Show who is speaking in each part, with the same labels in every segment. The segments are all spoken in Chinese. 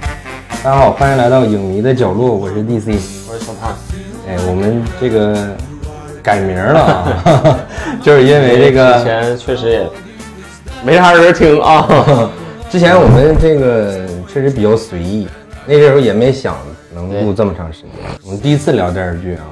Speaker 1: 大家好，欢迎来到影迷的角落，我是 DC。
Speaker 2: 我是小胖，
Speaker 1: 哎，我们这个改名了啊， 就是因为这
Speaker 2: 之
Speaker 1: 个
Speaker 2: 前确实也没啥人听啊，
Speaker 1: 之前我们这个确实比较随意，那时候也没想能录这么长时间。我们第一次聊电视剧啊，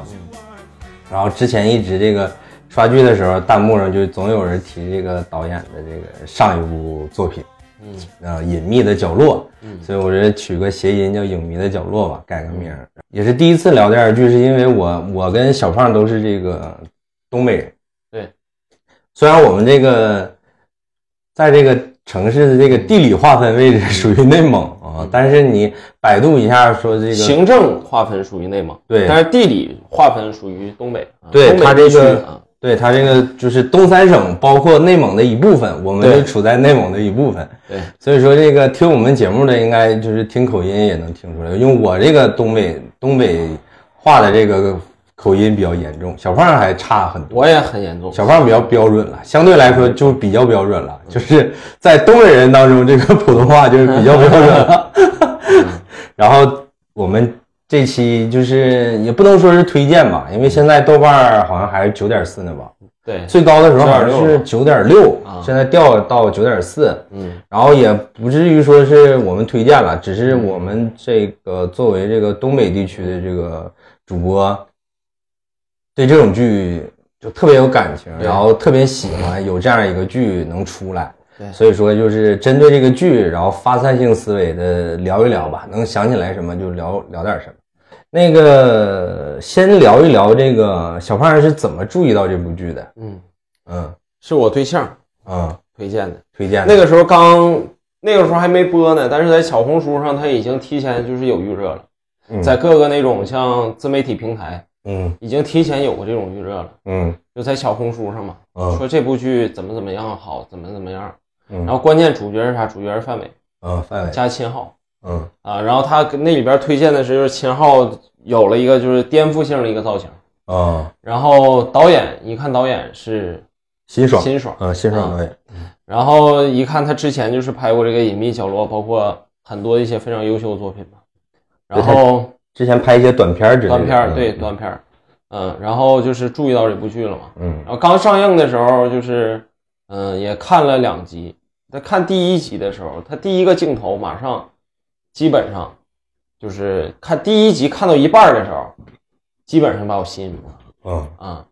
Speaker 1: 然后之前一直这个刷剧的时候，弹幕上就总有人提这个导演的这个上一部作品，嗯，啊，《隐秘的角落》，
Speaker 2: 嗯
Speaker 1: 所以我觉得取个谐音叫“影迷的角落”吧，改个名儿。也是第一次聊电视剧，是因为我我跟小胖都是这个东北人，
Speaker 2: 对，
Speaker 1: 虽然我们这个在这个城市的这个地理划分位置
Speaker 2: 嗯
Speaker 1: 属于内蒙啊，但是你百度一下说这个，
Speaker 2: 行政划分属于内蒙，
Speaker 1: 对
Speaker 2: 但是地理划分属于东北，啊
Speaker 1: 对
Speaker 2: 东北
Speaker 1: 它这
Speaker 2: 地区
Speaker 1: 个
Speaker 2: 啊，
Speaker 1: 对它这个就是东三省包括内蒙的一部分，我们
Speaker 2: 对
Speaker 1: 就处在内蒙的一部分。
Speaker 2: 对，
Speaker 1: 所以说这个听我们节目的，应该就是听口音也能听出来，因为我这个东北东北话的这个口音比较严重，小胖还差很多。
Speaker 2: 我也很严重，
Speaker 1: 小胖比较标准了，相对来说就比较标准了，就是在东北人当中，这个普通话就是比较标准 了。然后我们这期就是也不能说是推荐吧，因为现在豆瓣儿好像还是九点四呢吧，
Speaker 2: 对，
Speaker 1: 最高的时候好像是九点六
Speaker 2: 啊，
Speaker 1: 现在掉到九点四。
Speaker 2: 嗯，
Speaker 1: 然后也不至于说是我们推荐了，只是我们这个作为这个东北地区的这个主播，对这种剧就特别有感情，
Speaker 2: 对
Speaker 1: 然后特别喜欢有这样一个剧能出来
Speaker 2: 对。
Speaker 1: 所以说，就是针对这个剧，然后发散性思维的聊一聊吧，能想起来什么就聊聊点什么。那个先聊一聊这个小胖是怎么注意到这部剧的？
Speaker 2: 嗯，
Speaker 1: 嗯
Speaker 2: 是我对象
Speaker 1: 嗯，
Speaker 2: 推荐的，
Speaker 1: 推荐的
Speaker 2: 那个时候刚。那个时候还没播呢，但是在小红书上，它已经提前就是有预热了，
Speaker 1: 嗯
Speaker 2: 在各个那种像自媒体平台，
Speaker 1: 嗯
Speaker 2: 已经提前有过这种预热了，
Speaker 1: 嗯
Speaker 2: 就在小红书上嘛，
Speaker 1: 嗯
Speaker 2: 说这部剧怎么怎么样好，怎么怎么样，
Speaker 1: 嗯
Speaker 2: 然后关键主角是啥？主角是范伟
Speaker 1: 嗯，范伟
Speaker 2: 加秦昊
Speaker 1: 嗯
Speaker 2: 啊，然后他跟那里边推荐的是就是秦昊有了一个就是颠覆性的一个造型，
Speaker 1: 啊，
Speaker 2: 然后导演一看导演是
Speaker 1: 辛爽，
Speaker 2: 辛爽，
Speaker 1: 啊，辛爽导演，
Speaker 2: 然后一看他之前就是拍过这个《隐秘角落》，包括很多一些非常优秀的作品嘛，然后
Speaker 1: 之前拍一些短片儿之类的，
Speaker 2: 短片儿
Speaker 1: 嗯
Speaker 2: 对，短片儿，嗯，然后就是注意到这部剧了嘛，
Speaker 1: 嗯
Speaker 2: 然后刚上映的时候，就是嗯，也看了两集。在看第一集的时候，他第一个镜头马上，基本上就是看第一集看到一半儿的时候，基本上把我吸引住了
Speaker 1: 嗯
Speaker 2: 啊、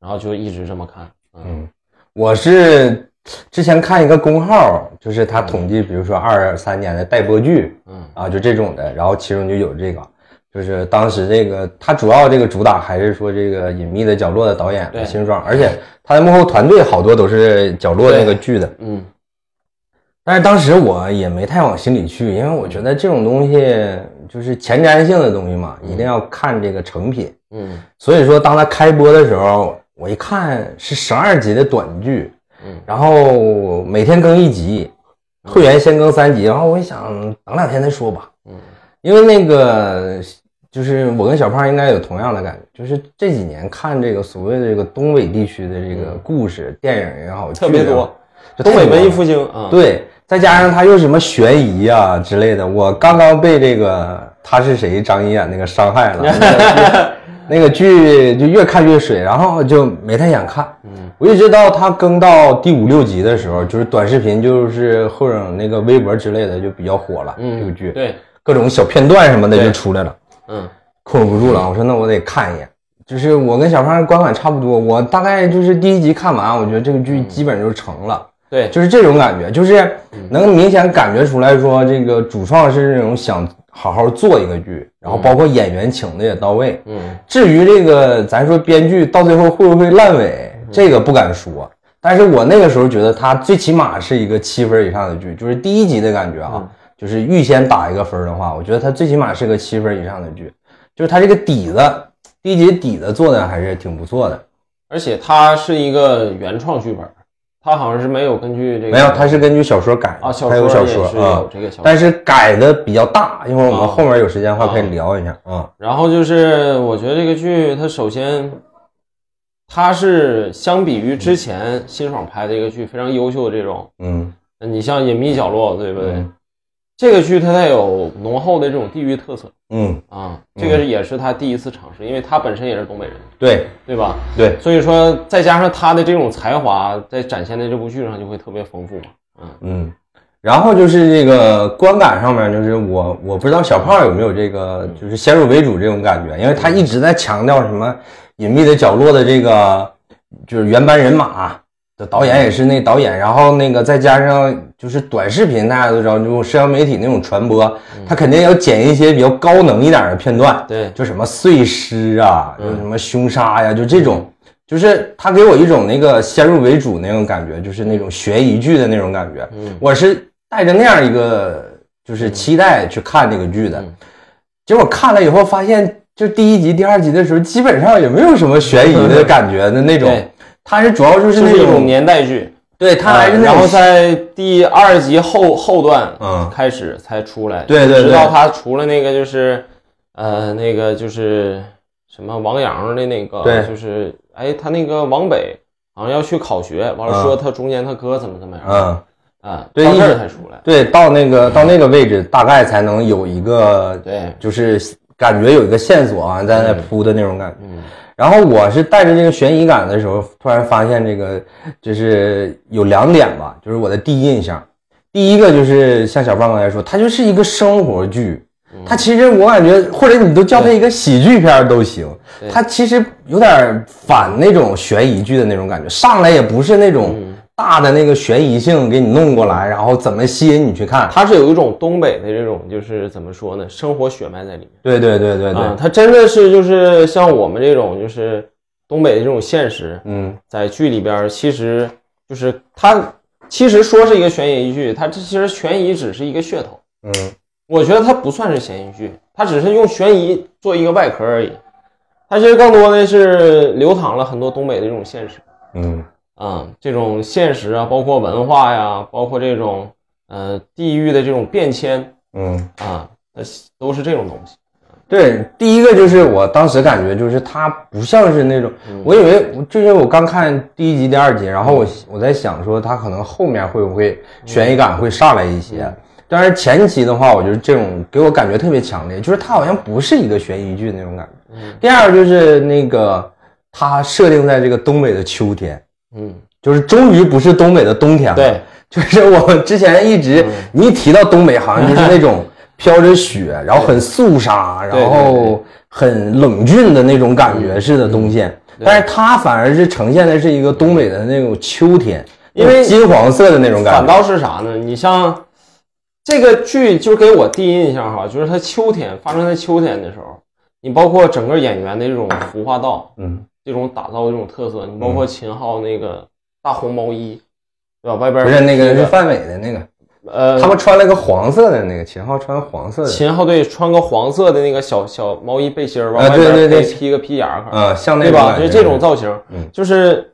Speaker 2: 然后就一直这么看，嗯，
Speaker 1: 嗯，我是之前看一个公号，就是他统计，比如说二三年的待播剧，
Speaker 2: 嗯
Speaker 1: 啊，就这种的，然后其中就有这个。就是当时这个，他主要这个主打还是说这个《隐秘的角落》的导演
Speaker 2: 对
Speaker 1: 辛爽，而且他的幕后团队好多都是角落那个剧的。
Speaker 2: 嗯，
Speaker 1: 但是当时我也没太往心里去，因为我觉得这种东西就是前瞻性的东西嘛，一定要看这个成品。
Speaker 2: 嗯
Speaker 1: 所以说，当他开播的时候，我一看是十二集的短剧，
Speaker 2: 嗯，
Speaker 1: 然后每天更一集，会员先更三集，然后我一想，等两天再说吧，
Speaker 2: 嗯，
Speaker 1: 因为那个就是我跟小胖应该有同样的感觉，就是这几年看这个所谓的这个东北地区的这个故事、电影也好，
Speaker 2: 嗯特别
Speaker 1: 剧也好
Speaker 2: 多，，
Speaker 1: 啊就
Speaker 2: 东北
Speaker 1: 太多
Speaker 2: 文艺
Speaker 1: 了
Speaker 2: 复兴啊，
Speaker 1: 对，再加上他又什么悬疑啊之类的，我刚刚被这个他是谁张一演那个伤害了，那个剧 那个剧就越看越水，然后就没太想看。
Speaker 2: 嗯
Speaker 1: 我一直到他更到第五六集的时候，就是短视频，就是或者那个微博之类的就比较火了，
Speaker 2: 嗯，
Speaker 1: 这个剧
Speaker 2: 对，
Speaker 1: 各种小片段什么的
Speaker 2: 对
Speaker 1: 就出来了。
Speaker 2: 嗯
Speaker 1: 控制不住了，我说那我得看一眼。就是我跟小胖观感差不多，我大概就是第一集看完，我觉得这个剧基本就成了。
Speaker 2: 对，
Speaker 1: 就是这种感觉，就是
Speaker 2: 嗯
Speaker 1: 能明显感觉出来说，这个主创是那种想好好做一个剧，然后包括演员请的也到位。
Speaker 2: 嗯
Speaker 1: 至于这个，咱说编剧到最后会不会烂尾，这个不敢说。但是我那个时候觉得它最起码是一个七分以上的剧，就是第一集的感觉啊
Speaker 2: 嗯，
Speaker 1: 就是预先打一个分的话，我觉得它最起码是个七分以上的剧，就是它这个底子，第一集底子做的还是挺不错的。
Speaker 2: 而且它是一个原创剧本，它好像是没有根据这个
Speaker 1: 没有，它是根据小说改的
Speaker 2: 啊，小
Speaker 1: 它有
Speaker 2: 说
Speaker 1: 小
Speaker 2: 也是
Speaker 1: 说啊
Speaker 2: 有，这个小说。
Speaker 1: 但是改的比较大，一会儿我
Speaker 2: 啊
Speaker 1: 们后面有时间的话可以聊一下啊。
Speaker 2: 然后就是，我觉得这个剧它首先，它是相比于之前辛爽拍的一个剧非常优秀的这种，
Speaker 1: 嗯
Speaker 2: 你像《隐秘角落》，对不对？
Speaker 1: 嗯
Speaker 2: 这个剧它带有浓厚的这种地域特色
Speaker 1: 嗯，
Speaker 2: 啊，这个也是他第一次尝试，因为他本身也是东北人，
Speaker 1: 对
Speaker 2: 对吧？
Speaker 1: 对，
Speaker 2: 所以说再加上他的这种才华，在展现在这部剧上就会特别丰富嘛。嗯，
Speaker 1: 嗯。然后就是这个观感上面，就是我我不知道小胖有没有这个，就是先入为主这种感觉，因为他一直在强调什么隐秘的角落的这个就是原班人马的导演也是那导演，然后那个再加上就是短视频，大家都知道，这种社交媒体那种传播，他肯定要剪一些比较高能一点的片段，
Speaker 2: 对，
Speaker 1: 就什么碎尸啊，
Speaker 2: 嗯
Speaker 1: 就什么凶杀呀、就这种，就是他给我一种那个先入为主那种感觉，就是那种悬疑剧的那种感觉。
Speaker 2: 嗯
Speaker 1: 我是带着那样一个就是期待去看这个剧的
Speaker 2: 嗯，
Speaker 1: 结果看了以后发现，就第一集、第二集的时候，基本上也没有什么悬疑的感觉的那种
Speaker 2: 对。
Speaker 1: 它是主要就是
Speaker 2: 就
Speaker 1: 那
Speaker 2: 是一种
Speaker 1: 种，
Speaker 2: 年代剧，
Speaker 1: 对，它还是
Speaker 2: 嗯
Speaker 1: 那
Speaker 2: 然后
Speaker 1: 种
Speaker 2: 在第二集后后段
Speaker 1: 嗯
Speaker 2: 开始才出来，
Speaker 1: 对对对
Speaker 2: 直到他除了那个就是，呃，那个就是什么王阳的那个，
Speaker 1: 对
Speaker 2: 就是哎，他那个往北好像要去考学，完了
Speaker 1: 嗯
Speaker 2: 说他中间他哥怎么怎么样，
Speaker 1: 嗯。
Speaker 2: 啊，
Speaker 1: 对
Speaker 2: 到这
Speaker 1: 一
Speaker 2: 儿
Speaker 1: 直
Speaker 2: 才出来，
Speaker 1: 对，到那个到那个位置，大概才能有一个
Speaker 2: 对，
Speaker 1: 就是感觉有一个线索啊在那铺的那种感觉。
Speaker 2: 嗯
Speaker 1: 然后我是带着这个悬疑感的时候，突然发现这个就是有两点吧，就是我的第一印象。第一个就是像小胖刚才说，它就是一个生活剧，
Speaker 2: 嗯
Speaker 1: 它其实我感觉，或者你都叫它一个喜剧片儿都行
Speaker 2: 对，
Speaker 1: 它其实有点反那种悬疑剧的那种感觉，上来也不是那种
Speaker 2: 嗯
Speaker 1: 大的那个悬疑性给你弄过来，然后怎么吸引你去看？
Speaker 2: 他是有一种东北的这种就是怎么说呢，生活血脉在里面。
Speaker 1: 对对对对对，
Speaker 2: 啊，他真的是就是像我们这种就是东北的这种现实，
Speaker 1: 嗯
Speaker 2: 在剧里边儿其实就是他其实说是一个悬疑剧，它这其实悬疑只是一个噱头，
Speaker 1: 嗯
Speaker 2: 我觉得它不算是悬疑剧，它只是用悬疑做一个外壳而已。它其实更多的是流淌了很多东北的这种现实
Speaker 1: 嗯
Speaker 2: 啊、这种现实啊，包括文化呀，包括这种呃地域的这种变迁
Speaker 1: 嗯。
Speaker 2: 啊，它都是这种东西。
Speaker 1: 对，第一个就是我当时感觉就是它不像是那种，我以为就因为我刚看第一集、第二集，然后我我在想说它可能后面会不会悬疑感会上来一些，但是前期的话，我觉得这种给我感觉特别强烈，就是它好像不是一个悬疑剧那种感觉。第二个就是那个它设定在这个东北的秋天，
Speaker 2: 嗯，
Speaker 1: 就是终于不是东北的冬天了，
Speaker 2: 对，
Speaker 1: 就是我们之前一直，
Speaker 2: 嗯
Speaker 1: 你一提到东北，好像就是那种飘着雪，然后很肃杀，
Speaker 2: 对嗯
Speaker 1: 然后很冷峻的那种感觉似的东西。但是它反而是呈现的是一个东北的那种秋天，
Speaker 2: 因为
Speaker 1: 那种金黄色的那种
Speaker 2: 反
Speaker 1: 感觉。
Speaker 2: 倒是啥呢？你像这个剧，就给我第一印象哈，就是它秋天发生在秋天的时候，你包括整个演员的这种服化道，
Speaker 1: 嗯，
Speaker 2: 这种打造的这种特色，你包括秦昊那个大红毛衣，对吧？外边
Speaker 1: 不是那个是
Speaker 2: 披着
Speaker 1: 范伟的那个，
Speaker 2: 呃，
Speaker 1: 他们穿了个黄色的那个，秦昊穿黄色的，
Speaker 2: 秦昊对穿个黄色的那个小小毛衣背心儿，往
Speaker 1: 啊
Speaker 2: 外
Speaker 1: 对对
Speaker 2: 边
Speaker 1: 对
Speaker 2: 配披个皮夹克，
Speaker 1: 呃，像那
Speaker 2: 对
Speaker 1: 种
Speaker 2: 吧？
Speaker 1: 感觉
Speaker 2: 就是这种造型，
Speaker 1: 嗯
Speaker 2: 就是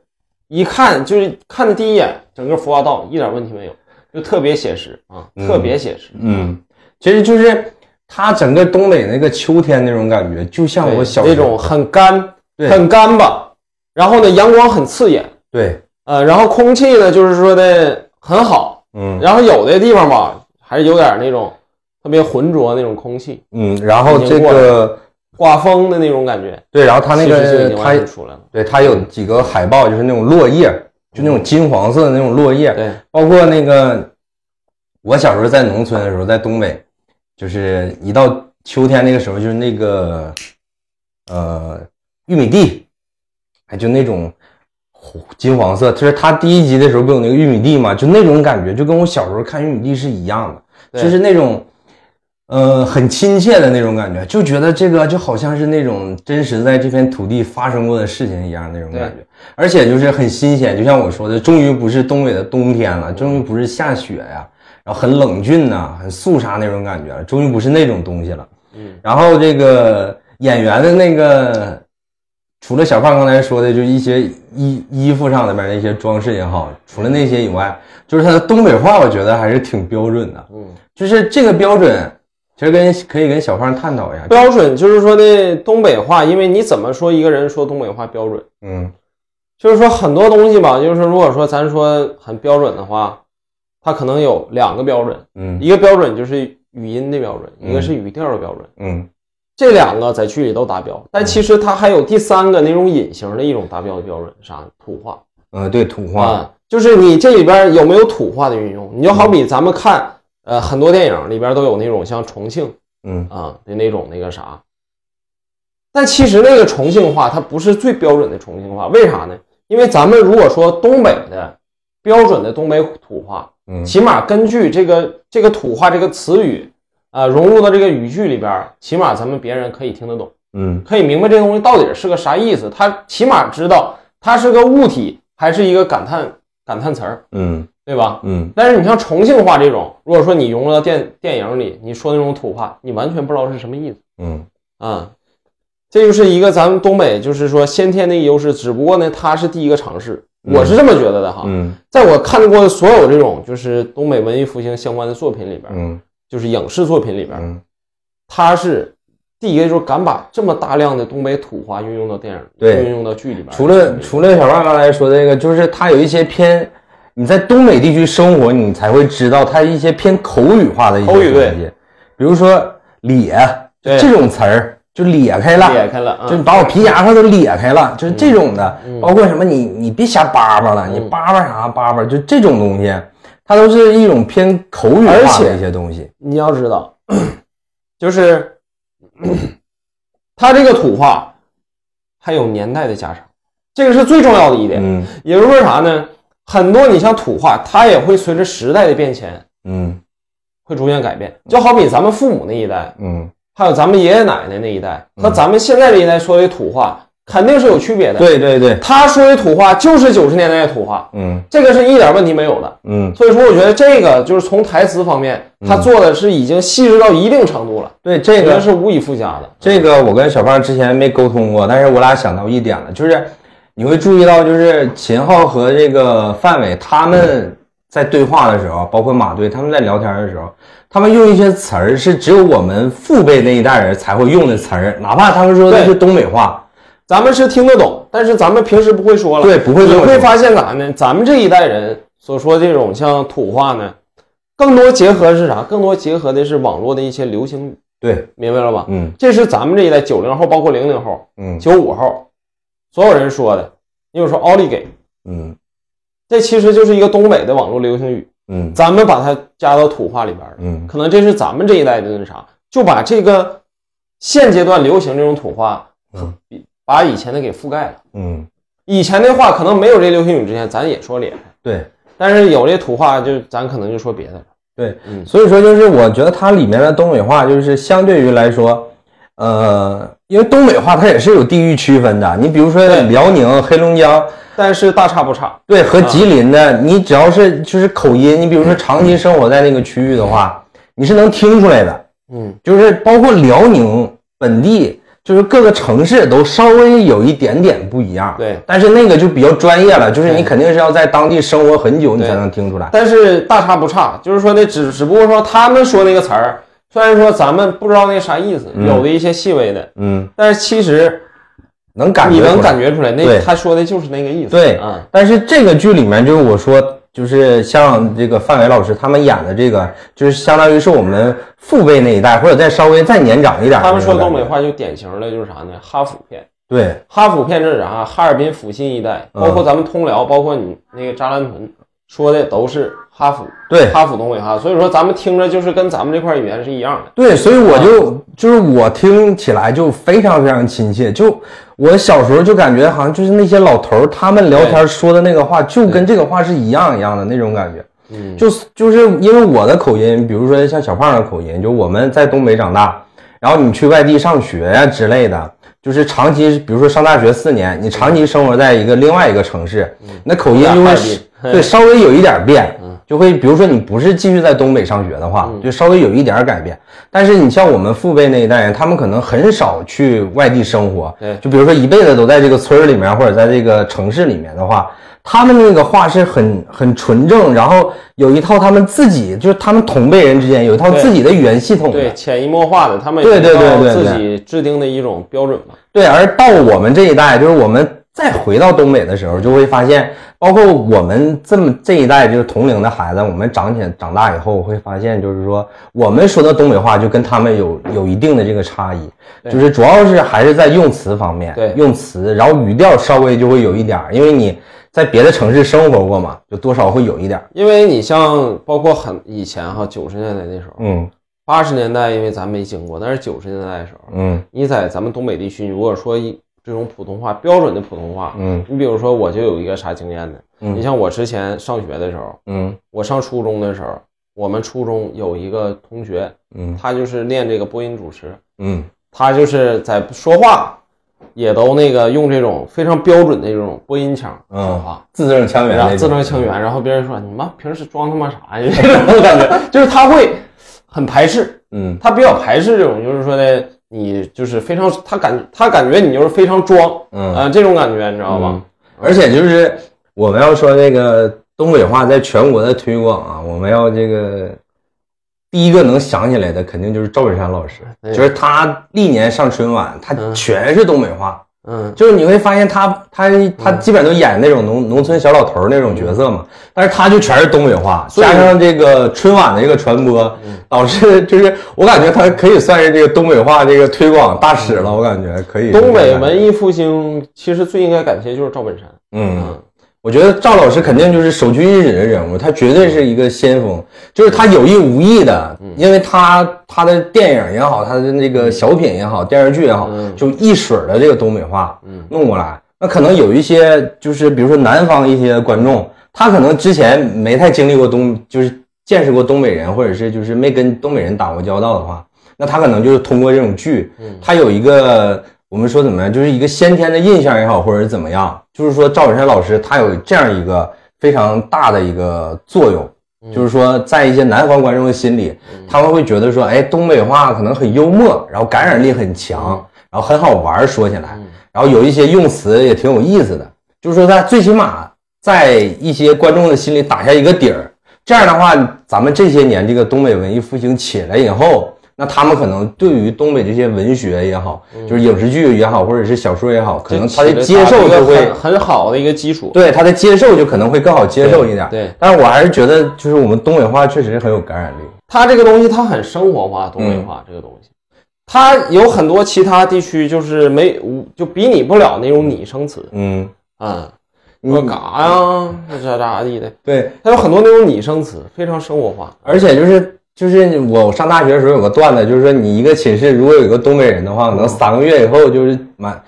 Speaker 2: 一看就是看的第一眼，整个服化道一点问题没有，就特别写实啊，特别写实。
Speaker 1: 嗯，其实就是它整个东北那个秋天那种感觉，就像
Speaker 2: 对
Speaker 1: 我小时
Speaker 2: 那
Speaker 1: 候
Speaker 2: 种很干，
Speaker 1: 对
Speaker 2: 很干吧。然后呢，阳光很刺眼，
Speaker 1: 对，
Speaker 2: 呃，然后空气呢，就是说的很好。
Speaker 1: 嗯
Speaker 2: 然后有的地方吧，还是有点那种特别浑浊那种空气，
Speaker 1: 嗯，然后
Speaker 2: 已
Speaker 1: 这
Speaker 2: 经过
Speaker 1: 个。
Speaker 2: 刮风的那种感觉。
Speaker 1: 对，然后它那
Speaker 2: 其实就已
Speaker 1: 个
Speaker 2: 经
Speaker 1: 它
Speaker 2: 完全出来了。
Speaker 1: 对它有几个海报，就是那种落叶，就那种金黄色的那种落叶，
Speaker 2: 对，
Speaker 1: 包括那个我小时候在农村的时候，在东北，就是一到秋天那个时候，就是那个呃玉米地，哎，就那种金黄色，就是它第一集的时候不有那个玉米地嘛，就那种感觉，就跟我小时候看玉米地是一样的，
Speaker 2: 对
Speaker 1: 就是那种。呃，很亲切的那种感觉，就觉得这个就好像是那种真实在这片土地发生过的事情一样那种感觉，而且就是很新鲜，就像我说的，终于不是东北的冬天了，终于不是下雪呀、然后很冷峻呐、很肃杀那种感觉了，终于不是那种东西了。
Speaker 2: 嗯，
Speaker 1: 然后这个演员的那个，除了小胖刚才说的，就一些衣衣服上里面那些装饰也好，除了那些以外，就是他的东北话，我觉得还是挺标准的。
Speaker 2: 嗯，
Speaker 1: 就是这个标准，其实跟可以跟小胖探讨一下。
Speaker 2: 标准就是说的东北话，因为你怎么说一个人说东北话标准，
Speaker 1: 嗯
Speaker 2: 就是说很多东西吧，就是说如果说咱说很标准的话，它可能有两个标准，
Speaker 1: 嗯
Speaker 2: 一个标准就是语音的标准，一个
Speaker 1: 嗯
Speaker 2: 是语调的标准。
Speaker 1: 嗯
Speaker 2: 这两个在剧里都达标，但其实它还有第三个那种隐形的一种达标的标准，啥土话
Speaker 1: 呃，对，土话，
Speaker 2: 啊，就是你这里边有没有土话的运用？你就好比咱们看呃很多电影里边都有那种像重庆
Speaker 1: 嗯
Speaker 2: 啊的那种那个啥，但其实那个重庆话它不是最标准的重庆话，为啥呢？因为咱们如果说东北的标准的东北土话，
Speaker 1: 嗯
Speaker 2: 起码根据这个这个土话这个词语啊、呃融入到这个语句里边儿，起码咱们别人可以听得懂。
Speaker 1: 嗯
Speaker 2: 可以明白这东西到底是个啥意思，他起码知道它是个物体还是一个感叹感叹词儿，
Speaker 1: 嗯
Speaker 2: 对吧？
Speaker 1: 嗯，
Speaker 2: 但是你像重庆话这种，如果说你融入到电电影里，你说那种土话，你完全不知道是什么意思
Speaker 1: 嗯
Speaker 2: 啊、这就是一个咱们东北就是说先天的优势，只不过呢，它是第一个尝试，
Speaker 1: 嗯
Speaker 2: 我是这么觉得的哈。
Speaker 1: 嗯
Speaker 2: 在我看过的所有这种就是东北文艺复兴相关的作品里边，
Speaker 1: 嗯
Speaker 2: 就是影视作品里边，
Speaker 1: 嗯，
Speaker 2: 他是第一个就是敢把这么大量的东北土话运用到电影，
Speaker 1: 对
Speaker 2: 运用到剧里边。
Speaker 1: 除了除了小胖刚才说的这个，就是它有一些偏。你在东北地区生活，你才会知道它一些偏口语化的一些
Speaker 2: 口语对
Speaker 1: 东西，比如说“咧”
Speaker 2: 对
Speaker 1: 这种词儿，就咧开了，
Speaker 2: 裂开了啊，
Speaker 1: 就是把我皮夹克都裂开了，就是这种的，
Speaker 2: 嗯
Speaker 1: 包括什么你你别瞎叭叭了，
Speaker 2: 嗯
Speaker 1: 你叭叭啥叭叭，就这种东西，它都是一种偏口语
Speaker 2: 而
Speaker 1: 化
Speaker 2: 且
Speaker 1: 的一些东西。
Speaker 2: 你要知道，就是 他这个土话还有年代的加长，这个是最重要的一点。
Speaker 1: 嗯
Speaker 2: 也就是说啥呢？很多你像土话，它也会随着时代的变迁
Speaker 1: 嗯
Speaker 2: 会逐渐改变。就好比咱们父母那一代，
Speaker 1: 嗯，
Speaker 2: 还有咱们爷爷奶奶那一代，和
Speaker 1: 嗯
Speaker 2: 咱们现在这一代说的土话肯定是有区别的。
Speaker 1: 对对对，
Speaker 2: 他说的土话就是九十年代的土话，
Speaker 1: 嗯
Speaker 2: 这个是一点问题没有的。
Speaker 1: 嗯，
Speaker 2: 所以说，我觉得这个就是从台词方面，他做的是已经细致到一定程度了，
Speaker 1: 对这
Speaker 2: 这
Speaker 1: 个
Speaker 2: 个是无以复加的。
Speaker 1: 这个我跟小胖之前没沟通过，但是我俩想到一点了，就是你会注意到，就是秦昊和这个范伟他们在对话的时候，包括马队他们在聊天的时候，他们用一些词儿是只有我们父辈那一代人才会用的词儿，哪怕他们说的
Speaker 2: 对
Speaker 1: 是东北话，
Speaker 2: 咱们是听得懂，但是咱们平时不会说了。
Speaker 1: 对，，不会
Speaker 2: 你
Speaker 1: 这么
Speaker 2: 会
Speaker 1: 说。
Speaker 2: 发现咋呢？咱们这一代人所说这种像土话呢，更多结合是啥？更多结合的是网络的一些流行语，
Speaker 1: 对，
Speaker 2: 明白了吧？
Speaker 1: 嗯
Speaker 2: 这是咱们这一代九零后，包括零零后、
Speaker 1: 嗯
Speaker 2: 九五后，所有人说的。你有说奥利给，
Speaker 1: 嗯
Speaker 2: 这其实就是一个东北的网络流行语，
Speaker 1: 嗯
Speaker 2: 咱们把它加到土话里边了。
Speaker 1: 嗯
Speaker 2: 可能这是咱们这一代的那啥，就把这个现阶段流行这种土话，
Speaker 1: 嗯
Speaker 2: 比把以前的给覆盖了。
Speaker 1: 嗯，
Speaker 2: 以前的话可能没有这流行语之前，咱也说脸，
Speaker 1: 对
Speaker 2: 但是有这土话，就咱可能就说别的了。
Speaker 1: 对，
Speaker 2: 嗯
Speaker 1: 所以说就是我觉得它里面的东北话就是相对于来说，呃，因为东北话它也是有地域区分的，你比如说
Speaker 2: 对
Speaker 1: 辽宁、黑龙江。
Speaker 2: 但是大差不差，
Speaker 1: 对，和吉林的，你只要是就是口音，你比如
Speaker 2: 嗯
Speaker 1: 说长期生活在那个区域的话，你是能听出来的。
Speaker 2: 嗯，
Speaker 1: 就是包括辽宁本地，就是各个城市都稍微有一点点不一样。
Speaker 2: 对
Speaker 1: 但是那个就比较专业了，就是你
Speaker 2: 对
Speaker 1: 肯定是要在当地生活很久，你
Speaker 2: 对
Speaker 1: 才能听出来。
Speaker 2: 但是大差不差，就是说那只只不过说他们说那个词儿，虽然说咱们不知道那啥意思，有的一些细微的，
Speaker 1: 嗯，
Speaker 2: 但是其实
Speaker 1: 能感觉
Speaker 2: 你能感
Speaker 1: 觉
Speaker 2: 觉出来，
Speaker 1: 对
Speaker 2: 那他说的就是那个意思。
Speaker 1: 对
Speaker 2: 啊，
Speaker 1: 但是这个剧里面，就是我说，就是像这个范伟老师他们演的这个，就是相当于是我们父辈那一代，或者再稍微再年长一点的那
Speaker 2: 他们
Speaker 1: 种感觉。
Speaker 2: 说东北话就典型的就是啥呢？哈府片。
Speaker 1: 对，
Speaker 2: 哈府片这是啥？哈尔滨、阜新一带，
Speaker 1: 嗯
Speaker 2: 包括咱们通辽，包括你那个扎兰屯，说的都是哈府，
Speaker 1: 对
Speaker 2: 哈府东北哈。所以说咱们听着就是跟咱们这块语言是一样的。啊
Speaker 1: 对，所以我就、就是我听起来就非常非常亲切。就我小时候就感觉好像就是那些老头儿他们聊天说的那个话，就跟这个话是一样一样的那种感觉。
Speaker 2: 嗯，
Speaker 1: 就是就是因为我的口音，比如说像小胖的口音，就我们在东北长大，然后你去外地上学呀、之类的，就是长期，比如说上大学四年，你长期生活在一个另外一个城市，
Speaker 2: 嗯
Speaker 1: 那口音就
Speaker 2: 有点
Speaker 1: 会
Speaker 2: 哈尔滨
Speaker 1: 对稍微有一点变，
Speaker 2: 嗯
Speaker 1: 就会比如说你不是继续在东北上学的话，就稍微有一点改变。但是你像我们父辈那一代人，他们可能很少去外地生活
Speaker 2: 对，
Speaker 1: 就比如说一辈子都在这个村儿里面或者在这个城市里面的话。他们那个话是很很纯正，然后有一套他们自己，就是他们同辈人之间有一套
Speaker 2: 对
Speaker 1: 自己的语言系统的。
Speaker 2: 对，潜移默化的，他们
Speaker 1: 对对对
Speaker 2: 也知道
Speaker 1: 对对
Speaker 2: 自己制定的一种标准嘛。
Speaker 1: 对，而到我们这一代，就是我们再回到东北的时候，就会发现，包括我们这么这一代就是同龄的孩子，我们长起来长大以后会发现，就是说我们说的东北话就跟他们有有一定的这个差异，
Speaker 2: 对
Speaker 1: 就是主要是还是在用词方面，
Speaker 2: 对
Speaker 1: 用词，然后语调稍微就会有一点儿，因为你在别的城市生活过嘛，就多少会有一点儿，
Speaker 2: 因为你像包括很以前哈，九十年代那时候，
Speaker 1: 嗯
Speaker 2: 八十年代因为咱没经过，但是九十年代的时候，
Speaker 1: 嗯
Speaker 2: 你在咱们东北地区，如果说一这种普通话标准的普通话，
Speaker 1: 嗯
Speaker 2: 你比如说我就有一个啥经验呢？
Speaker 1: 嗯
Speaker 2: 你像我之前上学的时候，
Speaker 1: 嗯
Speaker 2: 我上初中的时候，我们初中有一个同学，
Speaker 1: 嗯
Speaker 2: 他就是练这个播音主持，
Speaker 1: 嗯
Speaker 2: 他就是在说话，也都那个用这种非常标准的这种播音腔说话。
Speaker 1: 嗯，字正腔圆
Speaker 2: 然
Speaker 1: 那
Speaker 2: 后
Speaker 1: 种，
Speaker 2: 字正腔圆，然后别人说你妈平时装他妈啥呀？就 这种感觉，就是他会很排斥，
Speaker 1: 嗯，
Speaker 2: 他比较排斥这种，就是说的你就是非常，他感他感觉你就是非常装，
Speaker 1: 嗯
Speaker 2: 啊、这种感觉你知道吧？
Speaker 1: 而且就是我们要说这个东北话在全国的推广啊，我们要这个第一个能想起来的肯定就是赵本山老师，
Speaker 2: 对
Speaker 1: 就是他历年上春晚，他
Speaker 2: 哎嗯
Speaker 1: 全是东北话，
Speaker 2: 嗯，
Speaker 1: 就是你会发现他他他基本都演那种农农村小老头儿那种角色嘛，但是他就全是东北话，
Speaker 2: 嗯以嗯
Speaker 1: 加上这个春晚的这个传播，导致就是我感觉他可以算是这个东北话这个推广大使了，我感觉可以。
Speaker 2: 东北文艺复兴其实最应该感谢就是赵本山，
Speaker 1: 嗯。我觉得赵老师肯定就是首屈一指的人物，他绝对是一个先锋，就是他有意无意的，
Speaker 2: 嗯
Speaker 1: 因为他他的电影也好，他的那个小品也好，电视剧也好，
Speaker 2: 嗯
Speaker 1: 就一水儿的这个东北话
Speaker 2: 嗯
Speaker 1: 弄过来。那可能有一些就是比如说南方一些观众，他可能之前没太经历过东，就是见识过东北人，或者是就是没跟东北人打过交道的话，那他可能就是通过这种剧，他有一个我们说怎么样，就是一个先天的印象也好，或者是怎么样，就是说赵本山老师他有这样一个非常大的一个作用，就是说在一些南方观众的心里，他们会觉得说，哎，东北话可能很幽默，然后感染力很强，然后很好玩儿说起来，然后有一些用词也挺有意思的，就是说他最起码在一些观众的心里打下一个底儿。这样的话，咱们这些年这个东北文艺复兴起来以后，那他们可能对于东北这些文学也好，就是影视剧也好，或者是小说也好，可能他的接受就会
Speaker 2: 很很好的一个基础，
Speaker 1: 对他的接受就可能会更好接受一点。
Speaker 2: 对对
Speaker 1: 但是我还是觉得就是我们东北话确实很有感染力。
Speaker 2: 它这个东西它很生活化，东
Speaker 1: 嗯
Speaker 2: 北话这个东西，它有很多其他地区就是没无就比拟不了那种拟声词
Speaker 1: 嗯，
Speaker 2: 啊，你说嘎呀，这咋咋地的，
Speaker 1: 对，
Speaker 2: 它有很多那种拟声词，非常生活化。
Speaker 1: 而且就是就是我上大学的时候有个段子，就是说你一个寝室如果有个东北人的话，可能三个月以后就是满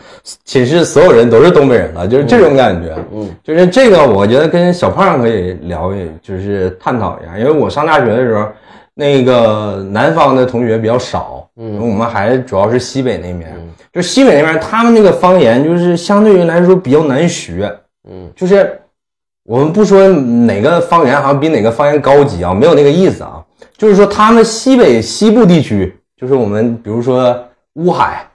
Speaker 1: 寝室所有人都是东北人了，就是这种感觉。
Speaker 2: 嗯，
Speaker 1: 就是这个，我觉得跟小胖可以聊一，就是探讨一下，因为我上大学的时候，那个南方的同学比较少，
Speaker 2: 嗯
Speaker 1: 我们还主要是西北那边，就西北那边他们那个方言就是相对于来说比较难学，
Speaker 2: 嗯，
Speaker 1: 就是我们不说哪个方言好像比哪个方言高级啊，没有那个意思啊。就是说他们西北西部地区，就是我们比如说乌海，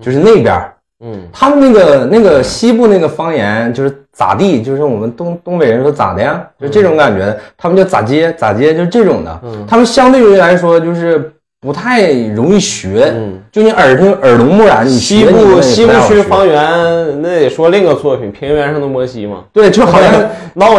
Speaker 1: 就是那边儿，
Speaker 2: 嗯，
Speaker 1: 他们那个那个西部那个方言就是咋地，就是我们东东北人说咋的呀，就这种感觉，他们叫咋接咋接，就这种的。
Speaker 2: 嗯
Speaker 1: 他们相对于来说就是不太容易学，
Speaker 2: 嗯
Speaker 1: 就你耳听耳聋目染，你嗯
Speaker 2: 西
Speaker 1: 学你可能也
Speaker 2: 部
Speaker 1: 不
Speaker 2: 西部
Speaker 1: 太好
Speaker 2: 区
Speaker 1: 学
Speaker 2: 方圆，那得说另一个作品《平原上的摩西》嘛，
Speaker 1: 对，就 好 像
Speaker 2: 闹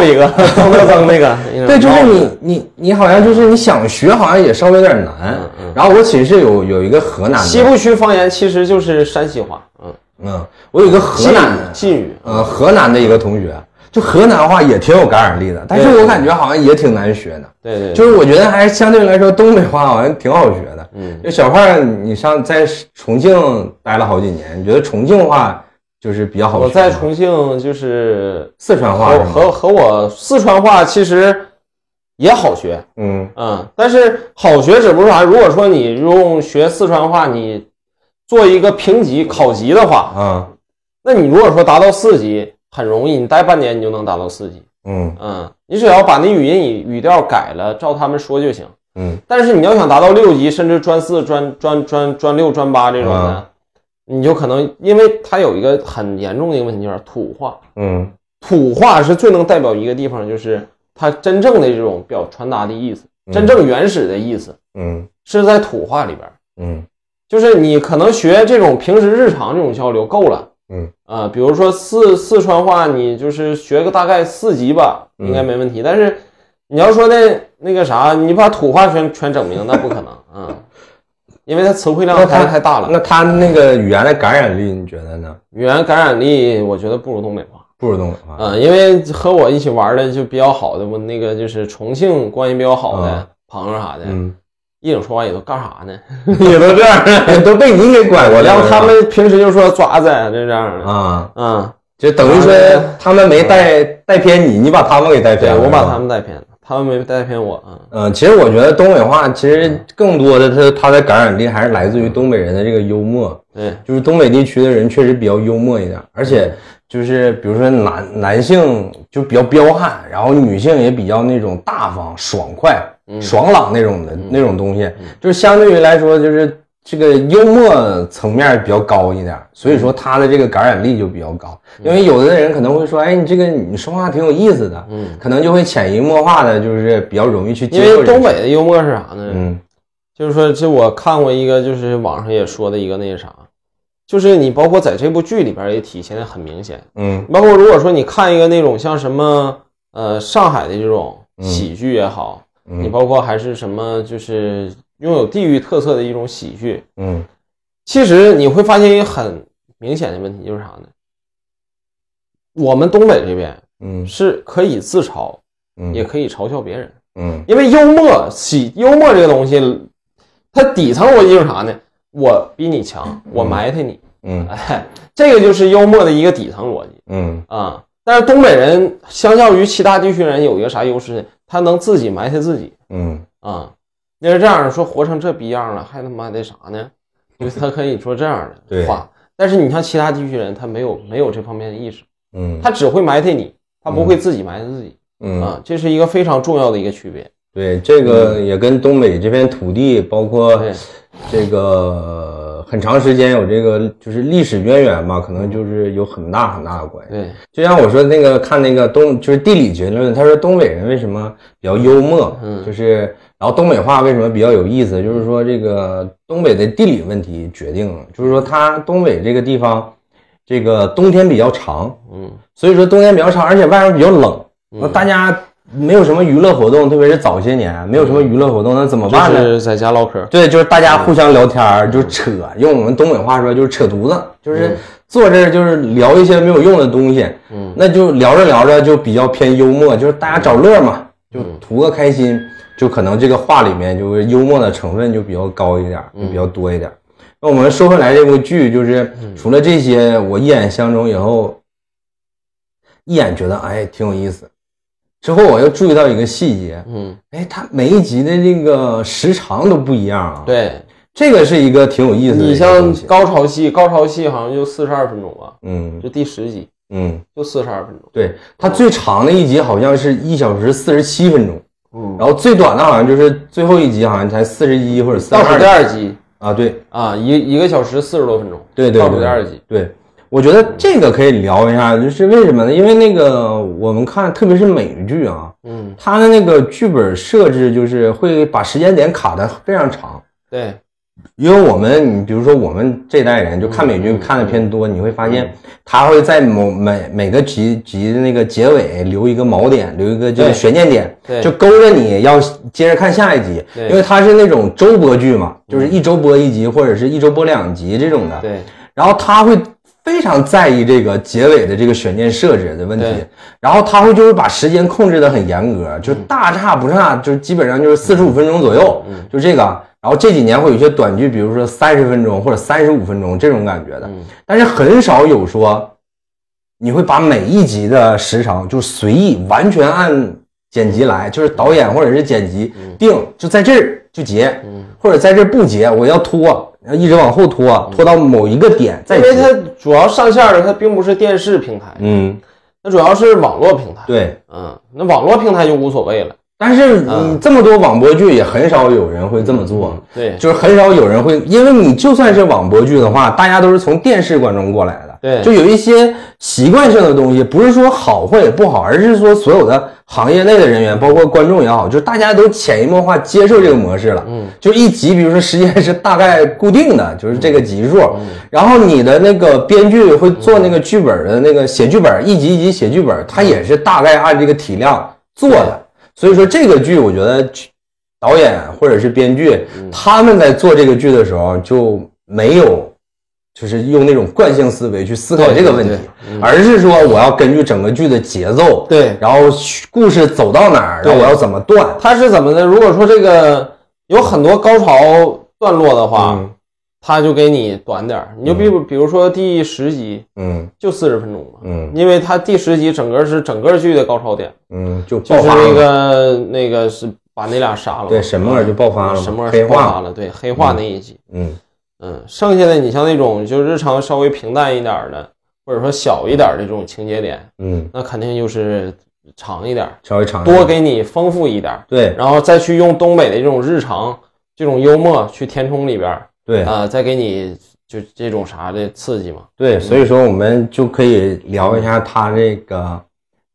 Speaker 2: 一个，蹭蹭蹭那个，
Speaker 1: 对，就是
Speaker 2: 闹一
Speaker 1: 你
Speaker 2: 个，
Speaker 1: 你你好像就是你想学，好像也稍微有点难。
Speaker 2: 嗯嗯
Speaker 1: 然后我寝室有有一个河南的，
Speaker 2: 西部区方言其实就是山西话，嗯，
Speaker 1: 嗯，我有一个河
Speaker 2: 晋
Speaker 1: 南
Speaker 2: 语，
Speaker 1: 的，
Speaker 2: 晋语，
Speaker 1: 呃，河南的一个同学，就河南话也挺有感染力的，但是
Speaker 2: 对
Speaker 1: 我感觉好像也挺难学的。
Speaker 2: 对对，
Speaker 1: 就是我觉得还是相对来说东北话好像挺好学的。
Speaker 2: 嗯，
Speaker 1: 就小胖，你上在重庆待了好几年，你觉得重庆话就是比较好学吗？
Speaker 2: 我在重庆就是
Speaker 1: 四川话
Speaker 2: 和
Speaker 1: 是吗？
Speaker 2: 和和我四川话其实也好学，
Speaker 1: 嗯
Speaker 2: 嗯，但是好学只不过啥，如果说你用学四川话，你做一个评级考级的话，
Speaker 1: 啊
Speaker 2: 那你如果说达到四级，很容易，你待半年你就能达到四级，
Speaker 1: 嗯
Speaker 2: 嗯，你只要把你语音语语调改了，照他们说就行。
Speaker 1: 嗯
Speaker 2: 但是你要想达到六级，甚至专四、专专专专六、专八这种
Speaker 1: 嗯
Speaker 2: 的，你就可能，因为它有一个很严重的一个问题，就是土话。
Speaker 1: 嗯
Speaker 2: 土话是最能代表一个地方，就是它真正的这种表传达的意思，真正原始的意思
Speaker 1: 嗯
Speaker 2: 是在土话里边儿。
Speaker 1: 嗯
Speaker 2: 就是你可能学这种平时日常这种交流够了，
Speaker 1: 嗯
Speaker 2: 啊、比如说四四川话，你就是学个大概四级吧，
Speaker 1: 嗯
Speaker 2: 应该没问题。但是你要说那那个啥，你把土话全全整明，那不可 能，嗯，因为它词汇量
Speaker 1: 那
Speaker 2: 太
Speaker 1: 它
Speaker 2: 太大了，
Speaker 1: 那他那个语言的感染力，你觉得呢？
Speaker 2: 语言感染力我觉得不如东北话。
Speaker 1: 不如东北话。
Speaker 2: 嗯，因为和我一起玩的就比较好的，我那个就是重庆关系比较好的、
Speaker 1: 啊
Speaker 2: 朋友啥的，
Speaker 1: 嗯，
Speaker 2: 一整说话也都干啥呢？
Speaker 1: 也都这样，都被你给拐过来
Speaker 2: 然
Speaker 1: 了。
Speaker 2: 后他们平时就说爪子这这样的，
Speaker 1: 啊，
Speaker 2: 嗯，
Speaker 1: 就等于说他们没带带偏你，你把他们给带
Speaker 2: 对
Speaker 1: 偏了。
Speaker 2: 我
Speaker 1: 是
Speaker 2: 把
Speaker 1: 吧
Speaker 2: 他们带偏了，他们没带偏我，嗯，
Speaker 1: 嗯，其实我觉得东北话其实更多的它它的感染力还是来自于东北人的这个幽默，
Speaker 2: 对，
Speaker 1: 就是东北地区的人确实比较幽默一点，而且就是比如说男男性就比较彪悍，然后女性也比较那种大方、爽快、爽朗那种的、那种东西，就是相对于来说就是。这个幽默层面比较高一点，所以说他的这个感染力就比较高。因为有的人可能会说，哎，你这个你说话挺有意思的，
Speaker 2: 嗯，
Speaker 1: 可能就会潜移默化的，就是比较容易去接
Speaker 2: 因
Speaker 1: 受
Speaker 2: 为
Speaker 1: 人
Speaker 2: 东北的幽默是啥呢？
Speaker 1: 嗯
Speaker 2: 就是说，这我看过一个，就是网上也说的一个那啥，就是你包括在这部剧里边也体现的很明显，
Speaker 1: 嗯
Speaker 2: 包括如果说你看一个那种像什么呃上海的这种喜剧也好，
Speaker 1: 嗯
Speaker 2: 你包括还是什么就是拥有地域特色的一种喜剧，
Speaker 1: 嗯
Speaker 2: 其实你会发现一个很明显的问题就是啥呢？我们东北这边
Speaker 1: 嗯
Speaker 2: 是可以自嘲，
Speaker 1: 嗯，
Speaker 2: 也可以嘲笑别人，
Speaker 1: 嗯
Speaker 2: 因为幽默喜幽默这个东西，它底层逻辑就是啥呢？我比你强，我埋汰你，
Speaker 1: 嗯
Speaker 2: 哎，这个就是幽默的一个底层逻辑。
Speaker 1: 嗯
Speaker 2: 啊、但是东北人相较于其他地区人有一个啥优势呢？他能自己埋汰自己
Speaker 1: 嗯
Speaker 2: 啊。要、是这样说，活成这逼样了，还他妈的啥呢？就是他可以说这样的
Speaker 1: 对
Speaker 2: 话。但是你像其他地区人，他没有没有这方面的意识，
Speaker 1: 嗯
Speaker 2: 他只会埋汰你，他不会自己埋汰自己
Speaker 1: 嗯，
Speaker 2: 啊。这是一个非常重要的一个区别。
Speaker 1: 对，这个也跟东北这片土地，包括
Speaker 2: 对，
Speaker 1: 这个很长时间有这个就是历史渊源吧，可能就是有很大很大的关系。
Speaker 2: 对，
Speaker 1: 就像我说那个看那个东就是地理结论，他说东北人为什么比较幽默，
Speaker 2: 嗯
Speaker 1: 就是然后东北话为什么比较有意思，就是说这个东北的地理问题决定了，就是说它东北这个地方，这个冬天比较长，
Speaker 2: 嗯，
Speaker 1: 所以说冬天比较长，而且外面比较冷，那大家没有什么娱乐活动，特别是早些年没有什么娱乐活动，那怎么办
Speaker 2: 就
Speaker 1: 呢？
Speaker 2: 是在家唠嗑。
Speaker 1: 对，就是大家互相聊天儿，就是扯，用我们东北话说就是扯犊子，就是坐这儿就是聊一些没有用的东西，
Speaker 2: 嗯，
Speaker 1: 那就聊着聊着就比较偏幽默，就是大家找乐嘛，就图个开心，就可能这个话里面就是幽默的成分就比较高一点儿，就比较多一点儿。那我们说回来这部剧，就是除了这些，我一眼相中以后，一眼觉得哎挺有意思，之后我又注意到一个细节，
Speaker 2: 嗯，
Speaker 1: 哎，它每一集的这个时长都不一样啊。，
Speaker 2: 对
Speaker 1: 这个是一个挺有意思的一
Speaker 2: 你
Speaker 1: 个
Speaker 2: 像
Speaker 1: 东西。
Speaker 2: 高潮戏，高潮戏好像就四十二分钟吧，
Speaker 1: 嗯
Speaker 2: 就第十集
Speaker 1: 嗯，
Speaker 2: 就四十二分钟。
Speaker 1: 对，它最长的一集好像是一小时四十七分钟，
Speaker 2: 嗯
Speaker 1: 然后最短的好像就是最后一集，好像才四十一或者四十
Speaker 2: 倒数第
Speaker 1: 二
Speaker 2: 二集
Speaker 1: 啊。对
Speaker 2: 啊，一一个小时四十多分钟，
Speaker 1: 对对，
Speaker 2: 倒数
Speaker 1: 对
Speaker 2: 第二集。。
Speaker 1: 对，我觉得这个可以聊一下，就是为什么呢？因为那个我们看，特别是美剧啊，
Speaker 2: 嗯，
Speaker 1: 它的那个剧本设置就是会把时间点卡的非常长。
Speaker 2: 对，
Speaker 1: 因为我们，你比如说我们这代人就看美剧看的偏多，你会发现
Speaker 2: 嗯
Speaker 1: 他会在某每每个集集的那个结尾留一个锚点，留一个就是
Speaker 2: 对
Speaker 1: 悬念点
Speaker 2: 对，
Speaker 1: 就勾着你要接着看下一集，
Speaker 2: 对
Speaker 1: 因为它是那种周播剧嘛，就是一周播一集或者是一周播两集这种的。
Speaker 2: 对，
Speaker 1: 然后他会非常在意这个结尾的这个悬念设置的问题
Speaker 2: 对，嗯
Speaker 1: 然后他会就是把时间控制的很严格，就大差不差，就基本上就是四十五分钟左右，
Speaker 2: 嗯
Speaker 1: 就这个。然后这几年会有一些短剧，比如说三十分钟或者三十五分钟这种感觉的，
Speaker 2: 嗯
Speaker 1: 但是很少有说你会把每一集的时长就随意完全按剪辑来，就是导演或者是剪辑定就在这儿就结，
Speaker 2: 嗯，
Speaker 1: 或者在这儿不结，我要拖，然后一直往后拖，拖到某一个点再
Speaker 2: 因为
Speaker 1: 结。
Speaker 2: 它主要上线的它并不是电视平台，
Speaker 1: 嗯，
Speaker 2: 它主要是网络平台。，
Speaker 1: 对。
Speaker 2: 嗯，那网络平台就无所谓了。
Speaker 1: 但是你嗯这么多网播剧，也很少有人会这么做，
Speaker 2: 对，
Speaker 1: 就是很少有人会，因为你就算是网播剧的话，大家都是从电视观众过来的，
Speaker 2: 对
Speaker 1: 就有一些习惯性的东西，不是说好或者不好，而是说所有的行业内的人员，包括观众也好，就是大家都潜移默化接受这个模式了。
Speaker 2: 嗯，
Speaker 1: 就一集，比如说时间是大概固定的，就是这个集数，
Speaker 2: 嗯
Speaker 1: 然后你的那个编剧会做那个剧本的那个写剧本，一集一集写剧本，它也是大概按这个体量做
Speaker 2: 嗯
Speaker 1: 的。所以说这个剧，我觉得导演或者是编剧，
Speaker 2: 嗯
Speaker 1: 他们在做这个剧的时候就没有，就是用那种惯性思维去思考这个问题
Speaker 2: 对对，嗯
Speaker 1: 而是说我要根据整个剧的节奏，
Speaker 2: 对
Speaker 1: 然后故事走到哪儿，然后
Speaker 2: 对
Speaker 1: 我要怎么断，
Speaker 2: 它是怎么的？如果说这个有很多高潮段落的话，
Speaker 1: 嗯
Speaker 2: 它就给你短点儿。你就比如比如说第十集
Speaker 1: 嗯
Speaker 2: 就四十分钟嘛，
Speaker 1: 嗯
Speaker 2: 因为它第十集整个是整个剧的高潮点，
Speaker 1: 嗯，就
Speaker 2: 就
Speaker 1: 爆
Speaker 2: 是
Speaker 1: 发
Speaker 2: 那
Speaker 1: 了。
Speaker 2: 个那个是把那俩杀了，嗯
Speaker 1: 对沈墨就爆发了嘛
Speaker 2: 沈墨
Speaker 1: 黑
Speaker 2: 爆
Speaker 1: 化
Speaker 2: 发了，对黑化那一集。
Speaker 1: 嗯
Speaker 2: 嗯，剩下的你像那种就日常稍微平淡一点儿的，或者说小一点儿的这种情节点，
Speaker 1: 嗯，
Speaker 2: 那肯定就是长一点儿，
Speaker 1: 稍微长一点
Speaker 2: 多给你丰富一点儿，
Speaker 1: 对
Speaker 2: 然后再去用东北的这种日常、这种幽默去填充里边儿，
Speaker 1: 对
Speaker 2: 啊、再给你就这种啥的刺激嘛。
Speaker 1: 对，所以说我们就可以聊一下它这个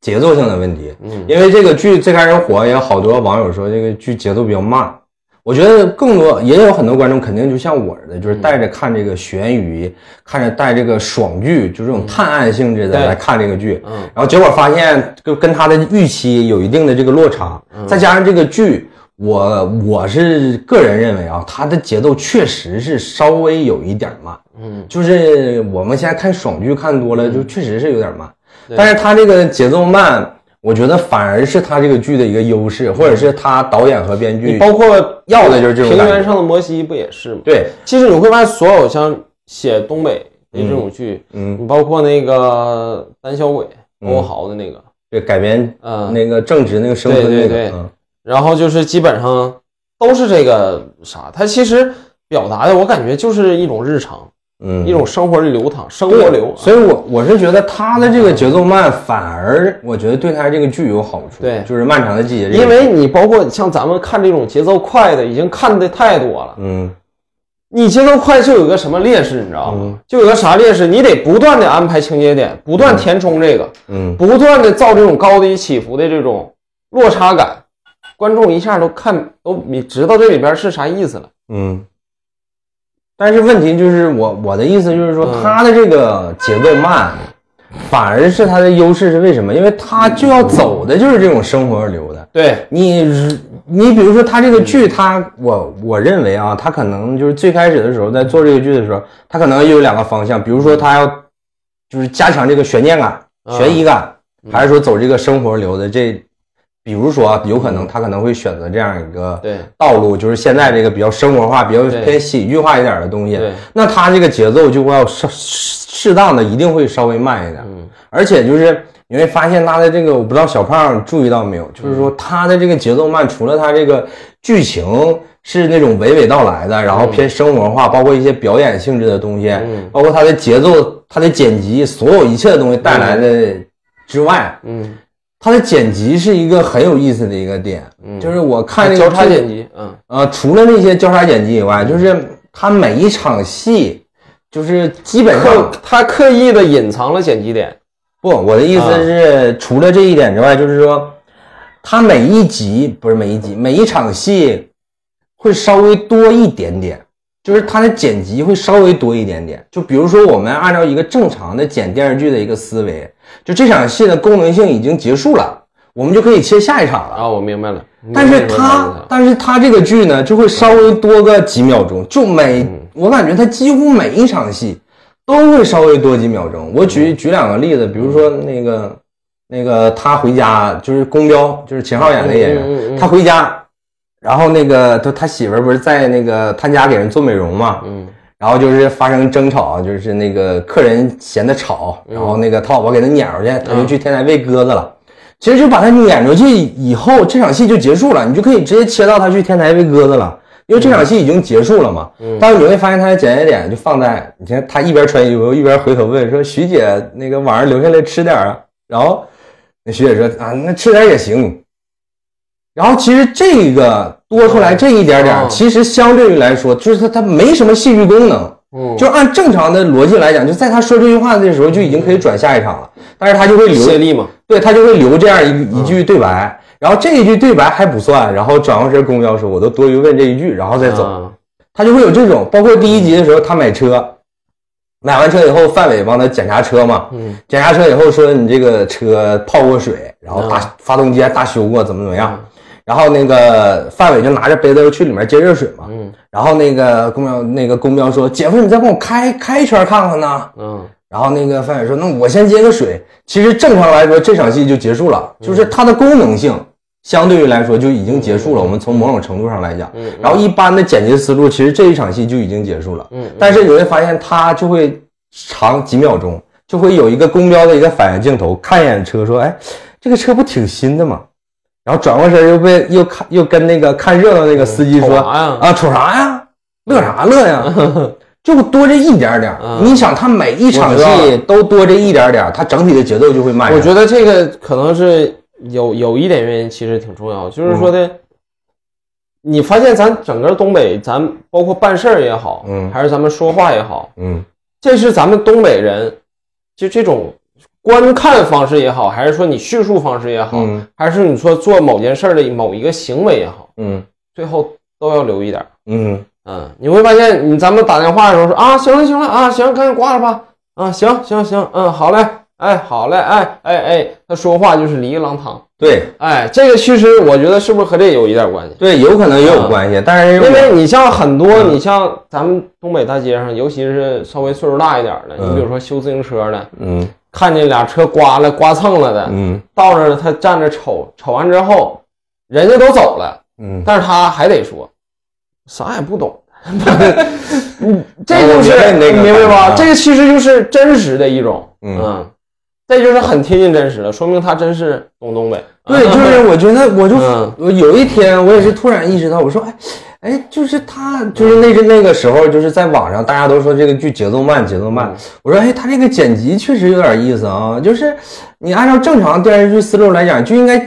Speaker 1: 节奏性的问题。
Speaker 2: 嗯，
Speaker 1: 因为这个剧最开始火，也有好多网友说这个剧节奏比较慢。我觉得更多也有很多观众肯定就像我似的，就是带着看这个悬疑，
Speaker 2: 嗯
Speaker 1: 看着带这个爽剧，就这种探案性质的
Speaker 2: 对
Speaker 1: 来看这个剧。
Speaker 2: 嗯
Speaker 1: 然后结果发现就跟他的预期有一定的这个落差，
Speaker 2: 嗯
Speaker 1: 再加上这个剧，我我是个人认为啊，它的节奏确实是稍微有一点慢。
Speaker 2: 嗯，
Speaker 1: 就是我们现在看爽剧看多了，就确实是有点慢，但是它这个节奏慢，我觉得反而是它这个剧的一个优势，或者是它导演和编剧
Speaker 2: 嗯你包括
Speaker 1: 要的就是这种
Speaker 2: 平
Speaker 1: 感
Speaker 2: 原
Speaker 1: 觉。
Speaker 2: 上的摩西不也是吗？
Speaker 1: 对，
Speaker 2: 其实你会发现，所有像写东北的这种剧，
Speaker 1: 嗯，
Speaker 2: 你包括那个胆小鬼欧豪的那个，
Speaker 1: 对，改编呃
Speaker 2: 嗯，
Speaker 1: 那个正直那个生存那
Speaker 2: 对对
Speaker 1: 个
Speaker 2: 对，
Speaker 1: 嗯
Speaker 2: 然后就是基本上都是这个啥，它其实表达的我感觉就是一种日常，
Speaker 1: 嗯，
Speaker 2: 一种生活的流淌，生
Speaker 1: 对
Speaker 2: 活流。啊
Speaker 1: 所以我，我是觉得他的这个节奏慢，反而我觉得对他这个剧有好处。
Speaker 2: 对
Speaker 1: 就是漫长的季节这个，
Speaker 2: 因为你包括像咱们看这种节奏快的，已经看的太多了。
Speaker 1: 嗯，
Speaker 2: 你节奏快就有个什么劣势，你知道吗？就有个啥劣势，你得不断的安排情节点，不断填充这个，
Speaker 1: 嗯
Speaker 2: 不断的造这种高低起伏的这种落差感，观众一下都看都你知道这里边是啥意思了。
Speaker 1: 嗯。但是问题就是我我的意思就是说，他的这个节奏慢，反而是他的优势是为什么？因为他就要走的就是这种生活流的。
Speaker 2: 对，
Speaker 1: 你你比如说他这个剧，他我我认为啊，他可能就是最开始的时候在做这个剧的时候，他可能有两个方向，比如说他要就是加强这个悬念感、
Speaker 2: 啊
Speaker 1: 悬疑感，还是说走这个生活流的这，比如说啊，有可能他可能会选择这样一个
Speaker 2: 对
Speaker 1: 道路，就是现在这个比较生活化、比较
Speaker 2: 对
Speaker 1: 偏喜剧化一点的东西
Speaker 2: 对，
Speaker 1: 那他这个节奏就会要稍适当的一定会稍微慢一点，
Speaker 2: 嗯
Speaker 1: 而且就是你会发现他的这个，我不知道小胖注意到没有，就是说他的这个节奏慢，除了他这个剧情是那种娓娓道来的，然后偏生活化，包括一些表演性质的东西，
Speaker 2: 嗯
Speaker 1: 包括他的节奏、他的剪辑，所有一切的东西带来的之外，
Speaker 2: 嗯，
Speaker 1: 他的剪辑是一个很有意思的一个点，就是我看这个
Speaker 2: 嗯交叉
Speaker 1: 剧
Speaker 2: 剪辑，嗯，
Speaker 1: 呃，除了那些交叉剪辑以外，就是他每一场戏，就是基本上
Speaker 2: 刻他刻意的隐藏了剪辑点，
Speaker 1: 不，我的意思是，除了这一点之外，就是说，他每一集不是每一集，每一场戏会稍微多一点点，就是他的剪辑会稍微多一点点。就比如说，我们按照一个正常的剪电视剧的一个思维，就这场戏的功能性已经结束了，我们就可以切下一场了。
Speaker 2: 啊，我明白了。
Speaker 1: 但是
Speaker 2: 他
Speaker 1: 他，但是他这个剧呢，就会稍微多个几秒钟，就每
Speaker 2: 嗯
Speaker 1: 我感觉他几乎每一场戏都会稍微多几秒钟。我
Speaker 2: 嗯
Speaker 1: 举举两个例子，比如说那个那个他回家就是公标，就是秦昊演的演
Speaker 2: 嗯嗯嗯
Speaker 1: 员，
Speaker 2: 嗯
Speaker 1: 他回家，然后那个他他媳妇儿不是在那个他家给人做美容嘛，
Speaker 2: 嗯
Speaker 1: 然后就是发生争吵，就是那个客人嫌他吵，
Speaker 2: 嗯
Speaker 1: 然后那个他老婆给他撵出去，他就去天台喂鸽子了。其实就把他撵出去以后，这场戏就结束了，你就可以直接切到他去天台喂鸽子了，因为这场戏已经结束了嘛。但是你会发现他的剪接点就放在，你看他一边穿衣服一边回头问说：“徐姐，那个晚上留下来吃点儿啊？”然后那徐姐说：“啊，那吃点儿也行。”然后其实这个多出来这一点点儿，
Speaker 2: 哦
Speaker 1: 其实相对于来说，就是它它没什么戏剧功能，
Speaker 2: 嗯
Speaker 1: 就按正常的逻辑来讲，就在他说这句话的时候就已经可以转下一场了，但是他就会留
Speaker 2: 谢丽嘛，
Speaker 1: 对他就会留这样
Speaker 2: 嗯
Speaker 1: 一一句对白，然后这一句对白还不算，然后转过身跟我要说，我都多余问这一句，然后再走，
Speaker 2: 啊
Speaker 1: 他就会有这种。包括第一集的时候，他买车，买完车以后，范伟帮他检查车嘛，
Speaker 2: 嗯
Speaker 1: 检查车以后说你这个车泡过水，然后大、
Speaker 2: 嗯
Speaker 1: 发动机还大修过，怎么怎么样。然后那个范伟就拿着杯子又去里面接热水嘛，
Speaker 2: 嗯
Speaker 1: 然后那个公标那个公标说：“姐夫，你再帮我开开一圈看看呢。”
Speaker 2: 嗯
Speaker 1: 然后那个范伟说：“那我先接个水。”其实正常来说，这场戏就结束了，
Speaker 2: 嗯
Speaker 1: 就是它的功能性相对于来说就已经结束了。我们从某种程度上来讲，
Speaker 2: 嗯
Speaker 1: 然后一般的剪辑思路，其实这一场戏就已经结束了。
Speaker 2: 嗯，
Speaker 1: 但是你会发现，它就会长几秒钟，就会有一个公标的一个反应镜头，看一眼车，说：“哎，这个车不挺新的吗？”然后转过身又被又看又跟那个看热闹那个司机说：“
Speaker 2: 啥呀？
Speaker 1: 啊，瞅啥呀？乐啥乐呀？ 就多这一点点儿。
Speaker 2: 嗯
Speaker 1: 你想，他每一场
Speaker 2: 我知道
Speaker 1: 戏都多这一点点儿，他整体的节奏就会慢下来。
Speaker 2: 我觉得这个可能是有有一点原因，其实挺重要，就是说
Speaker 1: 嗯
Speaker 2: 的，你发现咱整个东北，咱包括办事儿也好，
Speaker 1: 嗯
Speaker 2: 还是咱们说话也好，
Speaker 1: 嗯
Speaker 2: 这是咱们东北人就这种观看方式也好，还是说你叙述方式也好，
Speaker 1: 嗯
Speaker 2: 还是你说做某件事儿的某一个行为也好，
Speaker 1: 嗯
Speaker 2: 最后都要留一点儿。
Speaker 1: 嗯
Speaker 2: 嗯，你会发现，你咱们打电话的时候说啊，行了行了啊，行，赶紧挂了吧，啊，行行行，嗯，好嘞，哎，好嘞，哎哎哎，他说话就是离郎堂，
Speaker 1: 对
Speaker 2: 哎，这个其实我觉得是不是和这有一点关系？
Speaker 1: 对，有可能也有关系，但是
Speaker 2: 嗯因为你像很多，你像咱们东北大街上，尤其是稍微岁数大一点的，你比如说修自行车的，
Speaker 1: 嗯
Speaker 2: 看见俩车刮了刮蹭了的，
Speaker 1: 嗯
Speaker 2: 到那儿他站着瞅瞅完之后，人家都走了，
Speaker 1: 嗯，
Speaker 2: 但是他还得说，啥也不 懂。嗯，这
Speaker 1: 我明
Speaker 2: 就
Speaker 1: 白
Speaker 2: 是
Speaker 1: 你那个
Speaker 2: 明白吧？
Speaker 1: 感觉啊
Speaker 2: 这个其实就是真实的一种，
Speaker 1: 嗯
Speaker 2: 这就是很贴近真实的，说明他真是懂东北。
Speaker 1: 对，
Speaker 2: 嗯
Speaker 1: 就是我觉得我就
Speaker 2: 嗯
Speaker 1: 我有一天我也是突然意识到，我说哎哎，就是他就是那是那个时候就是在网上大家都说这个剧节奏慢节奏慢
Speaker 2: 嗯，
Speaker 1: 我说哎他这个剪辑确实有点意思啊，就是你按照正常电视剧思路来讲就应该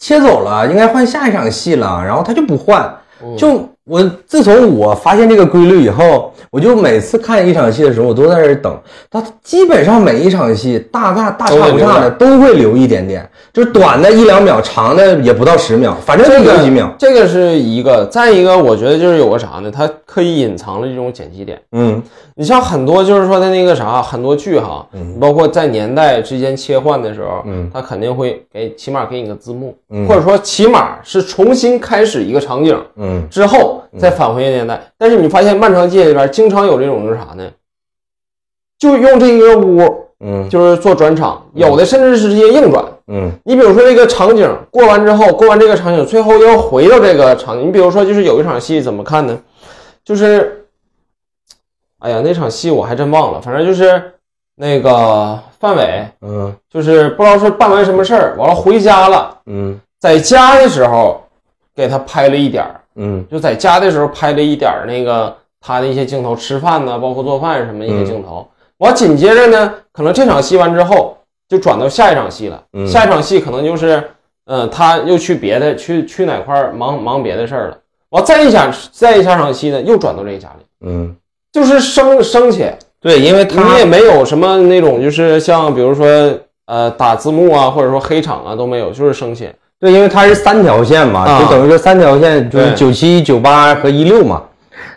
Speaker 1: 切走了，应该换下一场戏了，然后他就不换，就我自从我发现这个规律以后，我就每次看一场戏的时候，我都在这儿等。他基本上每一场戏大大大差不差的都会留一点点，就是短的一两秒，长的也不到十秒，反正
Speaker 2: 这
Speaker 1: 就
Speaker 2: 个
Speaker 1: 留几秒。
Speaker 2: 这个是一个，再一个，我觉得就是有个啥呢？他刻意隐藏了这种剪辑点。
Speaker 1: 嗯
Speaker 2: 你像很多就是说的那个啥，很多剧哈，包括在年代之间切换的时候，
Speaker 1: 嗯
Speaker 2: 他肯定会给起码给你个字幕，
Speaker 1: 嗯
Speaker 2: 或者说起码是重新开始一个场景，
Speaker 1: 嗯
Speaker 2: 之后再返回年代。但是你发现《漫长季》里边经常有这种是啥呢？就用这个屋，
Speaker 1: 嗯
Speaker 2: 就是做转场，有的甚至是直接硬转。
Speaker 1: 嗯
Speaker 2: 你比如说这个场景过完之后，过完这个场景，最后又回到这个场景。你比如说，就是有一场戏怎么看呢？就是，哎呀，那场戏我还真忘了，反正就是那个范伟，
Speaker 1: 嗯
Speaker 2: 就是不知道是办完什么事儿，完了回家了，
Speaker 1: 嗯
Speaker 2: 在家的时候给他拍了一点儿，
Speaker 1: 嗯
Speaker 2: 就在家的时候拍了一点儿那个他的一些镜头，吃饭呢，包括做饭什么一些镜
Speaker 1: 嗯
Speaker 2: 头。完、紧接着呢，可能这场戏完之后就转到下一场戏了。
Speaker 1: 嗯
Speaker 2: 下一场戏可能就是，嗯、他又去别的去去哪块儿忙忙别的事儿了。完再一下再一下场戏呢，又转到这个家里，
Speaker 1: 嗯，
Speaker 2: 就是生生且
Speaker 1: 对，因为他
Speaker 2: 你也没有什么那种就是像比如说呃打字幕啊，或者说黑场啊都没有，就是生且。
Speaker 1: 对，因为它是三条线嘛，
Speaker 2: 啊
Speaker 1: 就等于说三条线就是
Speaker 2: 对
Speaker 1: 九七、九八和一六嘛。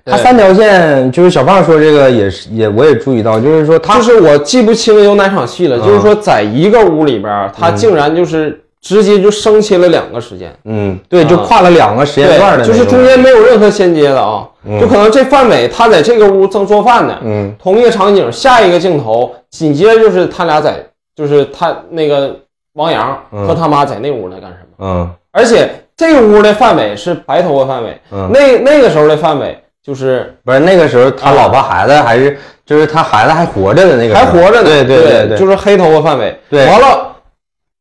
Speaker 2: 对
Speaker 1: 它三条线就是小胖说这个也是也我也注意到，就是说它
Speaker 2: 就是我记不清有哪场
Speaker 1: 嗯
Speaker 2: 戏了，就是说在一个屋里边儿，他竟然就是直接就升切了两个时间，
Speaker 1: 嗯对，就
Speaker 2: 啊
Speaker 1: 跨了两个时间段的那
Speaker 2: 就是
Speaker 1: 种
Speaker 2: 中间没有任何衔接的啊，就可能这范伟他在这个屋正做饭呢，
Speaker 1: 嗯
Speaker 2: 同一个场景，下一个镜头紧接着就是他俩在，就是他那个王阳和他妈在那屋在干什么，
Speaker 1: 嗯
Speaker 2: 而且这个屋的范伟是白头发范伟，
Speaker 1: 嗯
Speaker 2: 那那个时候的范伟就是
Speaker 1: 不是那个时候，他老婆孩子还是就是他孩子还活着的那个时候，
Speaker 2: 啊还活着呢，
Speaker 1: 对
Speaker 2: 对
Speaker 1: 对对，
Speaker 2: 就是黑头发范伟。
Speaker 1: 对嗯
Speaker 2: 完了，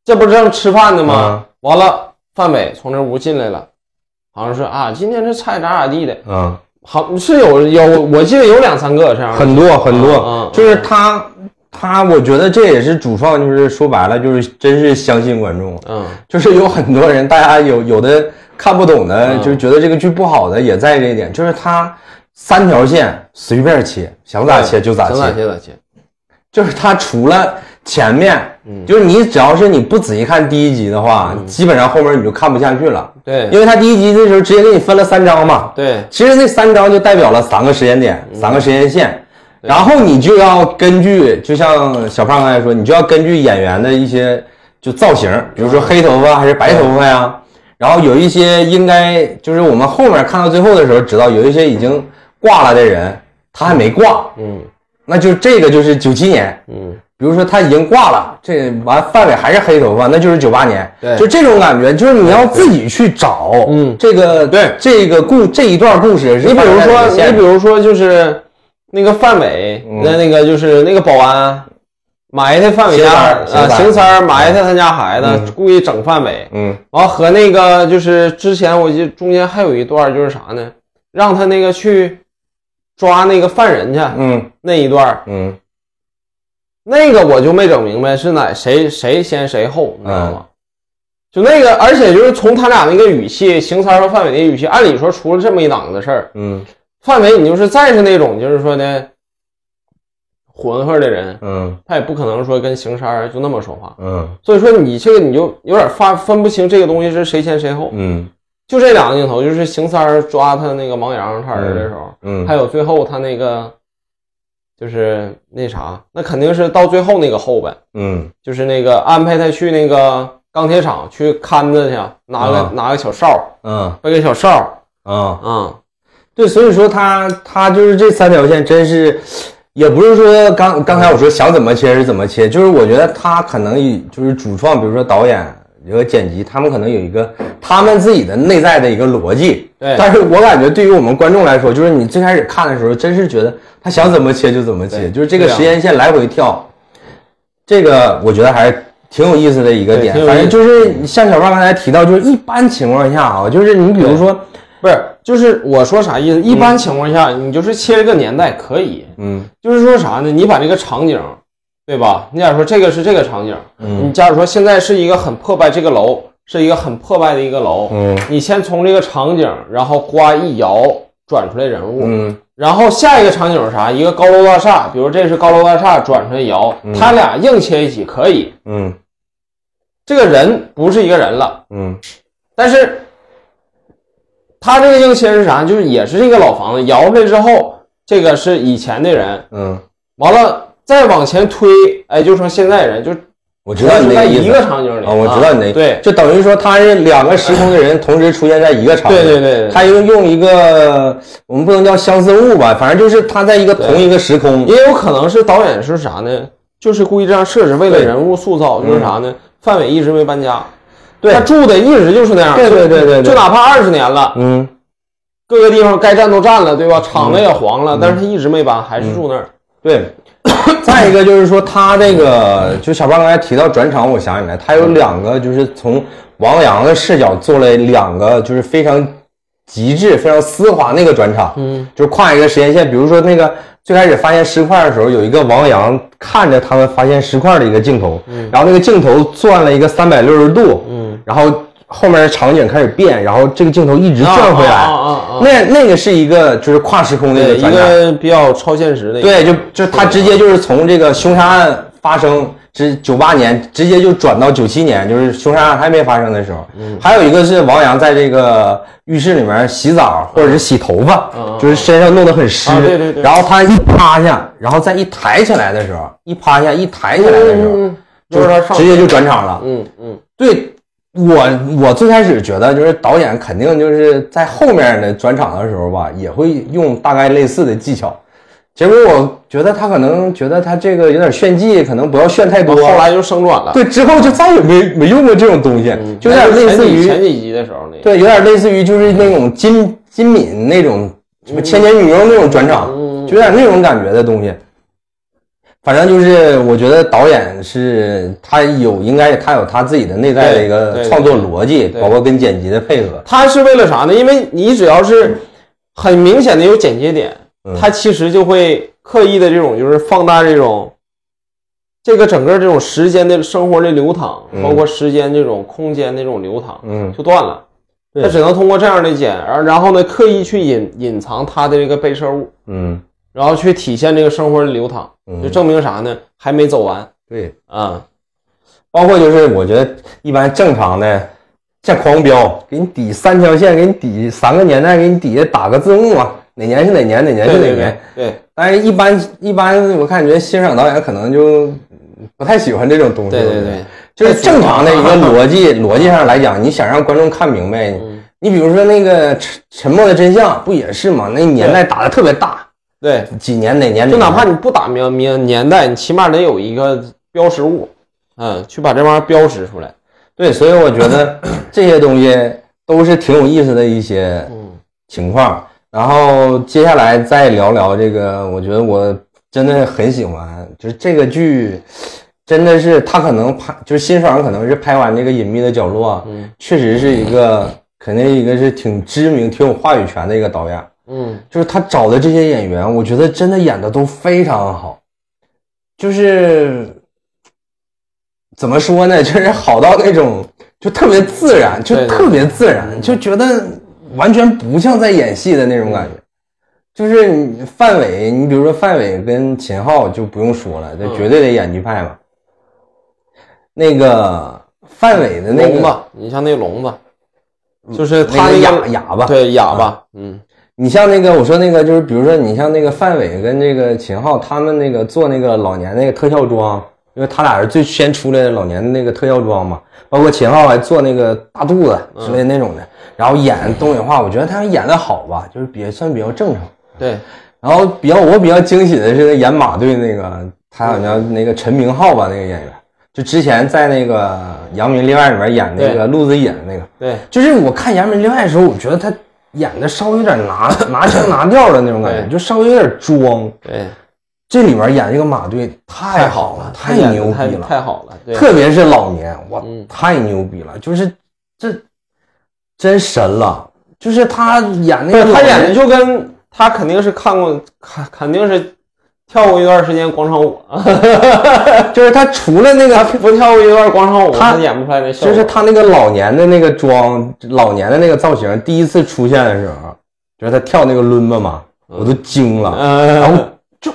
Speaker 2: 这不正吃饭呢吗？完了，范伟从这屋进来了，好像是啊，今天这菜咋咋地的，
Speaker 1: 嗯，
Speaker 2: 好是有有，我记得有两三个这样的。
Speaker 1: 很多很
Speaker 2: 嗯
Speaker 1: 多
Speaker 2: 嗯，
Speaker 1: 就是他他，我觉得这也是主创，就是说白了，就是真是相信观众，啊
Speaker 2: 嗯，
Speaker 1: 就是有很多人，大家有有的看不懂的，
Speaker 2: 嗯
Speaker 1: 就觉得这个剧不好的，也在这一点，就是他三条线随便切，想咋切就咋
Speaker 2: 想咋
Speaker 1: 切，
Speaker 2: 切咋切。
Speaker 1: 就是它除了前面，
Speaker 2: 嗯
Speaker 1: 就是你只要是你不仔细看第一集的话，基本上后面你就看不下去了，因
Speaker 2: 对
Speaker 1: 为它第一集的时候直接给你分了三章嘛，
Speaker 2: 对
Speaker 1: 其实那三章就代表了三个时间点、三个时间线，然后你就要根据，就像小胖刚才说，你就要根据演员的一些就造型，比如说黑头发还是白头发呀，然后有一些应该就是我们后面看到最后的时候知道，有一些已经挂了的人，他还没挂，
Speaker 2: 嗯
Speaker 1: 那就这个就是九七年，
Speaker 2: 嗯，
Speaker 1: 比如说他已经挂了，这完范伟还是黑头发，那就是九八年，
Speaker 2: 对
Speaker 1: 就这种感觉，就是你要自己去找，
Speaker 2: 嗯
Speaker 1: 这个
Speaker 2: 对
Speaker 1: 这个故这一段故事是
Speaker 2: 你比
Speaker 1: 发
Speaker 2: 如
Speaker 1: 生在哪
Speaker 2: 说
Speaker 1: 个县，
Speaker 2: 你比如说就是那个范伟，那那个就是那个保安埋汰范伟家
Speaker 1: 邢三儿
Speaker 2: 啊，
Speaker 1: 邢三儿
Speaker 2: 邢三儿嗯埋汰他家孩子，故意整范伟。
Speaker 1: 嗯
Speaker 2: 完和那个就是之前我记得中间还有一段就是啥呢，让他那个去抓那个犯人去、
Speaker 1: 嗯
Speaker 2: 那一段儿，
Speaker 1: 嗯
Speaker 2: 那个我就没整明白是哪谁谁先谁后，你知道吗？就那个，而且就是从他俩那个语气，邢三儿和范伟的语气，按理说出了这么一档子事儿，
Speaker 1: 嗯
Speaker 2: 范伟你就是再是那种就是说呢混混的人，
Speaker 1: 嗯
Speaker 2: 他也不可能说跟邢三儿就那么说话，
Speaker 1: 嗯
Speaker 2: 所以说你这个你就有点发分不清这个东西是谁先谁后。
Speaker 1: 嗯
Speaker 2: 就这两个镜头，就是邢三儿抓他那个盲羊他儿子的时候，
Speaker 1: 嗯，
Speaker 2: 还有最后他那个，就是那啥，那肯定是到最后那个后边，
Speaker 1: 嗯
Speaker 2: 就是那个安排他去那个钢铁厂去看着去，拿个、
Speaker 1: 啊
Speaker 2: 拿个小哨，
Speaker 1: 嗯
Speaker 2: 背个小哨，
Speaker 1: 啊，
Speaker 2: 嗯，
Speaker 1: 对，所以说他他就是这三条线，真是。也不是说刚刚才我说想怎么切是怎么切，就是我觉得他可能以就是主创，比如说导演和剪辑，他们可能有一个他们自己的内在的一个逻辑。
Speaker 2: 对
Speaker 1: 但是我感觉对于我们观众来说，就是你最开始看的时候，真是觉得他想怎么切就怎么切，
Speaker 2: 对
Speaker 1: 就是这个
Speaker 2: 对啊
Speaker 1: 时间线来回跳，这个我觉得还是挺有意思的一个
Speaker 2: 对
Speaker 1: 点
Speaker 2: 挺。有
Speaker 1: 反
Speaker 2: 意
Speaker 1: 正
Speaker 2: 思
Speaker 1: 就是像小胖刚才提到，就是一般情况下啊，就是你比如说，
Speaker 2: 不是，就是我说啥意思？一般情况下，你就是切这个年代可以，
Speaker 1: 嗯
Speaker 2: 就是说啥呢？你把这个场景，对吧？你假如说这个是这个场景，
Speaker 1: 嗯
Speaker 2: 你假如说现在是一个很破败这个楼，是一个很破败的一个楼，
Speaker 1: 嗯
Speaker 2: 你先从这个场景，然后刮一摇转出来人物，
Speaker 1: 嗯
Speaker 2: 然后下一个场景是啥？一个高楼大厦，比如这是高楼大厦转出来摇，他俩硬切一起可以，
Speaker 1: 嗯
Speaker 2: 这个人不是一个人了，
Speaker 1: 嗯
Speaker 2: 但是他这个硬切是啥？就是也是这个老房子摇出来之后，这个是以前的人，
Speaker 1: 嗯，
Speaker 2: 完了再往前推，哎，就成现在人，就
Speaker 1: 我知道你那
Speaker 2: 在
Speaker 1: 个意
Speaker 2: 一
Speaker 1: 思
Speaker 2: 个场景里
Speaker 1: 啊，我知道你那
Speaker 2: 对
Speaker 1: 就等于说他是两个时空的人同时出现在一个场景。
Speaker 2: 对对对对
Speaker 1: 他用用一个我们不能叫相似物吧，反正就是他在一个同一个时空。
Speaker 2: 也有可能是导演是啥呢？就是故意这样设置，为了
Speaker 1: 对嗯
Speaker 2: 人物塑造，就是啥呢？范伟一直没搬家，
Speaker 1: 对
Speaker 2: 他住的一直就是那样，
Speaker 1: 对对对对对
Speaker 2: 就哪怕二十年了，
Speaker 1: 嗯
Speaker 2: 各个地方该占都占了，对吧？厂子也黄
Speaker 1: 嗯
Speaker 2: 了，但是他一直没搬，还是住那儿。
Speaker 1: 对， 再一个就是说，他这个就小胖刚才提到转场，我想起来，他有两个就是从王阳的视角做了两个就是非常极致、非常丝滑那个转场，
Speaker 2: 嗯，
Speaker 1: 就是跨一个时间线。比如说那个最开始发现尸块的时候，有一个王阳看着他们发现尸块的一个镜头，然后那个镜头转了一个三百六十度，
Speaker 2: 嗯，
Speaker 1: 然后后面的场景开始变，然后这个镜头一直转回来，
Speaker 2: 啊啊啊啊！
Speaker 1: 那那个是一个就是跨时空的
Speaker 2: 对，
Speaker 1: 一个转
Speaker 2: 一
Speaker 1: 场。
Speaker 2: 个比较超现实的一个，啊
Speaker 1: 对，就就他直接就是从这个凶杀案发生之九八年，直接就转到九七年，就是凶杀案还没发生的时候。
Speaker 2: 嗯
Speaker 1: 还有一个是王阳在这个浴室里面洗澡或者是洗头发，
Speaker 2: 嗯
Speaker 1: 就是身上弄得很湿，
Speaker 2: 啊对对对
Speaker 1: 然后他一趴下，然后再一抬起来的时候，一趴下一抬起来的时候，
Speaker 2: 嗯，嗯嗯
Speaker 1: 就
Speaker 2: 就是他上
Speaker 1: 直接就转场了。
Speaker 2: 嗯嗯，
Speaker 1: 对我，我最开始觉得就是导演肯定就是在后面的转场的时候吧，也会用大概类似的技巧。结果我觉得他可能觉得他这个有点炫技，可能不要炫太多。
Speaker 2: 啊后来就升转了，
Speaker 1: 对之后就再也没没用过这种东西，
Speaker 2: 嗯
Speaker 1: 就有点类似于
Speaker 2: 前几集的时候那个，
Speaker 1: 对，有点类似于就是那种金金敏那种什
Speaker 2: 嗯
Speaker 1: 么千年女优那种转场，就有点那种感觉的东西。反正就是，我觉得导演是他有，应该他有他自己的内在的一
Speaker 2: 对对
Speaker 1: 个
Speaker 2: 对
Speaker 1: 创作逻辑，
Speaker 2: 对
Speaker 1: 包括跟剪辑的配合。
Speaker 2: 他是为了啥呢？因为你只要
Speaker 1: 嗯
Speaker 2: 是很明显的有剪接点，他其实就会刻意的这种就是放大这种这个整个这种时间的生活的流淌，包括时间这种空间的这种流�淌，
Speaker 1: 嗯
Speaker 2: 就断了。
Speaker 1: 对
Speaker 2: 他只能通过这样的剪，然后然后呢，刻意去隐隐藏他的这个被摄物，
Speaker 1: 嗯，
Speaker 2: 然后去体现这个生活的流淌，
Speaker 1: 嗯
Speaker 2: 就证明啥呢？还没走完
Speaker 1: 对，
Speaker 2: 啊、
Speaker 1: 包括就是我觉得一般正常的，像狂飙，给你抵三条线，给你抵三个年代，给你抵打个字幕啊，哪年是哪年，哪年
Speaker 2: 对
Speaker 1: 是哪
Speaker 2: 对
Speaker 1: 年。
Speaker 2: 对对
Speaker 1: 但哎是，一般一般，我感觉欣赏导演可能就不太喜欢这种东西。
Speaker 2: 对
Speaker 1: 我
Speaker 2: 对
Speaker 1: 觉得
Speaker 2: 对，
Speaker 1: 就是正常的一个逻 辑逻辑上来讲，你想让观众看明白，
Speaker 2: 嗯
Speaker 1: 你比如说那个《沉沉默的真相》，不也是吗？那年代打的特别大，
Speaker 2: 对，
Speaker 1: 几年哪年
Speaker 2: 就哪怕
Speaker 1: 你
Speaker 2: 你不打明明年代，你起码得有一个标识物，嗯，去把这玩意儿标识出来。
Speaker 1: 对，所以我觉得这些东西都是挺有意思的一些
Speaker 2: 嗯
Speaker 1: 情况。然后接下来再聊聊这个，我觉得我真的很喜欢，就是这个剧，真的是他可能拍，就是辛爽可能是拍完这个《隐秘的角落》啊，
Speaker 2: 嗯
Speaker 1: 确实是一个，肯定一个是挺知名、挺有话语权的一个导演。
Speaker 2: 嗯
Speaker 1: 就是他找的这些演员，我觉得真的演的都非常好，就是怎么说呢，就是好到那种就特别自然，就
Speaker 2: 对对
Speaker 1: 特别自然，就觉得完全不像在演戏的那种感觉。就是你范伟，你比如说范伟跟秦昊就不用说了，这
Speaker 2: 嗯
Speaker 1: 绝对的演技派嘛。那个范伟的那
Speaker 2: 聋
Speaker 1: 个
Speaker 2: 子，你像那聋子，就是他
Speaker 1: 那个
Speaker 2: 那
Speaker 1: 哑
Speaker 2: 个
Speaker 1: 哑巴，
Speaker 2: 对哑巴，嗯
Speaker 1: 你像那个，我说那个，就是比如说，你像那个范伟跟这个秦昊，他们那个做那个老年那个特效妆，因为他俩是最先出来的老年的那个特效妆嘛，包括秦昊还做那个大肚子之类那种的，然后演东北话，我觉得他演的好吧，就是比算比较正常。
Speaker 2: 对，
Speaker 1: 然后比较我比较惊喜的是演马队那个，他好像那个陈明昊吧，那个演员，就之前在那个《扬名立万》里边演那个陆子野的那个，
Speaker 2: 对
Speaker 1: 就是我看《扬名立万》的时候，我觉得他演的稍微有点拿 拿腔拿调的那种感觉，
Speaker 2: 对
Speaker 1: 就稍微有点装。
Speaker 2: 对，
Speaker 1: 这里面演这个马队太好了，
Speaker 2: 太
Speaker 1: 太
Speaker 2: 演得
Speaker 1: 牛逼
Speaker 2: 太
Speaker 1: 了，
Speaker 2: 太好了，对，
Speaker 1: 特别是老年，哇，
Speaker 2: 嗯
Speaker 1: 太牛逼了！就是这真神了，就是他演那
Speaker 2: 对
Speaker 1: 个
Speaker 2: 他
Speaker 1: 老
Speaker 2: 演的
Speaker 1: 年
Speaker 2: 就跟他肯定是看过，肯肯定是跳过一段时间广场舞，啊
Speaker 1: 就是他除了那个
Speaker 2: 不跳过一段广场舞，
Speaker 1: 他
Speaker 2: 他演不出来那效
Speaker 1: 就
Speaker 2: 果。
Speaker 1: 是他那个老年的那个妆，老年的那个造型，第一次出现的时候，就是他跳那个伦巴嘛，我都惊了，然后
Speaker 2: 嗯，
Speaker 1: 就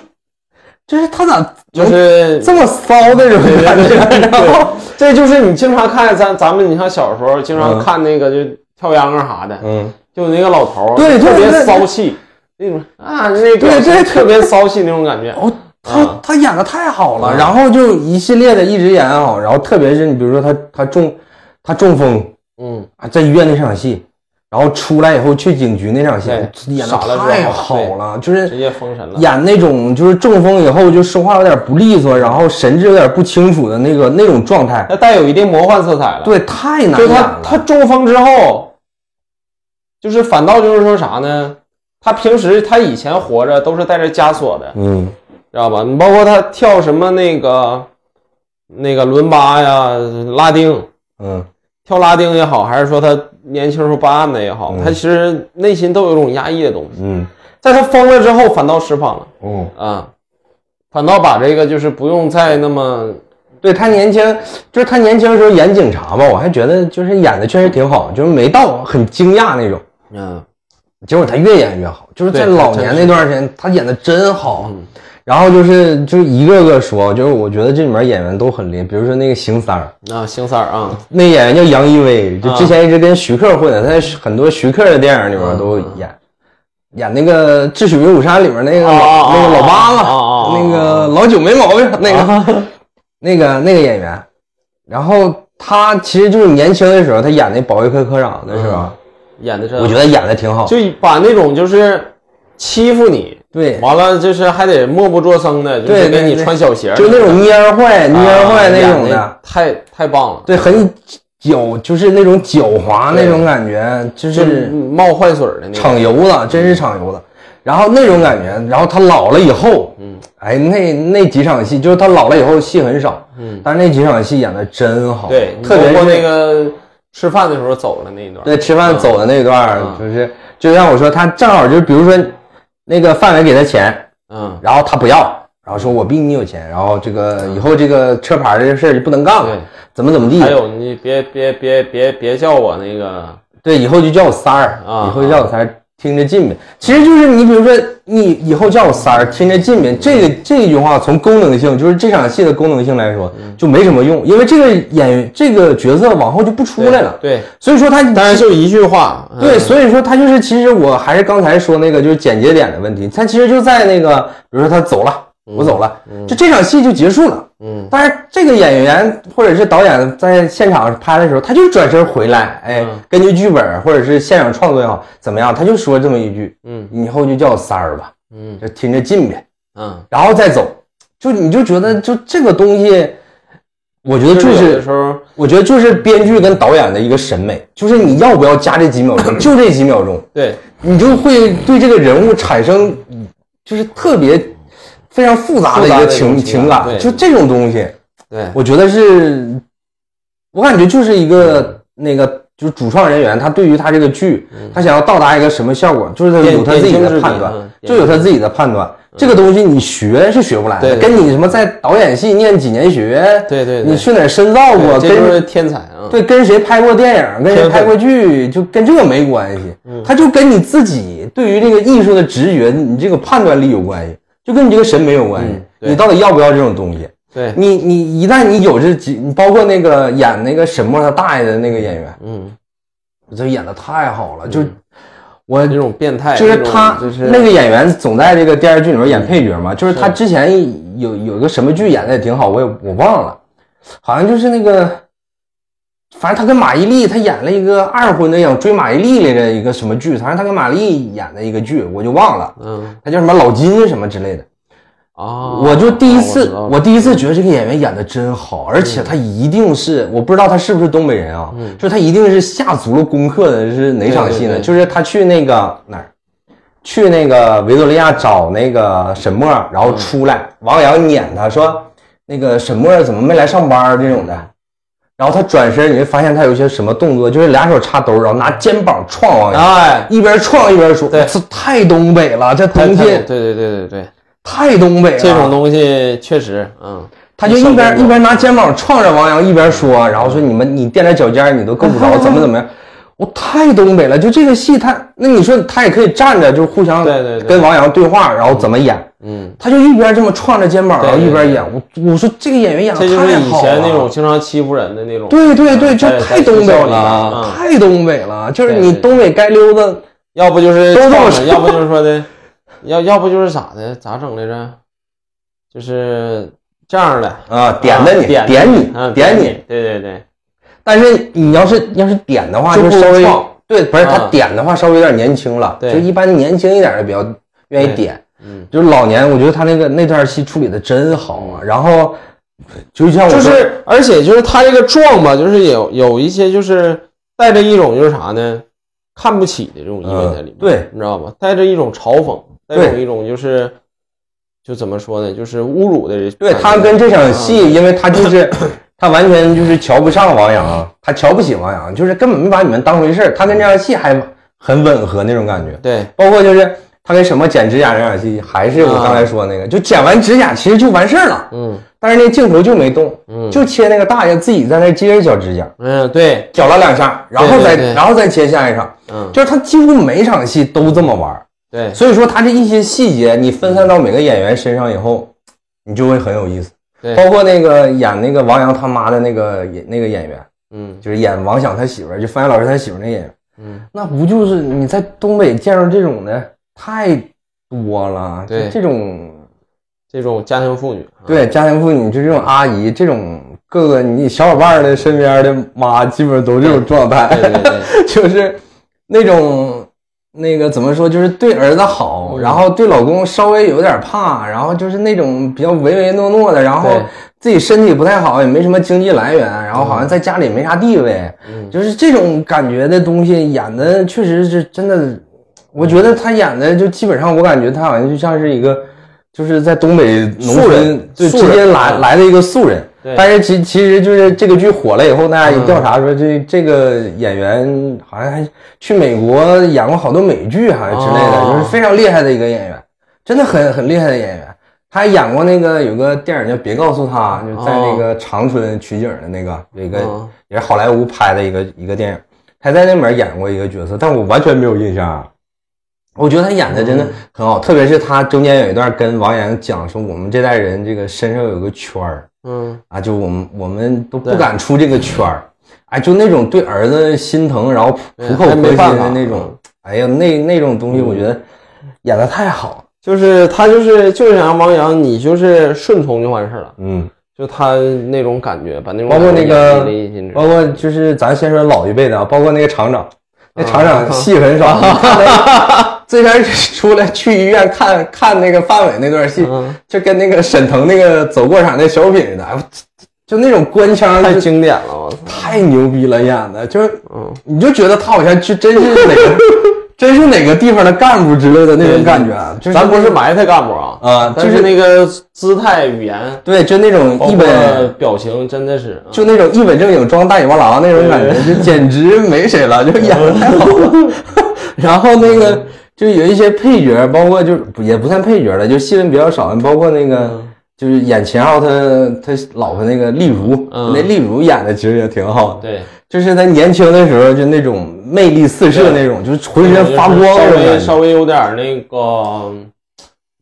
Speaker 1: 就是他咋
Speaker 2: 就
Speaker 1: 能
Speaker 2: 是
Speaker 1: 这么骚的这种感觉，然后
Speaker 2: 这就是你经常看咱咱们，你像小时候经常看那个就跳秧歌啥的，
Speaker 1: 嗯，
Speaker 2: 就那个老头儿
Speaker 1: 对对
Speaker 2: 特别
Speaker 1: 对
Speaker 2: 骚气那种啊，那表
Speaker 1: 对对
Speaker 2: 情特别骚气那种感觉。
Speaker 1: 哦，他
Speaker 2: 啊
Speaker 1: 他演的太好了，
Speaker 2: 嗯
Speaker 1: 然后就一系列的一直演好，然后特别是你比如说他他中他中风
Speaker 2: 嗯，
Speaker 1: 啊，在医院那场戏，然后出来以后去警局那场戏
Speaker 2: 对
Speaker 1: 演的
Speaker 2: 傻了之后
Speaker 1: 太好了，就是
Speaker 2: 直接封神了。
Speaker 1: 演那种就是中风以后就说话有点不利索，然后神志有点不清楚的那个那种状态，
Speaker 2: 那带有一定魔幻色彩了。，
Speaker 1: 对，太难
Speaker 2: 哎就
Speaker 1: 演
Speaker 2: 他
Speaker 1: 了。
Speaker 2: 他中风之后，就是反倒就是说啥呢？他平时他以前活着都是带着枷锁的，
Speaker 1: 嗯，
Speaker 2: 知道吧？你包括他跳什么那个那个伦巴呀、拉丁，
Speaker 1: 嗯
Speaker 2: 跳拉丁也好，还是说他年轻时候办案的也好，
Speaker 1: 嗯
Speaker 2: 他其实内心都有一种压抑的东西。
Speaker 1: 嗯
Speaker 2: 在他疯了之后，反倒释放了
Speaker 1: 哦，
Speaker 2: 啊，反倒把这个就是不用再那么
Speaker 1: 对他年轻，就是他年轻的时候演警察嘛，我还觉得就是演的确实挺好，就是没到很惊讶那种。
Speaker 2: 嗯
Speaker 1: 结果他越演越好，就是在
Speaker 2: 对
Speaker 1: 老年那段时间，他演的真好。
Speaker 2: 嗯
Speaker 1: 然后就是就是一个个说，就是我觉得这里面演员都很厉害，比如说那个邢三儿，
Speaker 2: 啊，邢三儿啊，
Speaker 1: 那演员叫杨一威，就
Speaker 2: 啊
Speaker 1: 之前一直跟徐克混的，他在很多徐克的电影里面都
Speaker 2: 啊
Speaker 1: 演，演那个《智取威虎山》里面那个
Speaker 2: 啊啊
Speaker 1: 老、
Speaker 2: 啊
Speaker 1: 那个老八
Speaker 2: 啊啊啊
Speaker 1: 嘛，那个老九没毛病， 那个、那个那个演员，然后他其实就是年轻的时候，他演那保卫科科长的时候，
Speaker 2: 演的真好，
Speaker 1: 我觉得演的挺好，
Speaker 2: 嗯就把那种就是欺负你，
Speaker 1: 对，
Speaker 2: 完了就是还得默不作声的，就
Speaker 1: 对
Speaker 2: 是
Speaker 1: 对
Speaker 2: 给你
Speaker 1: 对
Speaker 2: 穿小鞋儿，
Speaker 1: 就那种蔫儿坏蔫儿坏那
Speaker 2: 啊
Speaker 1: 种的，
Speaker 2: 演得太太棒了，
Speaker 1: 对，很狡，就是那种狡猾那
Speaker 2: 对
Speaker 1: 种感觉，就
Speaker 2: 就
Speaker 1: 是。
Speaker 2: 是冒坏水儿的那种。
Speaker 1: 厂油子，真是厂油子。然后那种感觉，然后他老了以后，嗯，哎，那那几场戏，就是他老了以后戏很少，
Speaker 2: 嗯
Speaker 1: 但是那几场戏演的真好，
Speaker 2: 对，
Speaker 1: 特别
Speaker 2: 包
Speaker 1: 是
Speaker 2: 括那个吃饭的时候走了那一段，
Speaker 1: 对吃饭走的那段儿，
Speaker 2: 嗯
Speaker 1: 就是就像我说，他正好就是比如说那个范伟给他钱，
Speaker 2: 嗯，
Speaker 1: 然后他不要，然后说我比你有钱，然后这个以后这个车牌这事儿就不能干了
Speaker 2: 对，
Speaker 1: 怎么怎么地，
Speaker 2: 还有你别别别别别叫我那个
Speaker 1: 对，以后就叫我三儿
Speaker 2: 啊
Speaker 1: 以后就叫我三儿，听着近呗。其实就是你比如说，你以后叫我三儿，听着近呗。这个这一句话从功能性，就是这场戏的功能性来说，
Speaker 2: 嗯
Speaker 1: 就没什么用，因为这个演员这个角色往后就不出来了。
Speaker 2: 对，
Speaker 1: 所以说他
Speaker 2: 当然就一句话，嗯
Speaker 1: 对，所以说他就是，其实我还是刚才说那个，就是剪接点的问题。他其实就在那个，比如说他走了，我走了，就这场戏就结束了。
Speaker 2: 嗯，
Speaker 1: 但是这个演员或者是导演在现场拍的时候，他就转身回来，哎
Speaker 2: 嗯，
Speaker 1: 根据剧本或者是现场创作也好，怎么样，他就说这么一句，
Speaker 2: 嗯
Speaker 1: 你以后就叫我三儿吧，
Speaker 2: 嗯
Speaker 1: 就听着近呗，
Speaker 2: 嗯，
Speaker 1: 然后再走，就你就觉得就这个东西，我觉得就
Speaker 2: 嗯有的
Speaker 1: 是
Speaker 2: 时候，
Speaker 1: 我觉得就是编剧跟导演的一个审美，就是你要不要加这几秒 钟，就这几秒钟。
Speaker 2: 对
Speaker 1: 你就会对这个人物产生就是特别非常复杂的一
Speaker 2: 复杂
Speaker 1: 个
Speaker 2: 的一种
Speaker 1: 情
Speaker 2: 情
Speaker 1: 情
Speaker 2: 感
Speaker 1: 感，
Speaker 2: 对
Speaker 1: 就这种东西，
Speaker 2: 对，
Speaker 1: 我觉得是，我感觉就是一个那个就是主创人员他对于他这个剧，他想要到达一个什么效果，就是他
Speaker 2: 点
Speaker 1: 有他自己
Speaker 2: 点睛
Speaker 1: 的
Speaker 2: 之笔
Speaker 1: 判断
Speaker 2: 嗯，
Speaker 1: 就有他自己的判断。这个东西你学是学不来的，
Speaker 2: 对对
Speaker 1: 跟你什么在导演系念几年学，
Speaker 2: 对对对
Speaker 1: 你去哪儿深造过，
Speaker 2: 对这
Speaker 1: 跟
Speaker 2: 就是天才啊，
Speaker 1: 对，跟谁拍过电影，跟谁拍过剧，就跟这个没关系，
Speaker 2: 嗯
Speaker 1: 它就跟你自己对于这个艺术的直觉，你这个判断力有关系，就跟你这个审美有关系，
Speaker 2: 嗯对
Speaker 1: 你到底要不要这种东西？
Speaker 2: 对，
Speaker 1: 你你一旦你有这几，你包括那个演那个沈墨他大爷的那个演员，
Speaker 2: 嗯，
Speaker 1: 我觉得演的太好了，就、我
Speaker 2: 这种变态，
Speaker 1: 就是
Speaker 2: 这哎种
Speaker 1: 他
Speaker 2: 就是
Speaker 1: 那个演员总在这个电视剧里面演配角嘛，就是他之前有有一个什么剧演的也挺好，我也我忘了，好像就是那个，反正他跟马伊琍他演了一个二婚的想追马伊琍来着一个什么剧，反正他跟马丽演的一个剧我就忘了，
Speaker 2: 嗯
Speaker 1: 他叫什么老金什么之类的，
Speaker 2: 啊，
Speaker 1: 我就第一次
Speaker 2: 啊
Speaker 1: 哦我嗯第一次觉得这个演员演的真好，而且他一定是我不知道他是不是东北人啊，就是他一定是下足了功课的，是哪场戏呢？
Speaker 2: 对对对
Speaker 1: 就是他去那个哪儿，去那个维多利亚找那个沈墨，然后出来，王阳撵他说那个沈墨怎么没来上班儿这种的。然后他转身，你会发现他有一些什么动作，就是俩手插兜，然后拿肩膀撞王
Speaker 2: 我
Speaker 1: 阳，
Speaker 2: 哎，
Speaker 1: 一边撞一边说：“
Speaker 2: 对
Speaker 1: 这太东北了，这
Speaker 2: 太
Speaker 1: 东
Speaker 2: 太
Speaker 1: 西
Speaker 2: 对对对对对，
Speaker 1: 太东北了。”
Speaker 2: 这种东西确实，嗯，
Speaker 1: 他就一边一边拿肩膀撞着王阳，一边说，然后说你们你垫着脚尖儿你都够不 着，怎么怎么样。我太东北了，就这个戏他那你说他也可以站着，就互相
Speaker 2: 对对对
Speaker 1: 跟王阳对话，然后怎么演，
Speaker 2: 嗯，
Speaker 1: 他就一边这么撞着肩膀，
Speaker 2: 对
Speaker 1: 然后一边
Speaker 2: 对
Speaker 1: 演。我我说这个演员演的
Speaker 2: 这就是
Speaker 1: 太
Speaker 2: 以
Speaker 1: 好
Speaker 2: 前那种
Speaker 1: 了。
Speaker 2: 经常欺负人的那种，
Speaker 1: 对对对，就
Speaker 2: 在
Speaker 1: 太东北
Speaker 2: 在学校里
Speaker 1: 了，
Speaker 2: 嗯
Speaker 1: 太东北了，就是
Speaker 2: 对
Speaker 1: 你
Speaker 2: 对
Speaker 1: 东北该溜达，
Speaker 2: 要不就是
Speaker 1: 都这么
Speaker 2: 撞
Speaker 1: 说
Speaker 2: 了要不就是说的，要要不就是咋的，咋整来着？就是这样的
Speaker 1: 啊点的你
Speaker 2: 啊点
Speaker 1: 点你
Speaker 2: 嗯
Speaker 1: 点
Speaker 2: 点
Speaker 1: 你，
Speaker 2: 对对对，
Speaker 1: 但是你要是要是点的话，
Speaker 2: 就
Speaker 1: 就
Speaker 2: 不
Speaker 1: 稍
Speaker 2: 容易
Speaker 1: 微对，不是他
Speaker 2: 啊
Speaker 1: 点的话稍微有点年轻了，
Speaker 2: 对
Speaker 1: 就一般年轻一点的比较愿意
Speaker 2: 对
Speaker 1: 点。
Speaker 2: 嗯，
Speaker 1: 就是老年，我觉得他那个那段戏处理的真好啊。然后就像我
Speaker 2: 就
Speaker 1: 说
Speaker 2: 是而且就是他这个撞吧，就是有有一些就是带着一种就是啥呢，看不起的这种意味在里面，
Speaker 1: 嗯对，
Speaker 2: 你知道吧？带着一种嘲讽，带
Speaker 1: 对
Speaker 2: 着一种就是就怎么说呢，就是侮辱的这种
Speaker 1: 对
Speaker 2: 感觉
Speaker 1: 他跟这场
Speaker 2: 嗯
Speaker 1: 戏，因为他就是 他完全就是瞧不上王阳，他瞧不起王阳，就是根本没把你们当回事儿。他跟这场戏还很吻合那种感觉，
Speaker 2: 对
Speaker 1: 包括就是他跟什么剪指甲那场戏，还是
Speaker 2: 啊
Speaker 1: 我刚才说那个，就剪完指甲其实就完事儿了，
Speaker 2: 嗯
Speaker 1: 但是那镜头就没动，
Speaker 2: 嗯
Speaker 1: 就切那个大爷自己在那接着绞指甲，
Speaker 2: 嗯对
Speaker 1: 绞了两下，然后
Speaker 2: 对对
Speaker 1: 再
Speaker 2: 对
Speaker 1: 然后再切下一场，
Speaker 2: 嗯
Speaker 1: 就是他几乎每场戏都这么玩儿。
Speaker 2: 对
Speaker 1: 所以说，他这一些细节，你分散到每个演员身上以后，你就会很有意思。
Speaker 2: 对
Speaker 1: 包括那个演那个王阳他妈的那个演那个演员，
Speaker 2: 嗯
Speaker 1: 就是演王响他媳妇儿，就范晓老师他媳妇儿那演员，
Speaker 2: 嗯
Speaker 1: 那不就是你在东北见着这种的太多了？
Speaker 2: 对
Speaker 1: 就这种
Speaker 2: 这种家庭妇女啊
Speaker 1: 对家庭妇女，就这种阿姨，这种各个你小伙伴儿的身边的妈，基本都这种状态。
Speaker 2: 对对 对。
Speaker 1: 就是那种那个怎么说，就是对儿子
Speaker 2: 嗯
Speaker 1: 好，然后对老公稍微有点怕，然后就是那种比较唯唯诺诺的，然后
Speaker 2: 对
Speaker 1: 自己身体不太好，也没什么经济来源，然后好
Speaker 2: 嗯
Speaker 1: 像在家里没啥地位，就是这种感觉的东西演的确实是真的，我觉得他演的就基本上，我感觉他好像就像是一个。就是在东北农
Speaker 2: 素
Speaker 1: 村
Speaker 2: 人，
Speaker 1: 对，
Speaker 2: 素
Speaker 1: 直
Speaker 2: 人
Speaker 1: 接来
Speaker 2: 嗯
Speaker 1: 来的一个素人，
Speaker 2: 对嗯
Speaker 1: 但是其其实就是这个剧火了以后，大家一调查说这、这个演员好像还去美国演过好多美剧，好像之类的，
Speaker 2: 哦
Speaker 1: 就是非常厉害的一个演员，真的很很厉害的演员。他还演过那个有个电影叫《别告诉他》，就在那个长春取景的那个有一个、
Speaker 2: 哦
Speaker 1: 也是好莱坞拍的一个一个电影，他在那里面演过一个角色，但我完全没有印象。啊我觉得他演的真
Speaker 2: 嗯
Speaker 1: 的很好，特别是他中间有一段跟王阳讲说，我们这代人这个身上有个圈儿
Speaker 2: 嗯，
Speaker 1: 啊，就我们我们都不
Speaker 2: 对
Speaker 1: 敢出这个圈儿，哎，就那种对儿子心疼，然后
Speaker 2: 对
Speaker 1: 苦口
Speaker 2: 还
Speaker 1: 婆
Speaker 2: 没
Speaker 1: 心
Speaker 2: 办法嗯
Speaker 1: 的那种，哎呀，那那种东西我觉得演的太好，
Speaker 2: 就是他就是就是想让王阳，你就是顺从就完事儿了，
Speaker 1: 嗯，
Speaker 2: 就他那种感觉，把那种
Speaker 1: 包括那个
Speaker 2: 感觉淋漓尽
Speaker 1: 嗯
Speaker 2: 致
Speaker 1: 包括就是咱先说老一辈的啊，包括那个厂长，
Speaker 2: 嗯
Speaker 1: 那厂长戏很少， 最开始出来去医院看看那个范伟那段戏，
Speaker 2: 嗯
Speaker 1: 就跟那个沈腾那个走过场那小品似的，哎我就那种官腔
Speaker 2: 太
Speaker 1: 就
Speaker 2: 经典了，我操，
Speaker 1: 太牛逼了，演的就是
Speaker 2: 嗯，
Speaker 1: 你就觉得他好像就真是哪个 真是哪个地方的干部之类的那种感觉，啊就是
Speaker 2: 咱不是埋汰干部啊，
Speaker 1: 啊，就
Speaker 2: 但
Speaker 1: 是
Speaker 2: 是那个姿态、语言，
Speaker 1: 对，就那种
Speaker 2: 包
Speaker 1: 一
Speaker 2: 括嗯
Speaker 1: 本
Speaker 2: 表情，真的是嗯
Speaker 1: 就那种一本正经装大尾巴狼那种感觉，就简直没谁了，就演的太好 了。然后那
Speaker 2: 嗯
Speaker 1: 个就有一些配角，包括就是也不算配角了，就戏份比较少，包括那个
Speaker 2: 嗯
Speaker 1: 就是演秦昊他他老婆那个丽茹，
Speaker 2: 嗯
Speaker 1: 那丽茹演的其实也挺好的，
Speaker 2: 对，
Speaker 1: 就是她年轻的时候就那种魅力四射那种，就是浑身发光
Speaker 2: 稍
Speaker 1: 那种
Speaker 2: 微
Speaker 1: 感觉
Speaker 2: 稍微有点儿那个，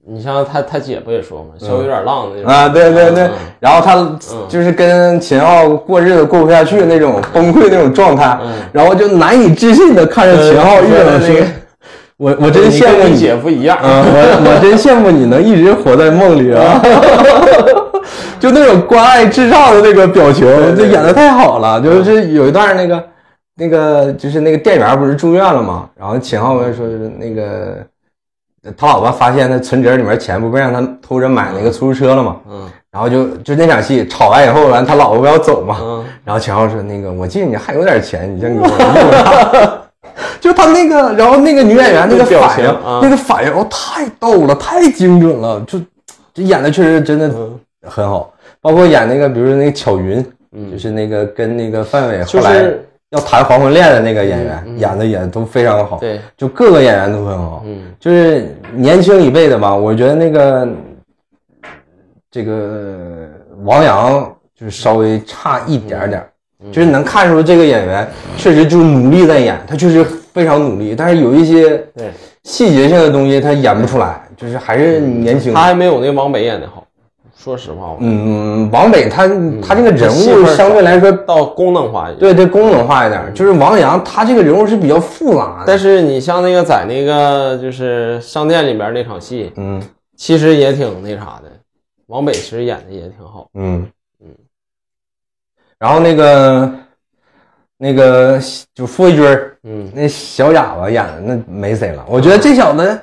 Speaker 2: 你像他他姐不也说嘛，稍微有点浪的那
Speaker 1: 嗯
Speaker 2: 种
Speaker 1: 啊，对对对
Speaker 2: 嗯。
Speaker 1: 然后她就是跟秦昊过日子过不下去那种崩溃那种状态
Speaker 2: 嗯，
Speaker 1: 然后就难以置信的看着秦昊月亮
Speaker 2: 对对
Speaker 1: 说
Speaker 2: 对：“
Speaker 1: 我我真羡慕
Speaker 2: 跟你
Speaker 1: 你，
Speaker 2: 姐夫一样，
Speaker 1: 啊，我我真羡慕你能一直活在梦里啊。”就那种关爱至上的那个表情，就演的太好了。就是有一段那个那个就是那个店员不是住院了吗？然后秦昊文说是那个他老婆发现他存折里面钱不被让他偷着买那个出租车了吗？
Speaker 2: 嗯
Speaker 1: 然后就就那场戏吵完以后，完他老婆不要走嘛，
Speaker 2: 嗯，
Speaker 1: 然后秦昊说那个我记得你还有点钱，你先给我用 上。就他那个，然后那个女演员那个
Speaker 2: 那表
Speaker 1: 反
Speaker 2: 情
Speaker 1: 应，
Speaker 2: 啊
Speaker 1: 那个反应哦太逗了，太精准了，就就演的确实真的
Speaker 2: 嗯
Speaker 1: 很好。包括演那个，比如说那个巧云，
Speaker 2: 嗯
Speaker 1: 就是那个跟那个范伟
Speaker 2: 就
Speaker 1: 后来
Speaker 2: 是
Speaker 1: 要谈黄昏恋的那个演员，
Speaker 2: 嗯嗯
Speaker 1: 演的也都非常好，
Speaker 2: 对，
Speaker 1: 就各个演员都很好。
Speaker 2: 嗯
Speaker 1: 就是年轻一辈的吧，我觉得那个这个王阳就是稍微差一点点儿，
Speaker 2: 嗯
Speaker 1: 就是能看出这个演员确实就是努力在演，他确实非常努力，但是有一些
Speaker 2: 对，
Speaker 1: 细节性的东西他演不出来，就是还是年轻。
Speaker 2: 他还没有那王北演的好，说实话，我
Speaker 1: 嗯，王北他他这个人
Speaker 2: 戏
Speaker 1: 物
Speaker 2: 份少
Speaker 1: 相对来说，
Speaker 2: 到功能化一点。
Speaker 1: 对对功能化一点儿，就是王阳他这个人物是比较复杂的，
Speaker 2: 但是你像那个在那个就是商店里边那场戏，
Speaker 1: 嗯
Speaker 2: 其实也挺那啥的，王北其实演的也挺好，
Speaker 1: 嗯
Speaker 2: 嗯，
Speaker 1: 然后那个那个就傅卫军儿
Speaker 2: 嗯，
Speaker 1: 那小哑巴演的那没谁了，我觉得这小子，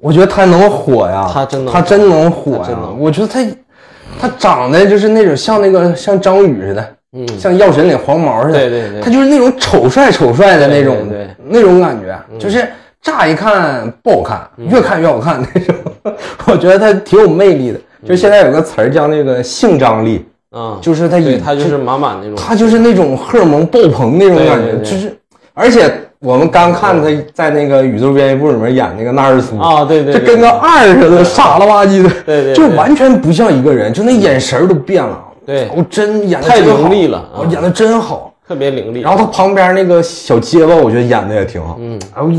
Speaker 1: 我觉得他能火呀，
Speaker 2: 他真能
Speaker 1: 他真能火
Speaker 2: 他
Speaker 1: 呀
Speaker 2: 真，能
Speaker 1: 我觉得他他长得就是那种像那个像张宇似的，
Speaker 2: 嗯，
Speaker 1: 像《药神》里黄毛似的，
Speaker 2: 对对对
Speaker 1: 他就是那种丑帅丑帅的那种
Speaker 2: 对对对嗯
Speaker 1: 那种感觉，就是乍一看不好看，越看越好看那种， 我觉得他挺有魅力的。就现在有个词儿叫那个性张力，
Speaker 2: 嗯，
Speaker 1: 就是他
Speaker 2: 对
Speaker 1: 以
Speaker 2: 他就是满满那种，
Speaker 1: 他就是那种荷尔蒙爆棚那种感觉，
Speaker 2: 对对对
Speaker 1: 就是，而且我们刚看他在那个《宇宙编辑部》里面演那个纳尔苏，
Speaker 2: 啊，对对，
Speaker 1: 这
Speaker 2: 对
Speaker 1: 跟个二似的，傻了吧唧的，
Speaker 2: 对对对
Speaker 1: 就完全不像一个人，就那眼神儿都变了。
Speaker 2: 对
Speaker 1: 我真演的
Speaker 2: 太凌厉了
Speaker 1: 我
Speaker 2: 啊
Speaker 1: 演的真好。
Speaker 2: 特别凌厉，
Speaker 1: 然后他旁边那个小结巴，我觉得演的也挺好，嗯，然后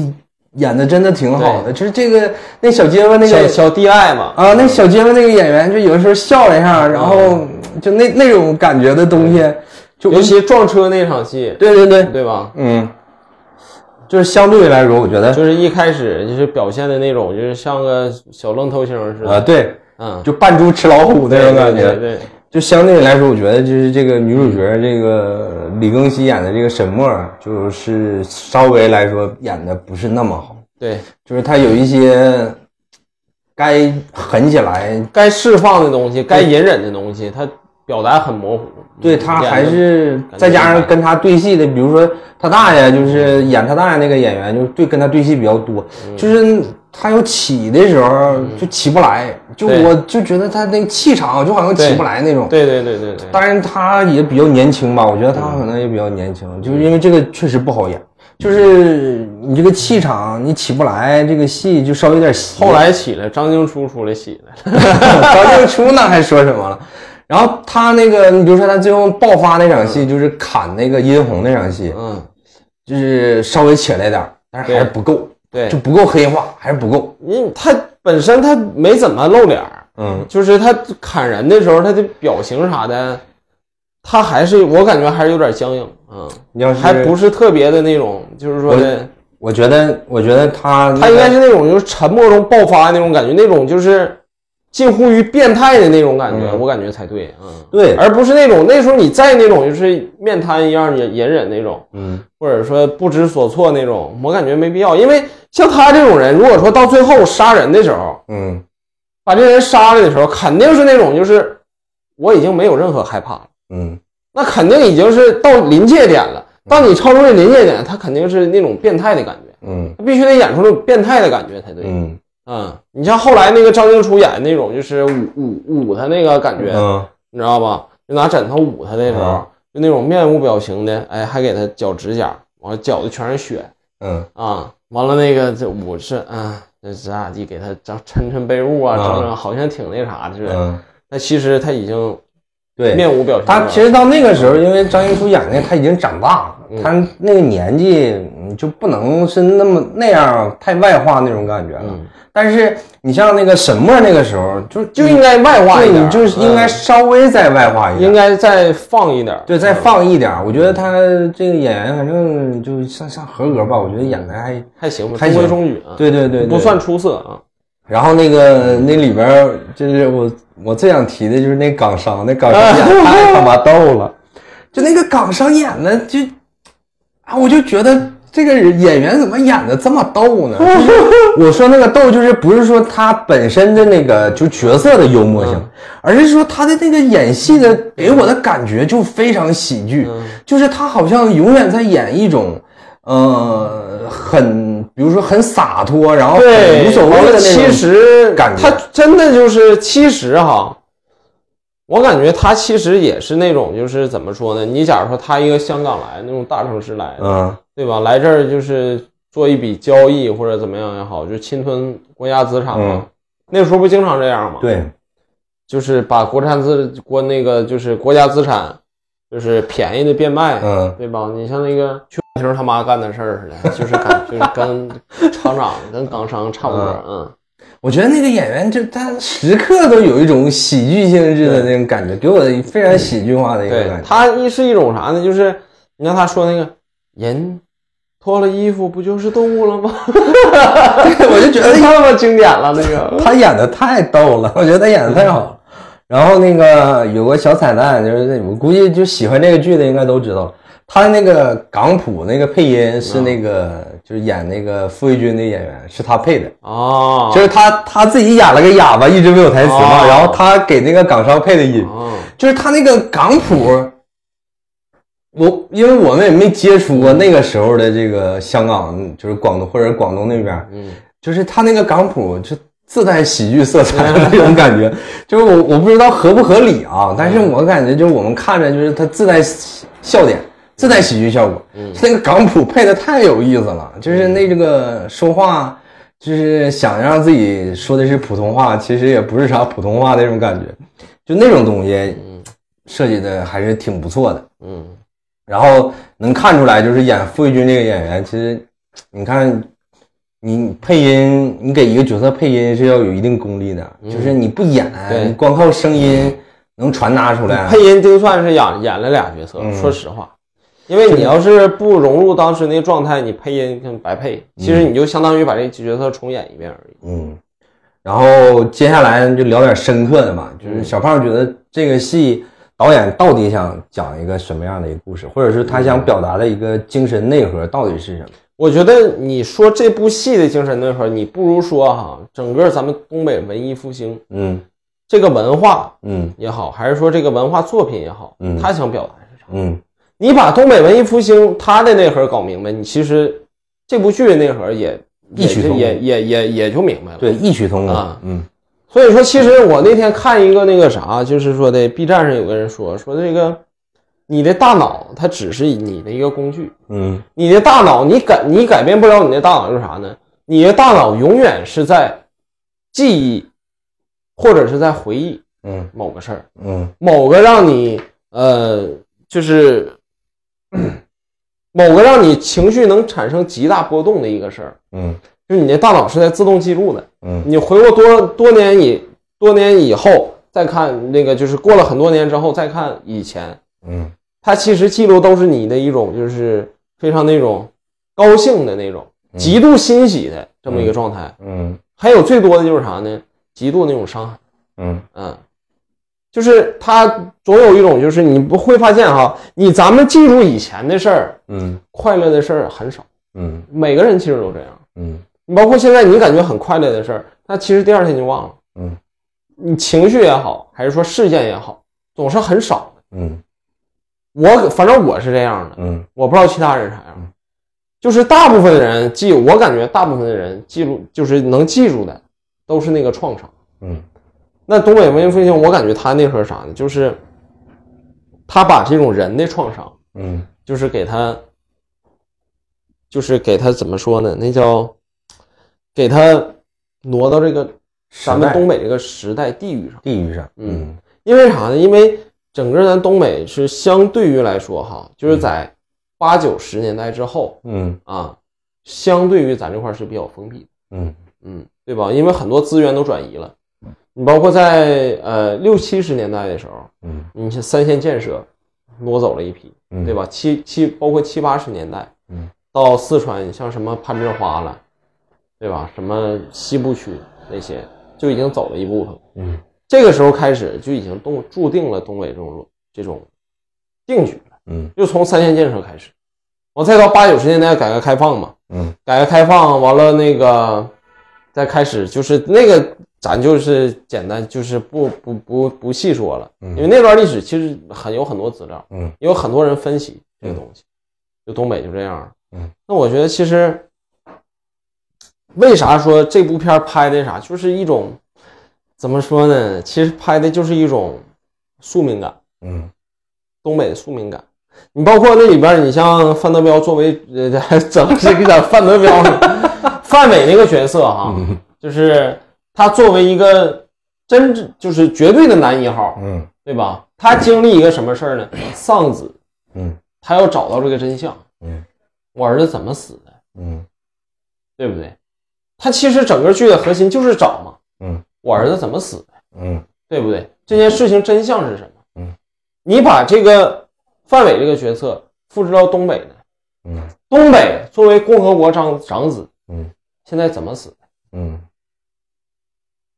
Speaker 1: 演的真的挺好的，就是这个那小结巴那
Speaker 2: 小
Speaker 1: 个
Speaker 2: 小 DI 嘛，
Speaker 1: 啊，那小结巴那个演员，就有的时候笑一下，然后就那那种感觉的东西，就
Speaker 2: 尤其撞车那场戏，
Speaker 1: 对对对，
Speaker 2: 对吧？
Speaker 1: 嗯，就是相对来说，我觉得
Speaker 2: 就是一开始就是表现的那种，就是像个小愣头青似
Speaker 1: 啊、
Speaker 2: 的，
Speaker 1: 对，
Speaker 2: 嗯，
Speaker 1: 就扮猪吃老虎那种感觉。
Speaker 2: 对对，对
Speaker 1: 就相对来说，我觉得就是这个女主角，这个李庚希演的这个沈墨，就是稍微来说演的不是那么好，
Speaker 2: 对，
Speaker 1: 就是她有一些该狠起来，
Speaker 2: 该释放的东西，该隐忍的东西，他表达很模糊，
Speaker 1: 对
Speaker 2: 嗯
Speaker 1: 她
Speaker 2: 演得
Speaker 1: 还是
Speaker 2: 感觉
Speaker 1: 再加
Speaker 2: 明
Speaker 1: 上
Speaker 2: 白
Speaker 1: 跟她对戏的，比如说她大爷，就是演她大爷那个演员，就是对跟她对戏比较多，就是她有起的时候就起不来，就
Speaker 2: 对
Speaker 1: 我就觉得她那个气场就好像起不来那种。
Speaker 2: 对对对对对，
Speaker 1: 当然他也比较年轻吧，我觉得他可能也比较年轻，就是因为这个确实不好演，就是你这个气场你起不来，这个戏就稍微有点邪。
Speaker 2: 后来起来，张静初出来起来 了，
Speaker 1: 张静初那还说什么了？然后他那个，你比如说他最后爆发那场戏，就是砍那个殷红那场戏，
Speaker 2: 嗯，
Speaker 1: 就是稍微起来点儿，但是还是不够，
Speaker 2: 对
Speaker 1: 就，不够黑化，还是不够。
Speaker 2: 因他本身他没怎么露脸儿，
Speaker 1: 嗯，
Speaker 2: 就是他砍人的时候他的表情啥的，他还是我感觉还是有点僵硬，嗯，
Speaker 1: 你要是
Speaker 2: 还不是特别的那种，就是说的。
Speaker 1: 我觉得，我觉得他
Speaker 2: 他应该是那种就是沉默中爆发的那种感觉，那种就是近乎于变态的那种感觉，
Speaker 1: 嗯
Speaker 2: 我感觉才对，嗯，
Speaker 1: 对
Speaker 2: 而不是那种那时候你再那种就是面瘫一样隐隐忍那种，
Speaker 1: 嗯，
Speaker 2: 或者说不知所措那种，我感觉没必要，因为像他这种人，如果说到最后杀人的时候，
Speaker 1: 嗯
Speaker 2: 把这人杀了的时候，肯定是那种就是我已经没有任何害怕了，
Speaker 1: 嗯，
Speaker 2: 那肯定已经是到临界点了。当你超出这临界点，他肯定是那种变态的感觉，
Speaker 1: 嗯
Speaker 2: 他必须得演出那种变态的感觉才对。
Speaker 1: 嗯
Speaker 2: 嗯，你像后来那个张静初演的那种，就是捂捂捂他那个感觉，
Speaker 1: 嗯
Speaker 2: 你知道吧？就拿枕头捂他那时候，
Speaker 1: 啊
Speaker 2: 就那种面无表情的，哎，还给他绞指甲，完了绞的全是血
Speaker 1: 嗯
Speaker 2: 啊。完了那个这捂是啊，这咋地给他整抻抻被褥啊，
Speaker 1: 嗯
Speaker 2: 整整好像挺那啥似的。
Speaker 1: 嗯，
Speaker 2: 但其实他已经
Speaker 1: 对，
Speaker 2: 面无表情了。
Speaker 1: 他其实到那个时候，因为张艺初演那他已经长大了，
Speaker 2: 嗯
Speaker 1: 他那个年纪嗯就不能是那么那样太外化那种感觉了。
Speaker 2: 嗯
Speaker 1: 但是你像那个沈墨那个时候，就
Speaker 2: 就
Speaker 1: 应
Speaker 2: 应该外化
Speaker 1: 对
Speaker 2: 一点，
Speaker 1: 你就是应该
Speaker 2: 嗯
Speaker 1: 稍微再外化一点，
Speaker 2: 应该再放一点，
Speaker 1: 对再放一点。我觉得他这个演员反正就像像合格吧，我觉得演的还
Speaker 2: 还行吧，
Speaker 1: 还
Speaker 2: 中
Speaker 1: 行
Speaker 2: 规中矩啊，
Speaker 1: 对对对对
Speaker 2: 不算出色啊。
Speaker 1: 然后那个那里边儿就是我我最想提的就是那港商，那港商演 得哎太他妈逗了，就那个港商演的就啊，我就觉得这个人演员怎么演的这么逗呢？就是我说那个逗就是不是说他本身的那个就角色的幽默性，而是说他的那个演戏的给我的感觉就非常喜剧，就是他好像永远在演一种。呃，很，比如说很洒脱，然后很
Speaker 2: 对，
Speaker 1: 无所谓
Speaker 2: 完
Speaker 1: 的
Speaker 2: 了
Speaker 1: 那种
Speaker 2: 其实
Speaker 1: 感觉
Speaker 2: 他真的就是其实哈，我感觉他其实也是那种就是怎么说呢？你假如说他一个香港来那种大城市来的，
Speaker 1: 嗯
Speaker 2: 对吧？来这儿就是做一笔交易或者怎么样也好，就侵吞国家资产嘛。
Speaker 1: 嗯
Speaker 2: 那时候不经常这样吗？，
Speaker 1: 对，
Speaker 2: 就是把国产资国那个就是国家资产，就是便宜的变卖，
Speaker 1: 嗯
Speaker 2: 对吧？你像那个邱小婷他妈干的事儿似的，就是感就是跟厂长跟港商差不多，嗯。
Speaker 1: 我觉得那个演员就他时刻都有一种喜剧性质的那种感觉，给我非常喜剧化的一个
Speaker 2: 对
Speaker 1: 感觉。
Speaker 2: 他一是一种啥呢？就是你看他说那个人脱了衣服不就是动物了 吗？
Speaker 1: 我就觉得
Speaker 2: 太他妈经典了那个。
Speaker 1: 他演的太逗了，我 觉得他演的太好了。然后那个有个小彩蛋，就是我估计就喜欢这个剧的应该都知道，他那个港普那个配音是那个就是演那个傅玉军的演员是他配的，
Speaker 2: 哦
Speaker 1: 就是他他自己演了个哑巴，一直没有台词嘛，
Speaker 2: 哦
Speaker 1: 然后他给那个港商配的音。
Speaker 2: 哦，
Speaker 1: 就是他那个港普，我因为我们也没接触过那个时候的这个香港，就是广东或者广东那边，
Speaker 2: 嗯，
Speaker 1: 就是他那个港普就自带喜剧色彩的那种感觉， 就是我我不知道合不合理啊，但是我感觉就是我们看着就是他自带喜笑点。自带喜剧效果，那个港普配的太有意思了，就是那这个说话，就是想让自己说的是普通话，其实也不是啥普通话那种感觉，就那种东西设计的还是挺不错的。
Speaker 2: 嗯，
Speaker 1: 然后能看出来，就是演傅玉军这个演员，其实你看，你配音，你给一个角色配音是要有一定功力的，就是你不演，
Speaker 2: 嗯对
Speaker 1: 你光靠声音能传达出来。啊
Speaker 2: 配音就算是演演了俩角色，
Speaker 1: 嗯
Speaker 2: 说实话。因为你要是不融入当时那个状态，你配音跟白配，其实你就相当于把这角色重演一遍而已。
Speaker 1: 嗯，然后接下来就聊点深刻的吧，
Speaker 2: 嗯
Speaker 1: 就是小胖觉得这个戏导演到底想讲一个什么样的一个故事，或者是他
Speaker 2: 嗯
Speaker 1: 想表达的一个精神内核到底是什么？
Speaker 2: 我觉得你说这部戏的精神内核，你不如说哈，整个咱们东北文艺复兴
Speaker 1: 嗯
Speaker 2: 这个文化
Speaker 1: 嗯
Speaker 2: 也好，还是说这个文化作品也好，
Speaker 1: 嗯
Speaker 2: 他想表达是啥？
Speaker 1: 嗯
Speaker 2: 你把东北文艺复兴它的内核搞明白，你其实这部剧的内核也
Speaker 1: 异曲同工
Speaker 2: 也也也也也就明白了。，
Speaker 1: 对，异曲同工。
Speaker 2: 啊
Speaker 1: 嗯
Speaker 2: 所以说其实我那天看一个那个啥，就是说的 B 站上有个人说说这个，你的大脑它只是你的一个工具，
Speaker 1: 嗯
Speaker 2: 你的大脑你改你改变不了你的大脑是啥呢？你的大脑永远是在记忆或者是在回忆
Speaker 1: 嗯
Speaker 2: 某个事儿。
Speaker 1: 嗯
Speaker 2: 某个让你呃，就是 某个让你情绪能产生极大波动的一个事儿，
Speaker 1: 嗯
Speaker 2: 就是你的大脑是在自动记录的。
Speaker 1: 嗯
Speaker 2: 你回过多多年以多年以后再看那个，就是过了很多年之后再看以前，
Speaker 1: 嗯
Speaker 2: 它其实记录都是你的一种，就是非常那种高兴的那种，
Speaker 1: 嗯
Speaker 2: 极度欣喜的这么一个状态。
Speaker 1: 嗯
Speaker 2: 还有最多的就是啥呢？极度那种伤害，
Speaker 1: 嗯
Speaker 2: 嗯，就是它总有一种，就是你不会发现哈，你咱们记住以前的事儿，
Speaker 1: 嗯
Speaker 2: 快乐的事儿很少，
Speaker 1: 嗯
Speaker 2: 每个人其实都这样。
Speaker 1: 嗯
Speaker 2: 你包括现在你感觉很快乐的事儿，那其实第二天就忘了。
Speaker 1: 嗯，
Speaker 2: 你情绪也好，还是说事件也好，总是很少的。
Speaker 1: 嗯
Speaker 2: 我反正我是这样的，
Speaker 1: 嗯
Speaker 2: 我不知道其他人啥样，就是大部分人记，我感觉大部分的人记住就是能记住的，都是那个创伤。
Speaker 1: 嗯
Speaker 2: 那东北文艺复兴，我感觉他那时候啥呢？就是他把这种人的创伤，
Speaker 1: 嗯
Speaker 2: 就是给他，就是给他怎么说呢？那叫给他挪到这个咱们
Speaker 1: 时代
Speaker 2: 东北这个时代地域上。
Speaker 1: 地域上，
Speaker 2: 嗯因为啥呢？因为整个咱东北是相对于来说哈，就是在八九十年代之后
Speaker 1: 嗯
Speaker 2: 啊，相对于咱这块儿是比较封闭的，
Speaker 1: 嗯
Speaker 2: 嗯，对吧？因为很多资源都转移了，你包括在呃六七十年代的时候，
Speaker 1: 嗯
Speaker 2: 你像三线建设挪走了一批，
Speaker 1: 嗯，
Speaker 2: 对？吧？七七包括七八十年代，
Speaker 1: 嗯，
Speaker 2: 到四川像什么攀枝花了，对吧？什么西部区那些就已经走了一部分。
Speaker 1: 嗯
Speaker 2: 这个时候开始就已经动注定了东北这种这种定局了，
Speaker 1: 嗯
Speaker 2: 就从三线建设开始，完再到八九十年代改革开放嘛，
Speaker 1: 嗯
Speaker 2: 改革开放完了那个再开始就是那个咱就是简单就是不不不不细说了，
Speaker 1: 嗯
Speaker 2: 因为那段历史其实很有很多资料，
Speaker 1: 嗯
Speaker 2: 也有很多人分析这个东西，就东北就这样。
Speaker 1: 嗯，
Speaker 2: 那我觉得其实为啥说这部片儿拍的啥，就是一种怎么说呢？其实拍的就是一种宿命感，
Speaker 1: 嗯
Speaker 2: 东北的宿命感。你包括那里边儿，你像范德彪作为呃， 还整这个点范德彪 呢，范伟那个角色哈，
Speaker 1: 嗯
Speaker 2: 就是他作为一个真正就是绝对的男一号，
Speaker 1: 嗯
Speaker 2: 对吧？他经历一个什么事儿呢？丧子，
Speaker 1: 嗯，
Speaker 2: 他要找到这个真相，
Speaker 1: 嗯，
Speaker 2: 我儿子怎么死的，
Speaker 1: 嗯
Speaker 2: 对不对？他其实整个剧的核心就是找嘛，
Speaker 1: 嗯，
Speaker 2: 我儿子怎么死的，
Speaker 1: 嗯
Speaker 2: 对不对？这件事情真相是什么？
Speaker 1: 嗯，
Speaker 2: 你把这个范伟这个角色复制到东北呢？
Speaker 1: 嗯
Speaker 2: 东北作为共和国长长子，
Speaker 1: 嗯，
Speaker 2: 现在怎么死的？
Speaker 1: 嗯，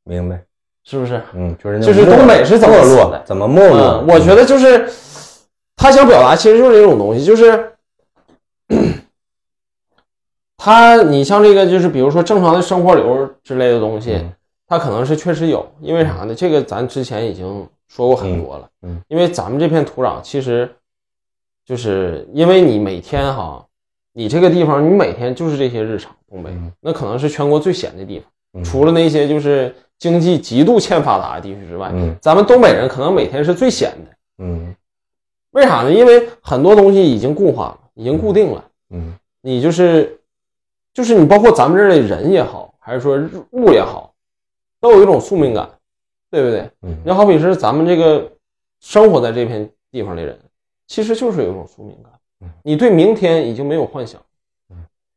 Speaker 1: 明白。
Speaker 2: 是不是？
Speaker 1: 嗯，就是那
Speaker 2: 就是
Speaker 1: 种
Speaker 2: 东北是怎么
Speaker 1: 没
Speaker 2: 死
Speaker 1: 落
Speaker 2: 的
Speaker 1: 怎么没落
Speaker 2: 嗯，？我觉得就是他想表达其实就是这种东西，就是 他，你像这个就是比如说正常的生活流之类的东西，
Speaker 1: 嗯
Speaker 2: 他可能是确实有，因为啥呢？这个咱之前已经说过很多了，
Speaker 1: 嗯嗯
Speaker 2: 因为咱们这片土壤其实就是因为你每天哈。你这个地方，你每天就是这些日常，东北、
Speaker 1: 嗯
Speaker 2: 那可能是全国最险的地方，
Speaker 1: 嗯
Speaker 2: 除了那些就是经济极度欠发达的地区之外，
Speaker 1: 嗯
Speaker 2: 咱们东北人可能每天是最闲的，
Speaker 1: 嗯
Speaker 2: 为啥呢？因为很多东西已经固化了，已经固定了。
Speaker 1: 嗯
Speaker 2: 你就是，就是你包括咱们这儿的人也好，还是说物也好，都有一种宿命感，对不对？
Speaker 1: 嗯
Speaker 2: 就好比是咱们这个生活在这片地方的人，其实就是有一种宿命
Speaker 1: 嗯
Speaker 2: 感。你对明天已经没有幻想，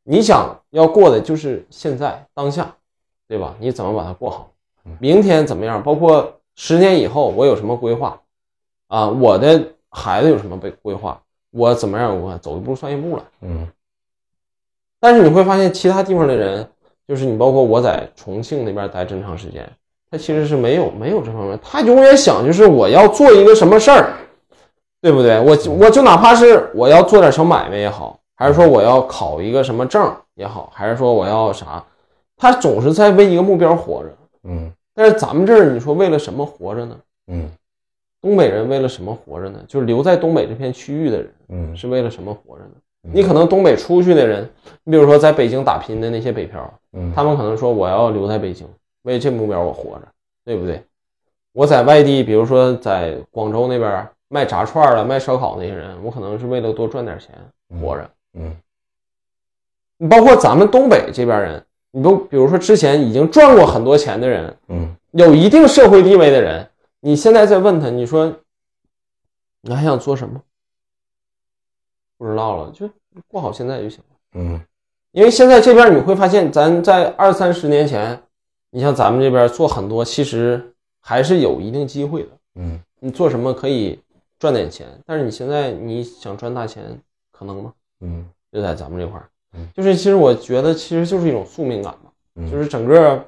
Speaker 2: 你想要过的就是现在当下，对吧？你怎么把它过好
Speaker 1: 嗯？
Speaker 2: 明天怎么样？包括十年以后我有什么规划？啊，我的孩子有什么被规划？我怎么样？我走一步算一步了。
Speaker 1: 嗯
Speaker 2: 但是你会发现，其他地方的人，就是你，包括我在重庆那边待这么长时间，他其实是没有没有这方面，他永远想就是我要做一个什么事儿，对不对？我我就哪怕是我要做点小买卖也好，还是说我要考一个什么证也好，还是说我要啥，他总是在为一个目标活着。
Speaker 1: 嗯
Speaker 2: 但是咱们这儿，你说为了什么活着呢？
Speaker 1: 嗯
Speaker 2: 东北人为了什么活着呢？就是留在东北这片区域的人，
Speaker 1: 嗯
Speaker 2: 是为了什么活着呢？
Speaker 1: 嗯
Speaker 2: 你可能东北出去的人，你比如说在北京打拼的那些北漂，
Speaker 1: 嗯，
Speaker 2: 他们可能说我要留在北京，为这目标我活着，对不对？我在外地，比如说在广州那边卖炸串儿的、啊卖烧烤那些人，我可能是为了多赚点钱活着。
Speaker 1: 嗯
Speaker 2: 你包括咱们东北这边人，你都比如说之前已经赚过很多钱的人，
Speaker 1: 嗯
Speaker 2: 有一定社会地位的人，你现在再问他，你说你还想做什么？不不知道了，就过好现在就行了。
Speaker 1: 嗯，
Speaker 2: 因为现在这边你会发现，咱在二三十年前，你像咱们这边做很多，其实还是有一定机会的。
Speaker 1: 嗯，
Speaker 2: 你做什么可以赚点钱，但是你现在你想赚大钱，可能吗？
Speaker 1: 嗯，
Speaker 2: 就在咱们这块儿
Speaker 1: 嗯，
Speaker 2: 就是其实我觉得其实就是一种宿命感吧，
Speaker 1: 嗯
Speaker 2: 就是整个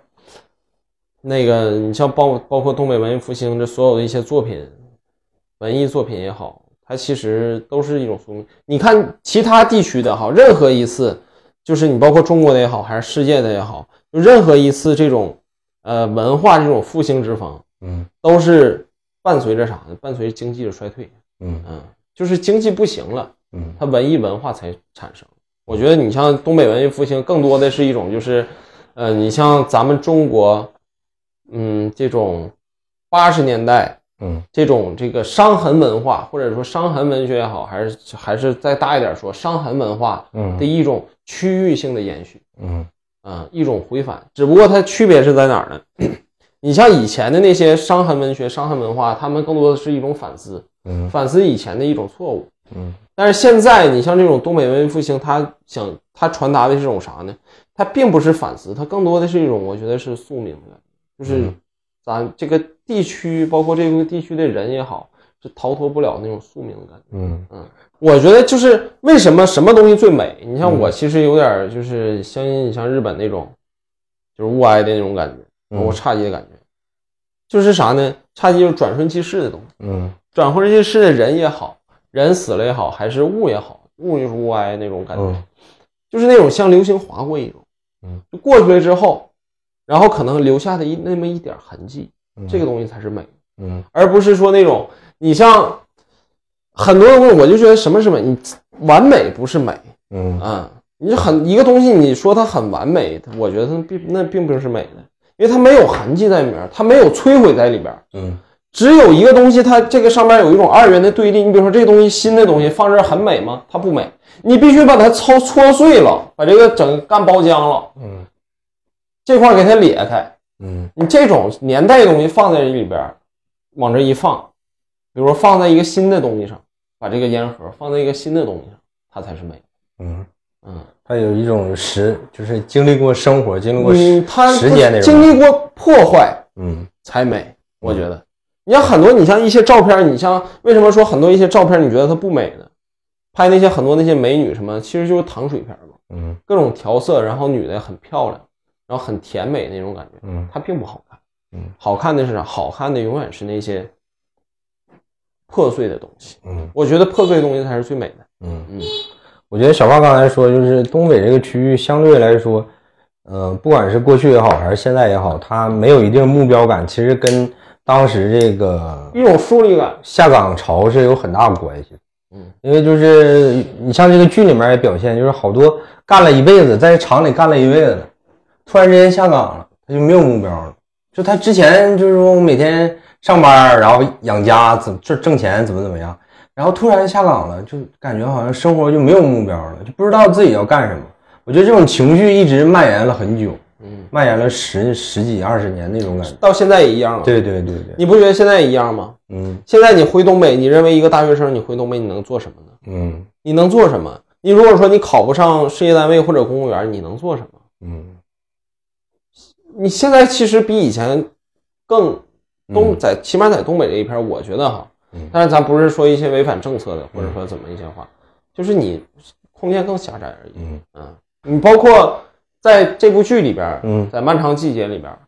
Speaker 2: 那个你像包包括东北文艺复兴这所有的一些作品，文艺作品也好，它其实都是一种宿命。你看其他地区的哈，任何一次就是你包括中国的也好，还是世界的也好，就任何一次这种呃文化这种复兴之风，
Speaker 1: 嗯，
Speaker 2: 都是伴随着啥呢？伴随着经济的衰退，
Speaker 1: 嗯，
Speaker 2: 嗯，就是经济不行了。
Speaker 1: 嗯，
Speaker 2: 它文艺文化才产生。我觉得你像东北文艺复兴，更多的是一种就是，呃，你像咱们中国，嗯，这种八十年代
Speaker 1: 嗯，
Speaker 2: 这种这个伤痕文化，或者说伤痕文学也好，还是还是再大一点说伤痕文化
Speaker 1: 嗯
Speaker 2: 的，一种区域性的延续，
Speaker 1: 嗯，
Speaker 2: 啊、一种回返。只不过它区别是在哪儿呢？ 你像以前的那些伤痕文学、伤痕文化，他们更多的是一种反思，
Speaker 1: 嗯，
Speaker 2: 反思以前的一种错误。
Speaker 1: 嗯，
Speaker 2: 但是现在你像这种东北文艺复兴，他想他传达的是一种啥呢？他并不是反思，他更多的是一种我觉得是宿命的，就是
Speaker 1: 嗯
Speaker 2: 咱这个地区，包括这个地区的人也好，是逃脱不了那种宿命的感觉。
Speaker 1: 嗯，
Speaker 2: 我觉得就是为什么什么东西最美？你像
Speaker 1: 嗯
Speaker 2: 我其实有点儿就是相信你像日本那种，就是物哀的那种感觉，
Speaker 1: 嗯
Speaker 2: 包括侘寂的感觉，就是啥呢？侘寂就是转瞬即逝的东西。
Speaker 1: 嗯，
Speaker 2: 转回去世的人也好，人死了也好，还是物也好，物就是物哀那种感觉，
Speaker 1: 嗯，
Speaker 2: 就是那种像流星划过一种，
Speaker 1: 嗯，
Speaker 2: 就过去了之后，然后可能留下的一那么一点痕迹，
Speaker 1: 嗯
Speaker 2: 这个，东西才是美，
Speaker 1: 嗯，
Speaker 2: 而不是说那种你像很多人问我，我就觉得什么是美？你完美不是美
Speaker 1: 嗯，
Speaker 2: 啊、你很一个东西，你说它很完美，我觉得它并那并不是美的，因为它没有痕迹在里面，它没有摧毁在里边。
Speaker 1: 嗯，
Speaker 2: 只有一个东西，它这个上面有一种二元的对立。你比如说这东西新的东西放这儿很美吗？它不美，你必须把它搓搓碎了，把这个整个干包浆了，
Speaker 1: 嗯，
Speaker 2: 这块儿给它裂开。
Speaker 1: 嗯，
Speaker 2: 你这种年代的东西放在这里边儿，往这一放，比如说放在一个新的东西上，把这个烟盒放在一个新的东西上，它才是美。
Speaker 1: 嗯，
Speaker 2: 嗯，
Speaker 1: 他有一种时，就是经历过生活，经历过
Speaker 2: 你它
Speaker 1: 时间那
Speaker 2: 经
Speaker 1: 种，
Speaker 2: 历过破坏，
Speaker 1: 嗯，
Speaker 2: 才美，我觉得。你像很多，你像一些照片，你像为什么说很多一些照片你觉得它不美呢？拍那些很多那些美女什么，其实就是糖水片嘛，
Speaker 1: 嗯，
Speaker 2: 各种调色，然后女的很漂亮，然后很甜美那种感觉，
Speaker 1: 嗯，
Speaker 2: 它并不好看。
Speaker 1: 嗯，
Speaker 2: 好看的是啥？好看的永远是那些破碎的东西。
Speaker 1: 嗯，
Speaker 2: 我觉得破碎的东西才是最美的。
Speaker 1: 嗯。
Speaker 2: 嗯
Speaker 1: 我觉得小胖刚才说，就是东北这个区域相对来说，呃，不管是过去也好，还是现在也好，它没有一定目标感，其实跟当时这个
Speaker 2: 一种疏离感。
Speaker 1: 下岗潮是有很大的关系的。
Speaker 2: 嗯，
Speaker 1: 因为就是你像这个剧里面也表现，就是好多干了一辈子，在厂里干了一辈子的，突然之间下岗了，他就没有目标了。就他之前就是说我每天上班，然后养家，怎么挣挣钱，怎么怎么样，然后突然下岗了，就感觉好像生活就没有目标了，就不知道自己要干什么。我觉得这种情绪一直蔓延了很久，
Speaker 2: 嗯，
Speaker 1: 蔓延了十十几二十年那种感觉。
Speaker 2: 到现在也一样啊。，
Speaker 1: 对对对对，
Speaker 2: 你不觉得现在也一样吗？
Speaker 1: 嗯
Speaker 2: 现在你回东北，你认为一个大学生你回东北你能做什么呢？
Speaker 1: 嗯
Speaker 2: 你能做什么？你如果说你考不上事业单位或者公务员，你能做什么？
Speaker 1: 嗯
Speaker 2: 你现在其实比以前更东
Speaker 1: 嗯
Speaker 2: 在，起码在东北这一片儿，我觉得哈
Speaker 1: 嗯，
Speaker 2: 但是咱不是说一些违反政策的，或者说怎么一些话，就是你空间更狭窄而已。
Speaker 1: 嗯
Speaker 2: 嗯，你包括在这部剧里边儿，
Speaker 1: 嗯
Speaker 2: 在漫长季节里边儿，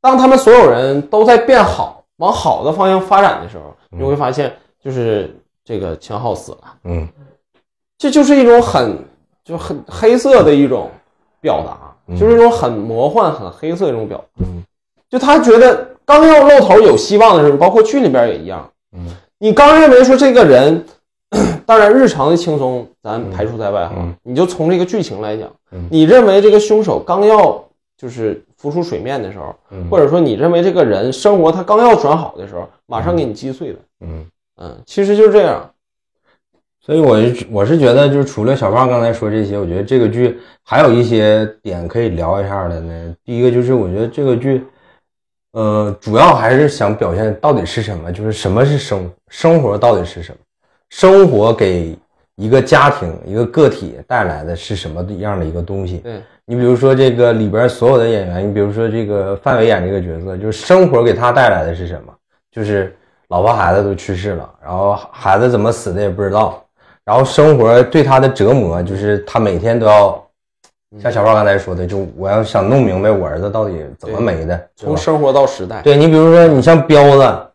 Speaker 2: 当他们所有人都在变好，往好的方向发展的时候，你会发现，就是这个秦昊死了。
Speaker 1: 嗯
Speaker 2: 这就是一种很就很黑色的一种表达，
Speaker 1: 嗯
Speaker 2: 就是一种很魔幻、很黑色的一种表达。
Speaker 1: 嗯
Speaker 2: 就他觉得刚要露头有希望的时候，包括剧里边也一样，
Speaker 1: 嗯
Speaker 2: 你刚认为说这个人， 当然日常的轻松咱排除在外哈，
Speaker 1: 嗯
Speaker 2: 你就从这个剧情来讲，
Speaker 1: 嗯
Speaker 2: 你认为这个凶手刚要就是浮出水面的时候，
Speaker 1: 嗯，
Speaker 2: 或者说你认为这个人生活他刚要转好的时候，马上给你击碎了。
Speaker 1: 嗯。
Speaker 2: 嗯，其实就是这样。
Speaker 1: 所以我是我是觉得，就是除了小胖刚才说这些，我觉得这个剧还有一些点可以聊一下的呢。第一个就是，我觉得这个剧，呃，主要还是想表现到底是什么，就是什么是生生活，到底是什么？生活给一个家庭、一个个体带来的是什么样的一个东西。
Speaker 2: 对，
Speaker 1: 你比如说这个里边所有的演员，你比如说这个范伟演这个角色，就是生活给他带来的是什么？就是老婆孩子都去世了，然后孩子怎么死的也不知道，然后生活对他的折磨就是他每天都要，像小胖刚才说的，就我要想弄明白我儿子到底怎么没的，对吧
Speaker 2: 从生活到时代，
Speaker 1: 对你比如说，你像彪子、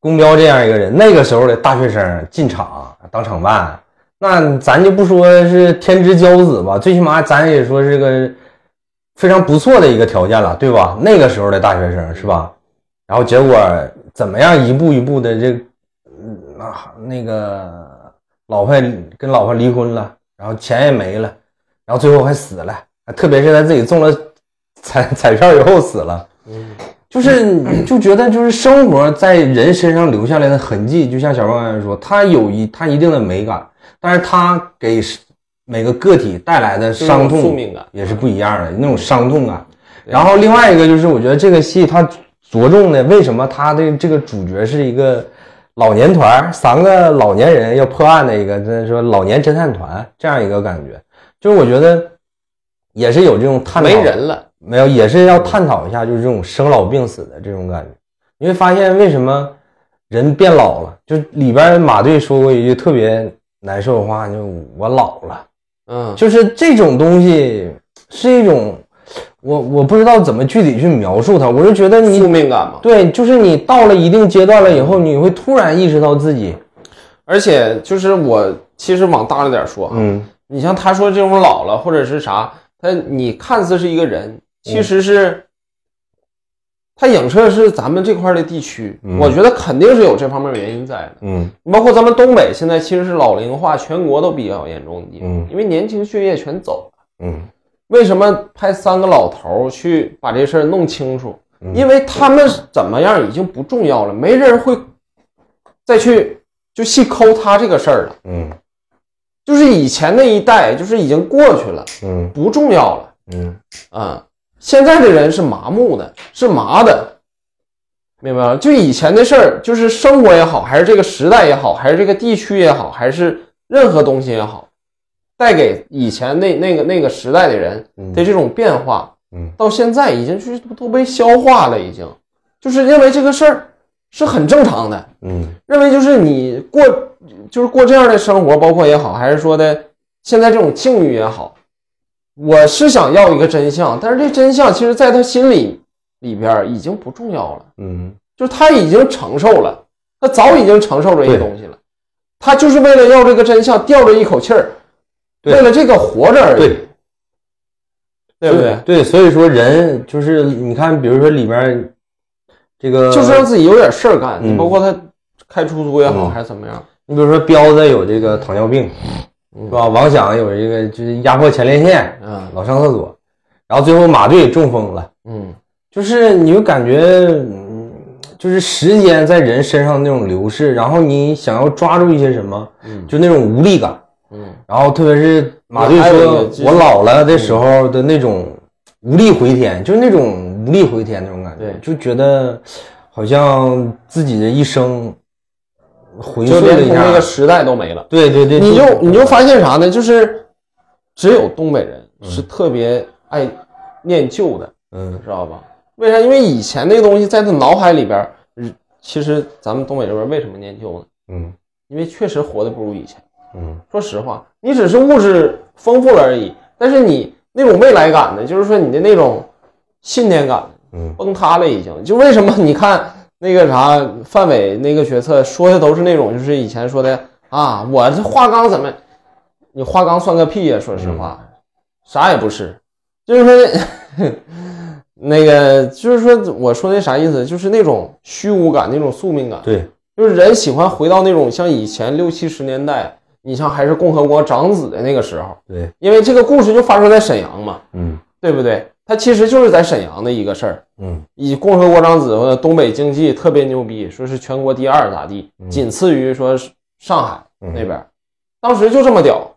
Speaker 1: 公彪这样一个人，那个时候的大学生进厂当厂办，那咱就不说是天之骄子吧，最起码咱也说是个非常不错的一个条件了，对吧？那个时候的大学生是吧？然后结果怎么样一步一步的这，嗯啊那个老婆跟老婆离婚了，然后钱也没了，然后最后还死了，特别是他自己中了彩 彩票以后死了。
Speaker 2: 嗯
Speaker 1: 就是你就觉得就是生活在人身上留下来的痕迹，就像小胖刚才说，它有一它一定的美感，但是它给是每个个体带来的
Speaker 2: 就是那
Speaker 1: 伤
Speaker 2: 种宿
Speaker 1: 痛
Speaker 2: 命感。嗯
Speaker 1: 也是不一样的那种伤痛感。然后另外一个就是，我觉得这个戏它着重的为什么它的这个主角是一个老年团儿，三个老年人要破案的一个，就是说老年侦探团这样一个感觉，就是我觉得也是有这种探讨
Speaker 2: 没人了，
Speaker 1: 没有，也是要探讨一下，就是这种生老病死的这种感觉。你会发现为什么人变老了，就里边马队说过一句特别难受的话，就我老了。
Speaker 2: 嗯，
Speaker 1: 就是这种东西是一种，我我不知道怎么具体去描述它，我就觉得
Speaker 2: 宿
Speaker 1: 你
Speaker 2: 命感嘛。
Speaker 1: 对，就是你到了一定阶段了以后，你会突然意识到自己，
Speaker 2: 而且就是我其实往大了点说啊，
Speaker 1: 嗯，
Speaker 2: 你像他说这种老了或者是啥，他你看似是一个
Speaker 1: 嗯
Speaker 2: 人，其实是他影射是咱们这块儿的地区，
Speaker 1: 嗯
Speaker 2: 我觉得肯定是有这方面原因在的。
Speaker 1: 嗯
Speaker 2: 包括咱们东北现在其实是老龄化全国都比较严重的地方，
Speaker 1: 嗯
Speaker 2: 因为年轻血液全走了。
Speaker 1: 嗯
Speaker 2: 为什么派三个老头儿去把这事儿弄清楚？因为他们怎么样已经不重要了，没人会再去就细抠他这个事儿了。
Speaker 1: 嗯
Speaker 2: 就是以前那一代，就是已经过去了，
Speaker 1: 嗯
Speaker 2: 不重要了
Speaker 1: 嗯
Speaker 2: 啊、现在的人是麻木的，是麻的，明白吗？就以前的事儿，就是生活也好，还是这个时代也好，还是这个地区也好，还是任何东西也好，带给以前那那个那个时代的人的这种变化，
Speaker 1: 嗯
Speaker 2: 到现在已经就是都被消化了，已经就是认为这个事儿是很正常的，
Speaker 1: 嗯
Speaker 2: 认为就是你过就是过这样的生活，包括也好，还是说的现在这种境遇也好，我是想要一个真相，但是这真相其实在他心里里边儿已经不重要了，
Speaker 1: 嗯，
Speaker 2: 就是他已经承受了，他早已经承受这些
Speaker 1: 对
Speaker 2: 东西了，他就是为了要这个真相吊着一口气儿，
Speaker 1: 对
Speaker 2: 为了这个活着而已，
Speaker 1: 对
Speaker 2: 对不对？
Speaker 1: 对，所以说人就是你看，比如说里边这个
Speaker 2: 就是让自己有点事儿干，
Speaker 1: 嗯
Speaker 2: 包括他开出租也好，
Speaker 1: 嗯
Speaker 2: 还是怎么样，
Speaker 1: 你比如说彪子有这个糖尿病，
Speaker 2: 嗯
Speaker 1: 是吧？王响有这个就是压迫前列腺，
Speaker 2: 嗯
Speaker 1: 老上厕所，然后最后马队中风了，
Speaker 2: 嗯，
Speaker 1: 就是你就感觉，嗯，就是时间在人身上那种流逝，然后你想要抓住一些什么，
Speaker 2: 嗯
Speaker 1: 就那种无力感，
Speaker 2: 嗯，
Speaker 1: 然后特别是马队
Speaker 2: 还有一
Speaker 1: 说
Speaker 2: 个就是
Speaker 1: 我老了的时候的那种无力回天，就是那种无力回天那种感觉
Speaker 2: 对，
Speaker 1: 就觉得好像自己的一生回
Speaker 2: 就
Speaker 1: 溯了
Speaker 2: 连
Speaker 1: 一
Speaker 2: 同
Speaker 1: 下
Speaker 2: 那，个时代都没了。
Speaker 1: 对对对，
Speaker 2: 你就你就发现啥呢？就是只有东北人是特别爱念旧的，
Speaker 1: 嗯
Speaker 2: 知道吧？为啥？因为以前那个东西在他脑海里边儿，嗯其实咱们东北这边为什么念旧呢？
Speaker 1: 嗯
Speaker 2: 因为确实活得不如以前。
Speaker 1: 嗯
Speaker 2: 说实话，你只是物质丰富了而已，但是你那种未来感呢，就是说你的那种信念感
Speaker 1: 嗯
Speaker 2: 崩塌了，已经。就为什么你看那个啥范伟那个决策说的都是那种，就是以前说的啊，我这花岗怎么，你花岗算个屁呀、说实话，嗯啥也不是，就是说 那个，就是说我说那啥意思，就是那种虚无感，那种宿命感，
Speaker 1: 对
Speaker 2: 就是人喜欢回到那种像以前六七十年代，你像还是共和国长子的那个时候，
Speaker 1: 对
Speaker 2: 因为这个故事就发生在沈阳嘛，
Speaker 1: 嗯
Speaker 2: 对不对？它其实就是在沈阳的一个事儿。
Speaker 1: 嗯
Speaker 2: 以共和国长子和东北经济特别牛逼，说是全国第二咋地，仅次于说是上海
Speaker 1: 嗯
Speaker 2: 那边儿，当时就这么屌。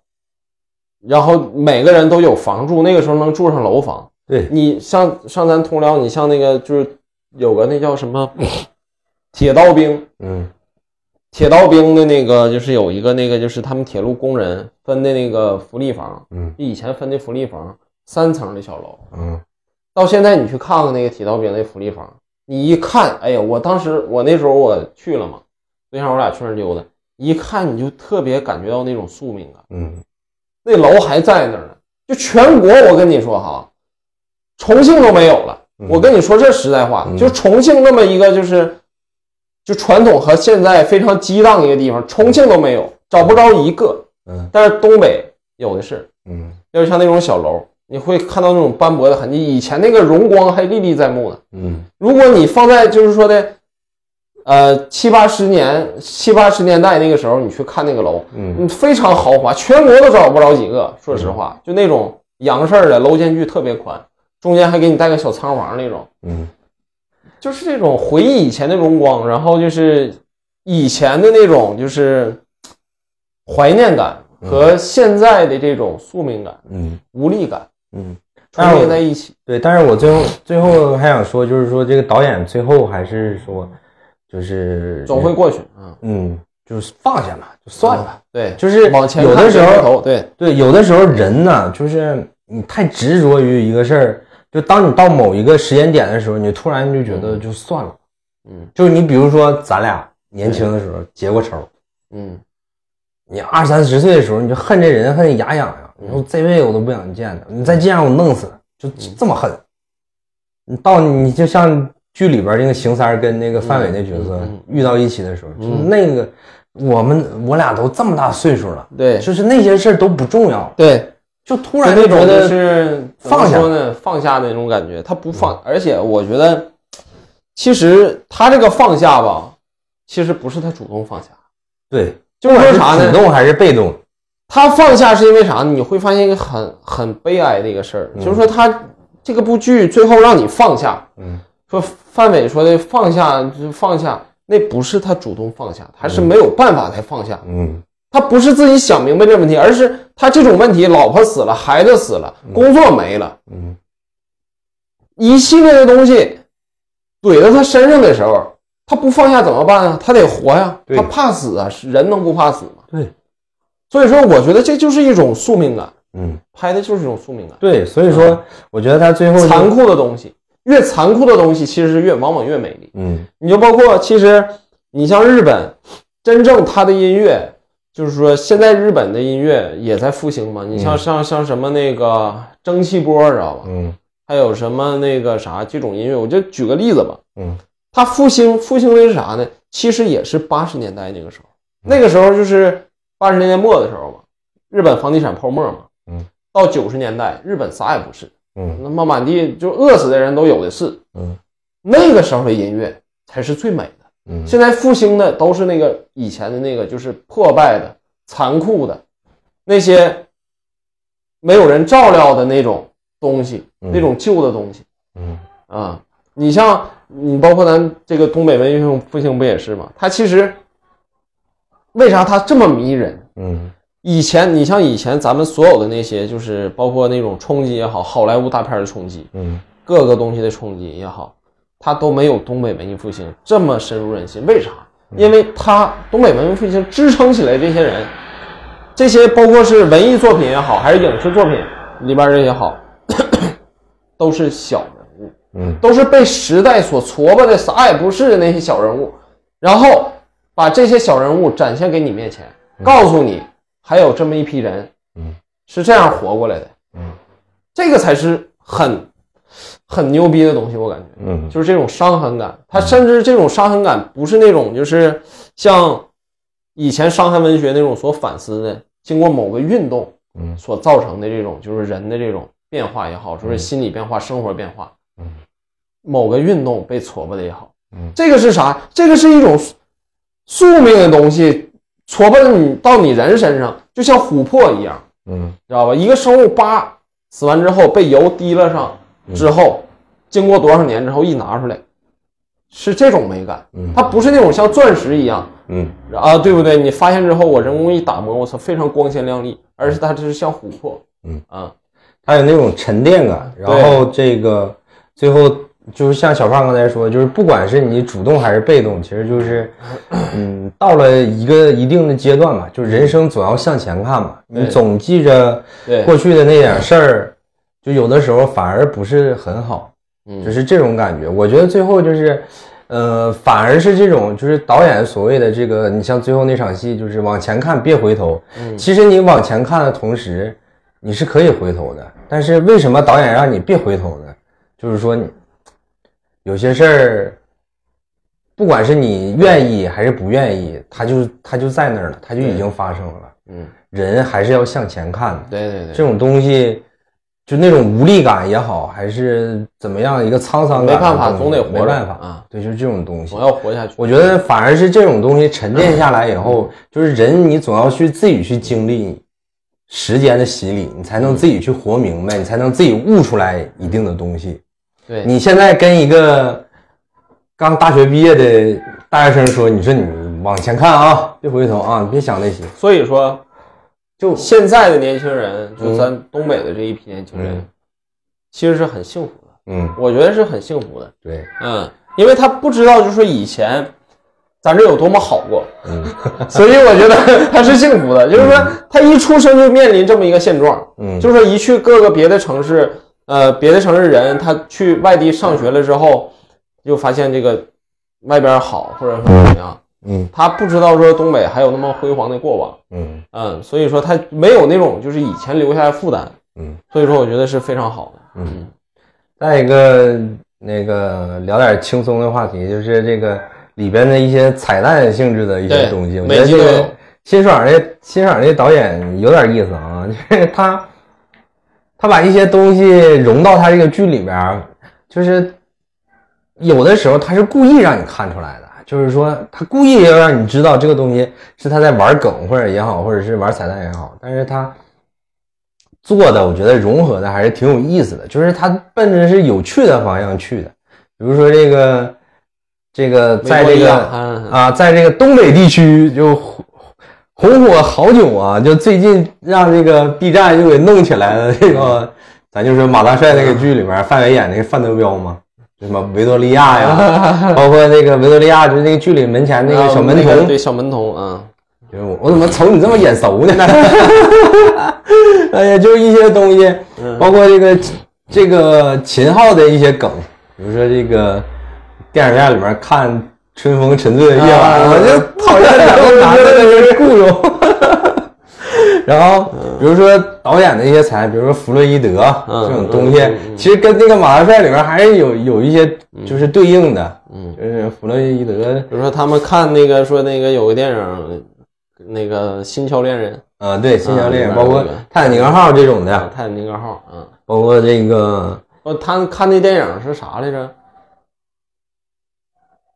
Speaker 2: 然后每个人都有房住，那个时候能住上楼房。
Speaker 1: 对
Speaker 2: 你像上咱通辽，你像那个就是有个那叫什么铁道兵，
Speaker 1: 嗯
Speaker 2: 铁道兵的那个就是有一个那个就是他们铁路工人分的那个福利房，
Speaker 1: 嗯
Speaker 2: 就以前分的福利房三层的小楼，
Speaker 1: 嗯
Speaker 2: 到现在你去看看那个铁道兵那福利房，你一看，哎呀，我当时我那时候我去了嘛，对象我俩去那儿溜达，一看你就特别感觉到那种宿命感，
Speaker 1: 嗯
Speaker 2: 那楼还在那儿呢，就全国我跟你说哈，重庆都没有了，
Speaker 1: 嗯
Speaker 2: 我跟你说这实在话，
Speaker 1: 嗯
Speaker 2: 就重庆那么一个就是。就传统和现在非常激荡一个地方，重庆都没有，找不着一个。
Speaker 1: 嗯
Speaker 2: 但是东北有的是，
Speaker 1: 嗯
Speaker 2: 要是像那种小楼，你会看到那种斑驳的痕迹。以前那个荣光还历历在目呢。
Speaker 1: 嗯
Speaker 2: 如果你放在就是说的，呃七八十年七八十年代那个时候，你去看那个楼，
Speaker 1: 嗯
Speaker 2: 嗯，非常豪华，全国都找不着几个。说实话，就那种洋式儿的楼间距特别宽，中间还给你带个小仓房那种，
Speaker 1: 嗯
Speaker 2: 就是这种回忆以前的荣光，然后就是以前的那种就是嘖怀念感和现在的这种宿命感、
Speaker 1: 嗯
Speaker 2: 无力感。
Speaker 1: 嗯。
Speaker 2: 重
Speaker 1: 但是
Speaker 2: 叠
Speaker 1: 我
Speaker 2: 在一起。
Speaker 1: 对，但是我最后最后还想说，就是说这个导演最后还是说，就是
Speaker 2: 总会，过去啊。
Speaker 1: 嗯，就是放下了，就算了。
Speaker 2: 对，
Speaker 1: 就是
Speaker 2: 往前
Speaker 1: 有
Speaker 2: 看
Speaker 1: 的时
Speaker 2: 回
Speaker 1: 候
Speaker 2: 头，对，
Speaker 1: 对，有的时候人呢，就是你太执着于一个事儿，就当你到某一个时间点的时候，你突然就觉得就算了。
Speaker 2: 嗯
Speaker 1: 就是你比如说咱俩年轻的时候结过仇，
Speaker 2: 嗯
Speaker 1: 你二三十岁的时候，你就恨这人恨得牙痒痒，你说这辈子我都不想见他，你再见我弄死他，就这么恨。你到你就像剧里边那个邢三儿跟那个范伟那角色
Speaker 2: 嗯嗯
Speaker 1: 遇到一起的时候，就
Speaker 2: 嗯
Speaker 1: 那个我们我俩都这么大岁数了，
Speaker 2: 对
Speaker 1: 就是那些事儿都不重要，
Speaker 2: 对，
Speaker 1: 就突
Speaker 2: 就
Speaker 1: 然
Speaker 2: 那
Speaker 1: 觉
Speaker 2: 种就
Speaker 1: 得
Speaker 2: 是怎么
Speaker 1: 放下
Speaker 2: 说呢，放下的嗯那种感觉，他不放，而且我觉得，其实他这个放下吧，其实不是他主动放下，
Speaker 1: 对，
Speaker 2: 就是
Speaker 1: 不管
Speaker 2: 为
Speaker 1: 是
Speaker 2: 啥
Speaker 1: 主
Speaker 2: 呢？
Speaker 1: 动还是被动，
Speaker 2: 他放下是因为啥？你会发现一个很很悲哀的一个事儿，就是说他这个部剧最后让你放下，
Speaker 1: 嗯
Speaker 2: 说范伟说的放下就放下，那不是他主动放下，他是没有办法才放下。
Speaker 1: 嗯
Speaker 2: 他不是自己想明白这问题，而是他这种问题，老婆死了，孩子死了，工作没了，
Speaker 1: 嗯
Speaker 2: 一系列的东西怼到他身上的时候，他不放下怎么办啊？他得活呀、
Speaker 1: 对
Speaker 2: 他怕死啊，是人能不怕死吗？
Speaker 1: 对，
Speaker 2: 所以说，我觉得这就是一种宿命感，
Speaker 1: 嗯
Speaker 2: 拍的就是一种宿命感，
Speaker 1: 对，所以说我觉得他最后就
Speaker 2: 残酷的东西，越残酷的东西，其实是越往往越美丽。
Speaker 1: 嗯
Speaker 2: 你就包括其实你像日本，真正它的音乐，就是说现在日本的音乐也在复兴嘛。你像像像什么那个蒸汽波，知道吧？
Speaker 1: 嗯
Speaker 2: 还有什么那个啥这种音乐，我就举个例子吧。
Speaker 1: 嗯
Speaker 2: 它复兴复兴的是啥呢？其实也是八十年代那个时候，
Speaker 1: 嗯
Speaker 2: 那个时候就是八十年代末的时候嘛，日本房地产泡沫嘛。
Speaker 1: 嗯，
Speaker 2: 到九十年代，日本啥也不是，
Speaker 1: 嗯
Speaker 2: 那么满地就饿死的人都有的是。
Speaker 1: 嗯，
Speaker 2: 那个时候的音乐才是最美的。
Speaker 1: 嗯
Speaker 2: 现在复兴的都是那个以前的那个，就是破败的、残酷的，那些没有人照料的那种东西，
Speaker 1: 嗯
Speaker 2: 那种旧的东西
Speaker 1: 嗯
Speaker 2: 啊。你像你包括咱这个东北文艺复兴不也是吗？它其实为啥它这么迷人？
Speaker 1: 嗯
Speaker 2: 以前你像以前咱们所有的那些，就是包括那种冲击也好，好莱坞大片的冲击，
Speaker 1: 嗯
Speaker 2: 各个东西的冲击也好，它都没有东北文艺复兴这么深入人心。为啥？
Speaker 1: 嗯
Speaker 2: 因为它东北文艺复兴支撑起来这些人，这些包括是文艺作品也好，还是影视作品里边人也好， 都是小人物，
Speaker 1: 嗯
Speaker 2: 都是被时代所挫败的啥也不是的那些小人物，然后把这些小人物展现给你面前，告诉你还有这么一批人
Speaker 1: 嗯
Speaker 2: 是这样活过来的，
Speaker 1: 嗯，
Speaker 2: 这个才是很很牛逼的东西，我感觉。
Speaker 1: 嗯
Speaker 2: 就是这种伤痕感。他甚至这种伤痕感不是那种就是像以前伤痕文学那种所反思的，经过某个运动
Speaker 1: 嗯
Speaker 2: 所造成的这种就是人的这种变化也好，说是心理变化、生活变化，
Speaker 1: 嗯，
Speaker 2: 某个运动被挫败的也好，
Speaker 1: 嗯
Speaker 2: 这个是啥？这个是一种宿宿命的东西，挫败你到你人身上，就像琥珀一样，
Speaker 1: 嗯
Speaker 2: 知道吧？一个生物叭死完之后被油滴了上
Speaker 1: 嗯
Speaker 2: 之后，经过多少年之后一拿出来，是这种美感，
Speaker 1: 嗯
Speaker 2: 它不是那种像钻石一样
Speaker 1: 嗯
Speaker 2: 啊，对不对？你发现之后，我人工一打磨，我操，非常光鲜亮丽，而是它这是像琥珀，
Speaker 1: 嗯
Speaker 2: 啊，
Speaker 1: 它有那种沉淀感，然后这个最后就是像小胖刚才说，就是不管是你主动还是被动，其实 就是，嗯，到了一个一定的阶段嘛，就人生总要向前看嘛。
Speaker 2: 对
Speaker 1: 你总记着
Speaker 2: 对，
Speaker 1: 过去的那点事儿，就有的时候反而不是很好，
Speaker 2: 嗯
Speaker 1: 就是这种感觉。我觉得最后就是，呃，反而是这种，就是导演所谓的这个，你像最后那场戏，就是往前看，别回头。
Speaker 2: 嗯
Speaker 1: 其实你往前看的同时，你是可以回头的，但是为什么导演让你别回头呢？就是说你有些事儿，不管是你愿意还是不愿意，它就它就在那儿了，它就已经发生了。
Speaker 2: 嗯，
Speaker 1: 人还是要向前看的。
Speaker 2: 对对对，
Speaker 1: 这种东西，就那种无力感也好，还是怎么样一个沧桑感，啊
Speaker 2: 没办法总得活着
Speaker 1: 没办法
Speaker 2: 啊。
Speaker 1: 对，就是这种东西
Speaker 2: 总。要活下去。
Speaker 1: 我觉得反而是这种东西沉淀下来以
Speaker 2: 嗯
Speaker 1: 后，就是人你总要去自己去经历时间的洗礼，你才能自己去活明白，你才能自己悟出来一定的东西。
Speaker 2: 对，
Speaker 1: 你现在跟一个刚大学毕业的大学生说，你说你往前看啊，别回头啊，你别想那些。
Speaker 2: 所以说，
Speaker 1: 就
Speaker 2: 现在的年轻人，就
Speaker 1: 嗯
Speaker 2: 咱东北的这一批年轻人
Speaker 1: 嗯，
Speaker 2: 其实是很幸福的，
Speaker 1: 嗯，
Speaker 2: 我觉得是很幸福的。
Speaker 1: 对，
Speaker 2: 嗯，因为他不知道，就说以前咱这有多么好过，
Speaker 1: 嗯
Speaker 2: 所以我觉得他是幸福 的。就是说，他一出生就面临这么一个现状，
Speaker 1: 嗯，
Speaker 2: 就是说一去各个别的城市，呃，别的城市人他去外地上学了之后，就发现这个外边好，或者说怎么样，
Speaker 1: 嗯
Speaker 2: 他不知道说东北还有那么辉煌的过往。
Speaker 1: 嗯
Speaker 2: 嗯，所以说他没有那种就是以前留下的负担，
Speaker 1: 嗯，
Speaker 2: 所以说我觉得是非常好的。
Speaker 1: 嗯。再一个，那个聊点轻松的话题，就是这个里边的一些彩蛋性质的一些
Speaker 2: 对
Speaker 1: 东西。我
Speaker 2: 每
Speaker 1: 觉得
Speaker 2: 集
Speaker 1: 这
Speaker 2: 都有
Speaker 1: 个辛爽这辛爽这导演有点意思啊， 就是他他把一些东西融到他这个剧里边儿，就是有的时候他是故意让你看出来的，就是说他故意要让你知道这个东西是他在玩梗或者也好，或者是玩彩蛋也好，但是他做的我觉得融合的还是挺有意思的，就是他奔着是有趣的方向去的，比如说这个这个在这
Speaker 2: 微博一
Speaker 1: 个
Speaker 2: 样嗯
Speaker 1: 啊，在这个东北地区就红红火好久啊，就最近让这个 B 站又给弄起来了这个。咱就说马大帅那个剧里边，范伟演那个范德彪嘛，就什么维多利亚呀，包括那个维多利亚，就是那个剧里门前那个小门
Speaker 2: 然后那
Speaker 1: 童
Speaker 2: 个，对小门童啊，
Speaker 1: 就是我我怎么瞅你这么眼熟呢？ 哎呀，就是一些东西，
Speaker 2: 嗯
Speaker 1: 包括这个这个秦昊的一些梗，比如说这个电影院里面看《春风沉醉的夜晚》
Speaker 2: 啊
Speaker 1: 我就讨厌两个男的就是雇佣。 然后，比如说导演的一些才，比如说弗洛伊德
Speaker 2: 嗯
Speaker 1: 这种东西
Speaker 2: 嗯嗯嗯，
Speaker 1: 其实跟那个马大帅里面还是有有一些就是对应的，
Speaker 2: 嗯，
Speaker 1: 就是弗洛伊德，
Speaker 2: 比如说他们看那个说那个有个电影，那个《新桥恋人
Speaker 1: 呃，对，新疆猎人，
Speaker 2: 嗯
Speaker 1: 包括
Speaker 2: 对
Speaker 1: 泰坦尼克号这种》的
Speaker 2: 啊，，泰坦尼克号啊。
Speaker 1: 包括这个，
Speaker 2: 哦，他看那电影是啥来着？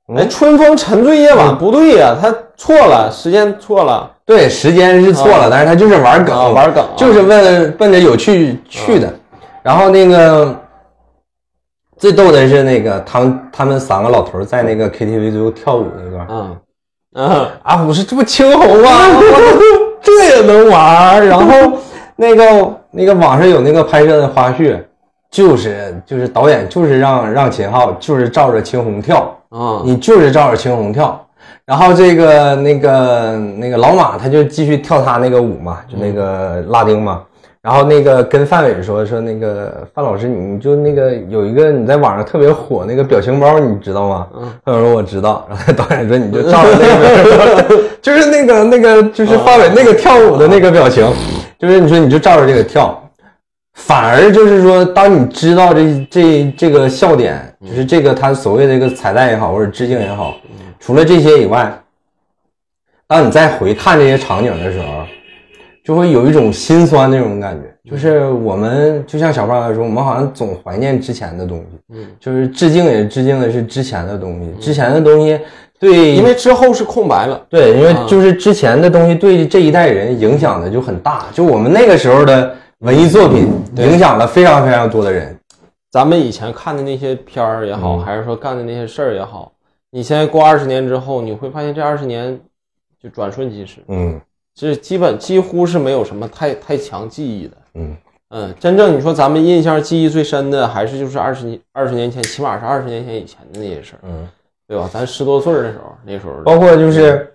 Speaker 1: 嗯
Speaker 2: 哎，春风沉醉夜晚不对呀、他错了，时间错了，
Speaker 1: 对，时间是错了，但是他就是玩梗，
Speaker 2: 啊玩梗啊
Speaker 1: 嗯就是奔奔着有趣去的。然后那个最逗的是那个他们他们三个老头儿在那个 KTV 最后跳舞那段，
Speaker 2: 嗯嗯
Speaker 1: 啊，我说这不青红吗？ 我操这也能玩儿？然后 那个那个网上有那个拍摄的花絮，就是就是导演就是让让秦昊就是照着青红跳，
Speaker 2: 嗯，
Speaker 1: 你就是照着青红跳。然后这个那个那个老马他就继续跳他那个舞嘛，就那个拉丁嘛。然后那个跟范伟说说那个范老师，你就那个有一个你在网上特别火那个表情包，你知道吗？范伟说我知道。然后导演说你就照着那个表情包，就是那个那个就是范伟那个跳舞的那个表情，就是你说你就照着这个跳。反而就是说，当你知道这这这个笑点，就是这个他所谓的一个彩蛋也好，或者致敬也好，除了这些以外，当你再回看这些场景的时候，就会有一种心酸那种感觉。就是我们就像小胖来说，我们好像总怀念之前的东西，
Speaker 2: 嗯，
Speaker 1: 就是致敬也致敬的是之前的东西，之前的东西对，
Speaker 2: 因为之后是空白了，
Speaker 1: 对，因为
Speaker 2: 啊
Speaker 1: 就是之前的东西对这一代人影响的就很大，就我们那个时候的文艺作品影响了非常非常多的人。
Speaker 2: 咱们以前看的那些片儿也好，
Speaker 1: 嗯
Speaker 2: 还是说干的那些事儿也好，你现在过二十年之后，你会发现这二十年就转瞬即逝，
Speaker 1: 嗯
Speaker 2: 这基本几乎是没有什么太太强记忆的。
Speaker 1: 嗯，
Speaker 2: 嗯，真正你说咱们印象记忆最深的，还是就是二十年二十年前，起码是二十年前以前的那些事儿，
Speaker 1: 嗯，
Speaker 2: 对吧？咱十多岁儿的时候，那时候
Speaker 1: 包括就是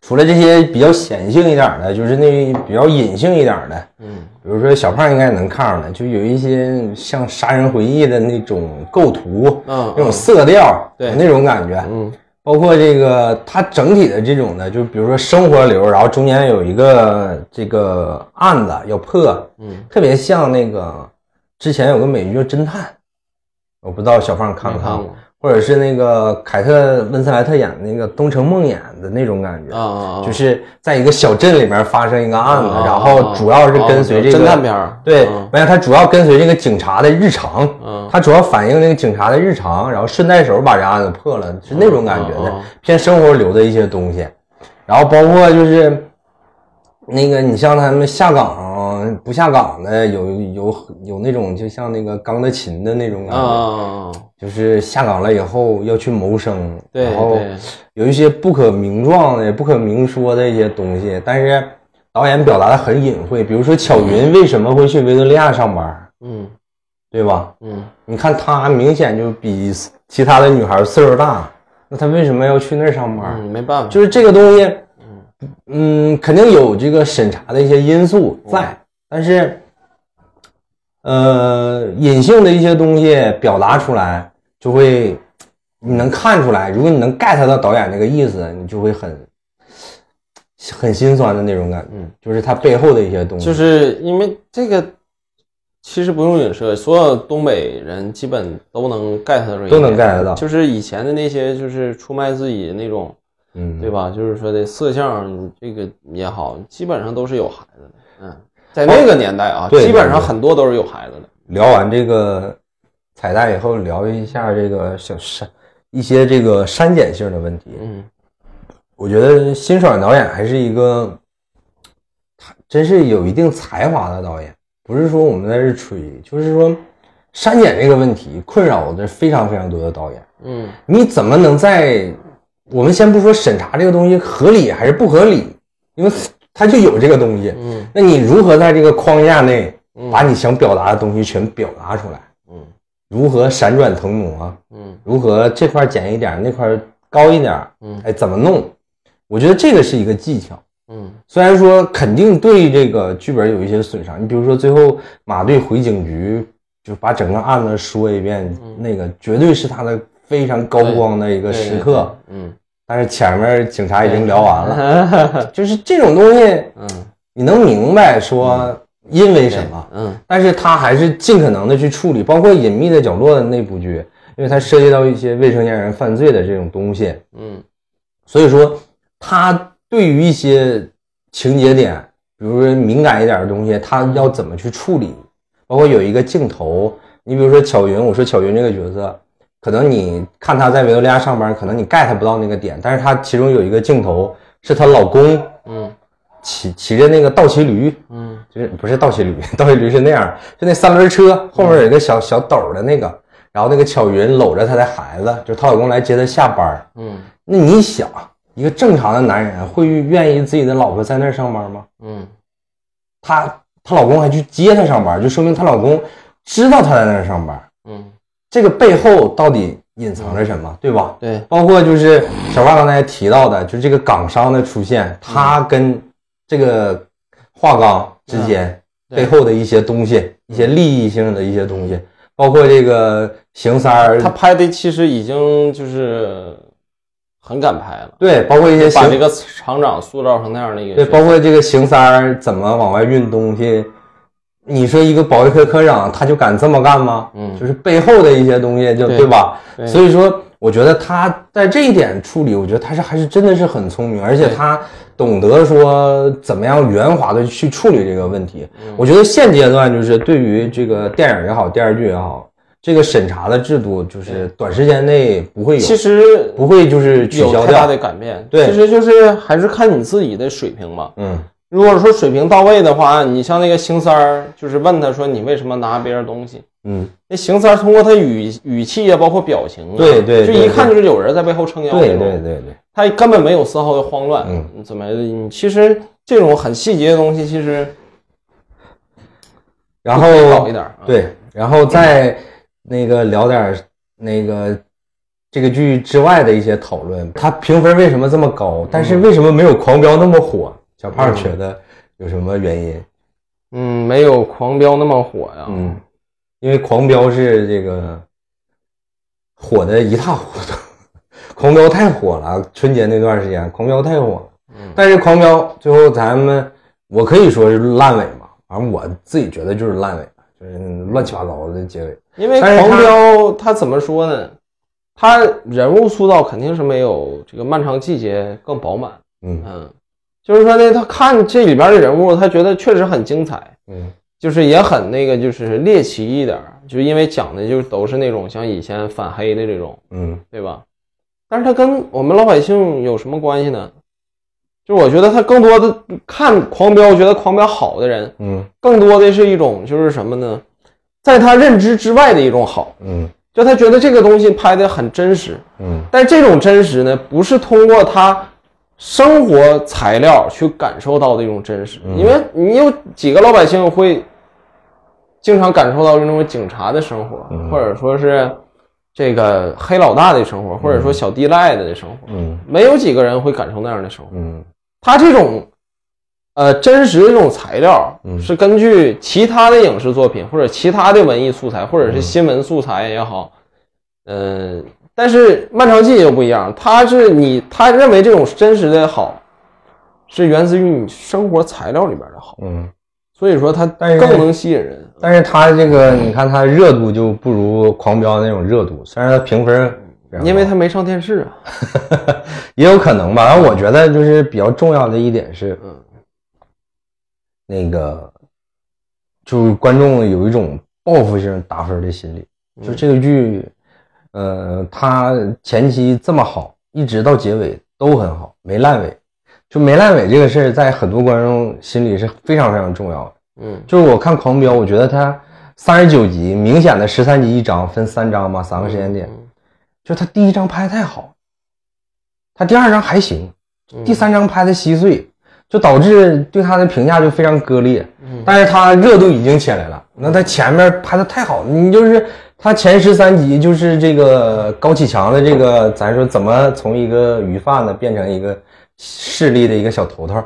Speaker 1: 除了这些比较显性一点儿的，就是那比较隐性一点儿的，
Speaker 2: 嗯，
Speaker 1: 比如说小胖应该能看出来，就有一些像《杀人回忆》的那种构图，
Speaker 2: 嗯
Speaker 1: 那种色调，
Speaker 2: 对
Speaker 1: 有那种感觉，
Speaker 2: 嗯，
Speaker 1: 包括这个它整体的这种的，就比如说生活流，然后中间有一个这个案子要破，
Speaker 2: 嗯，
Speaker 1: 特别像那个之前有个美剧叫《侦探》，我不知道小胖看
Speaker 2: 没
Speaker 1: 没
Speaker 2: 看
Speaker 1: 看
Speaker 2: 过，
Speaker 1: 或者是那个凯特温斯莱特演的那个《东城梦魇》的那种感觉，
Speaker 2: 啊啊，啊
Speaker 1: 就是在一个小镇里面发生一个案子，
Speaker 2: 啊
Speaker 1: 然后主要是跟随这个、
Speaker 2: 侦探片儿，
Speaker 1: 对
Speaker 2: 嗯，
Speaker 1: 没有，它主要跟随这个警察的日常，
Speaker 2: 嗯
Speaker 1: 它主要反映那个警察的日常，然后顺带手把这案子破了，是那种感觉的，
Speaker 2: 嗯嗯嗯
Speaker 1: 偏生活流的一些东西。然后包括就是那个，你像他们下岗不下岗的，有有有那种就像那个钢的琴的那种感
Speaker 2: 啊
Speaker 1: 觉，
Speaker 2: 啊，啊
Speaker 1: 就是下岗了以后要去谋生，
Speaker 2: 对
Speaker 1: 然后
Speaker 2: 对
Speaker 1: 有一些不可名状的、不可明说的一些东西，但是导演表达的很隐晦。比如说巧云为什么会去维多利亚上班，
Speaker 2: 嗯
Speaker 1: 对吧？
Speaker 2: 嗯
Speaker 1: 你看她明显就比其他的女孩岁数大，那她为什么要去那儿上班？
Speaker 2: 嗯，没办法，
Speaker 1: 就是这个东西，嗯，肯定有这个审查的一些因素在，但是，呃，隐性的一些东西表达出来，就会你能看出来，如果你能 get 到导演这个意思，你就会很很心酸的那种感觉，
Speaker 2: 嗯
Speaker 1: 就是它背后的一些东西，
Speaker 2: 就是因为这个，其实不用影射，所有东北人基本都能 get 到这一点
Speaker 1: 都能 get 到，
Speaker 2: 就是以前的那些，就是出卖自己的那种，
Speaker 1: 嗯，
Speaker 2: 对吧？就是说的色相，这个也好，基本上都是有孩子的。嗯，在那个年代啊，
Speaker 1: 哦对
Speaker 2: 基本上
Speaker 1: 对对
Speaker 2: 很多都是有孩子的。
Speaker 1: 聊完这个彩蛋以后，聊一下这个小删一些这个删减性的问题，
Speaker 2: 嗯
Speaker 1: 我觉得辛爽导演还是一个，他真是有一定才华的导演，不是说我们在这吹，就是说删减这个问题困扰着非常非常多的导演。
Speaker 2: 嗯
Speaker 1: 你怎么能在我们先不说审查这个东西合理还是不合理，因为它就有这个东西，
Speaker 2: 嗯
Speaker 1: 那你如何在这个框架内
Speaker 2: 嗯
Speaker 1: 把你想表达的东西全表达出来？
Speaker 2: 嗯
Speaker 1: 如何闪转腾挪？啊
Speaker 2: 嗯
Speaker 1: 如何这块减一点，那块高一点，
Speaker 2: 嗯
Speaker 1: 哎，怎么弄？我觉得这个是一个技巧。
Speaker 2: 嗯
Speaker 1: 虽然说肯定对这个剧本有一些损伤，你比如说最后马队回警局，就把整个案子说一遍，那个绝对是他的非常高光的一个时刻。
Speaker 2: 嗯
Speaker 1: 但是前面警察已经聊完 了，就是这种东西，
Speaker 2: 嗯
Speaker 1: 你能明白说因为什么，
Speaker 2: 嗯
Speaker 1: 但是他还是尽可能的去处理，包括《隐秘的角落》的那部剧，因为它涉及到一些未成年人犯罪的这种东西，
Speaker 2: 嗯
Speaker 1: 所以说他对于一些情节点，比如说敏感一点的东西，他要怎么去处理，包括有一个镜头，你比如说巧云，我说巧云这个角色，可能你看她在维多利亚上班，可能你 get 不到那个点，但是她其中有一个镜头是她老公
Speaker 2: 嗯
Speaker 1: 骑骑着那个倒骑驴，
Speaker 2: 嗯
Speaker 1: 就是不是倒骑驴，倒骑驴是那样儿，就那三轮车后面有一个小小斗儿的那个，然后那个巧云搂着她的孩子，就是她老公来接她下班儿。
Speaker 2: 嗯
Speaker 1: 那你想，一个正常的男人会愿意自己的老婆在那儿上班吗？
Speaker 2: 嗯
Speaker 1: 她她老公还去接她上班，就说明她老公知道她在那儿上班，
Speaker 2: 嗯，
Speaker 1: 这个背后到底隐藏着什么，对吧？
Speaker 2: 对，
Speaker 1: 包括就是小胖刚才提到的，就是这个港商的出现，他跟这个华钢之间
Speaker 2: 嗯
Speaker 1: 背后的一些东西，一些利益性的一些东西，包括这个邢三儿，
Speaker 2: 他拍的其实已经就是很敢拍了。
Speaker 1: 对，包括一些
Speaker 2: 把这
Speaker 1: 邢，
Speaker 2: 个厂长塑造成那样的一个
Speaker 1: 对，
Speaker 2: 角色
Speaker 1: 包括这个邢三儿怎么往外运东西。你说一个保卫科科长，他就敢这么干吗？
Speaker 2: 嗯
Speaker 1: 就是背后的一些东西就，
Speaker 2: 对
Speaker 1: 对吧？
Speaker 2: 对
Speaker 1: 所以说，我觉得他在这一点处理，我觉得他是还是真的是很聪明，而且
Speaker 2: 对
Speaker 1: 他懂得说怎么样圆滑的去处理这个问题。
Speaker 2: 嗯
Speaker 1: 我觉得现阶段就是对于这个电影也好，电视剧也好，这个审查的制度就是短时间内不会有
Speaker 2: 其，实
Speaker 1: 不会就是取
Speaker 2: 有
Speaker 1: 消
Speaker 2: 太大的
Speaker 1: 掉。
Speaker 2: 改变。
Speaker 1: 对
Speaker 2: 其实就是还是看你自己的水平吧。
Speaker 1: 嗯，
Speaker 2: 如果说水平到位的话，你像那个邢三儿，就是问他说你为什么拿别人东西，
Speaker 1: 嗯，
Speaker 2: 那邢三儿通过他语语气啊，包括表情啊，
Speaker 1: 对对
Speaker 2: 就
Speaker 1: 对
Speaker 2: 一看就是有人在背后撑腰。
Speaker 1: 对对，对对，
Speaker 2: 他根本没有丝毫的慌乱。
Speaker 1: 嗯，
Speaker 2: 怎么你其实这种很细节的东西，其实
Speaker 1: 然
Speaker 2: 会
Speaker 1: 后
Speaker 2: 好一点儿。啊，
Speaker 1: 哦对，然后再那个聊点儿那个这个剧之外的一些讨论。它评分为什么这么高？但是为什么没有《狂飙》那么火？小胖觉得有什么原因？
Speaker 2: 嗯，没有《狂飙》那么火呀。
Speaker 1: 嗯，因为《狂飙》是这个火的一塌糊涂， 《狂飙》太火了。春节那段时间，《狂飙》太火了。但是《狂飙》最后咱们，我可以说是烂尾嘛，反正我自己觉得就是烂尾，就是乱七八糟的结尾。
Speaker 2: 因为
Speaker 1: 但是
Speaker 2: 《
Speaker 1: 他
Speaker 2: 狂飙》它怎么说呢？它人物塑造肯定是没有这个《漫长季节》更饱满。
Speaker 1: 嗯
Speaker 2: 嗯，就是说呢，他看这里边的人物，他觉得确实很精彩，
Speaker 1: 嗯
Speaker 2: 就是也很那个，就是猎奇一点儿，就因为讲的就都是那种像以前反黑的这种，
Speaker 1: 嗯
Speaker 2: 对吧？但是它跟我们老百姓有什么关系呢？就我觉得他更多的看《狂飙》，觉得《狂飙》好的人，
Speaker 1: 嗯
Speaker 2: 更多的是一种就是什么呢？在他认知之外的一种好，
Speaker 1: 嗯
Speaker 2: 就他觉得这个东西拍的很真实，
Speaker 1: 嗯
Speaker 2: 但这种真实呢，不是通过他生活材料去感受到的一种真实，因为你有几个老百姓会经常感受到那种警察的生活，或者说是这个黑老大的生活，或者说小地赖的生活，
Speaker 1: 嗯
Speaker 2: 没有几个人会感受那样的生活。
Speaker 1: 嗯
Speaker 2: 他这种呃真实的这种材料，
Speaker 1: 嗯
Speaker 2: 是根据其他的影视作品或者其他的文艺素材，或者是新闻素材也好，嗯、但是《漫长季节》就不一样，他是你他认为这种真实的好，是源自于你生活材料里边的好，
Speaker 1: 嗯。
Speaker 2: 所以说它
Speaker 1: 但是
Speaker 2: 更能吸引人。
Speaker 1: 但是它这个，你看它热度就不如《狂飙》那种热度，虽然它评分非常高，
Speaker 2: 因为它没上电视啊，
Speaker 1: 也有可能吧。然后我觉得就是比较重要的一点是，
Speaker 2: 嗯
Speaker 1: 那个就是观众有一种报复性打分的心理，就这个剧，呃，它前期这么好，一直到结尾都很好，没烂尾。就没烂尾这个事儿，在很多观众心里是非常非常重要的。
Speaker 2: 嗯
Speaker 1: 就是我看《狂飙》，我觉得它三十九集，明显的十三集一章，分三章嘛，三个时间点。就它第一章拍得太好，它第二章还行，
Speaker 2: 嗯
Speaker 1: 第三章拍的稀碎，就导致对它的评价就非常割裂。但是它热度已经起来了，那它前面拍的太好，你就是它前十三集就是这个高启强的这个，咱说怎么从一个鱼贩子变成一个势力的一个小头头。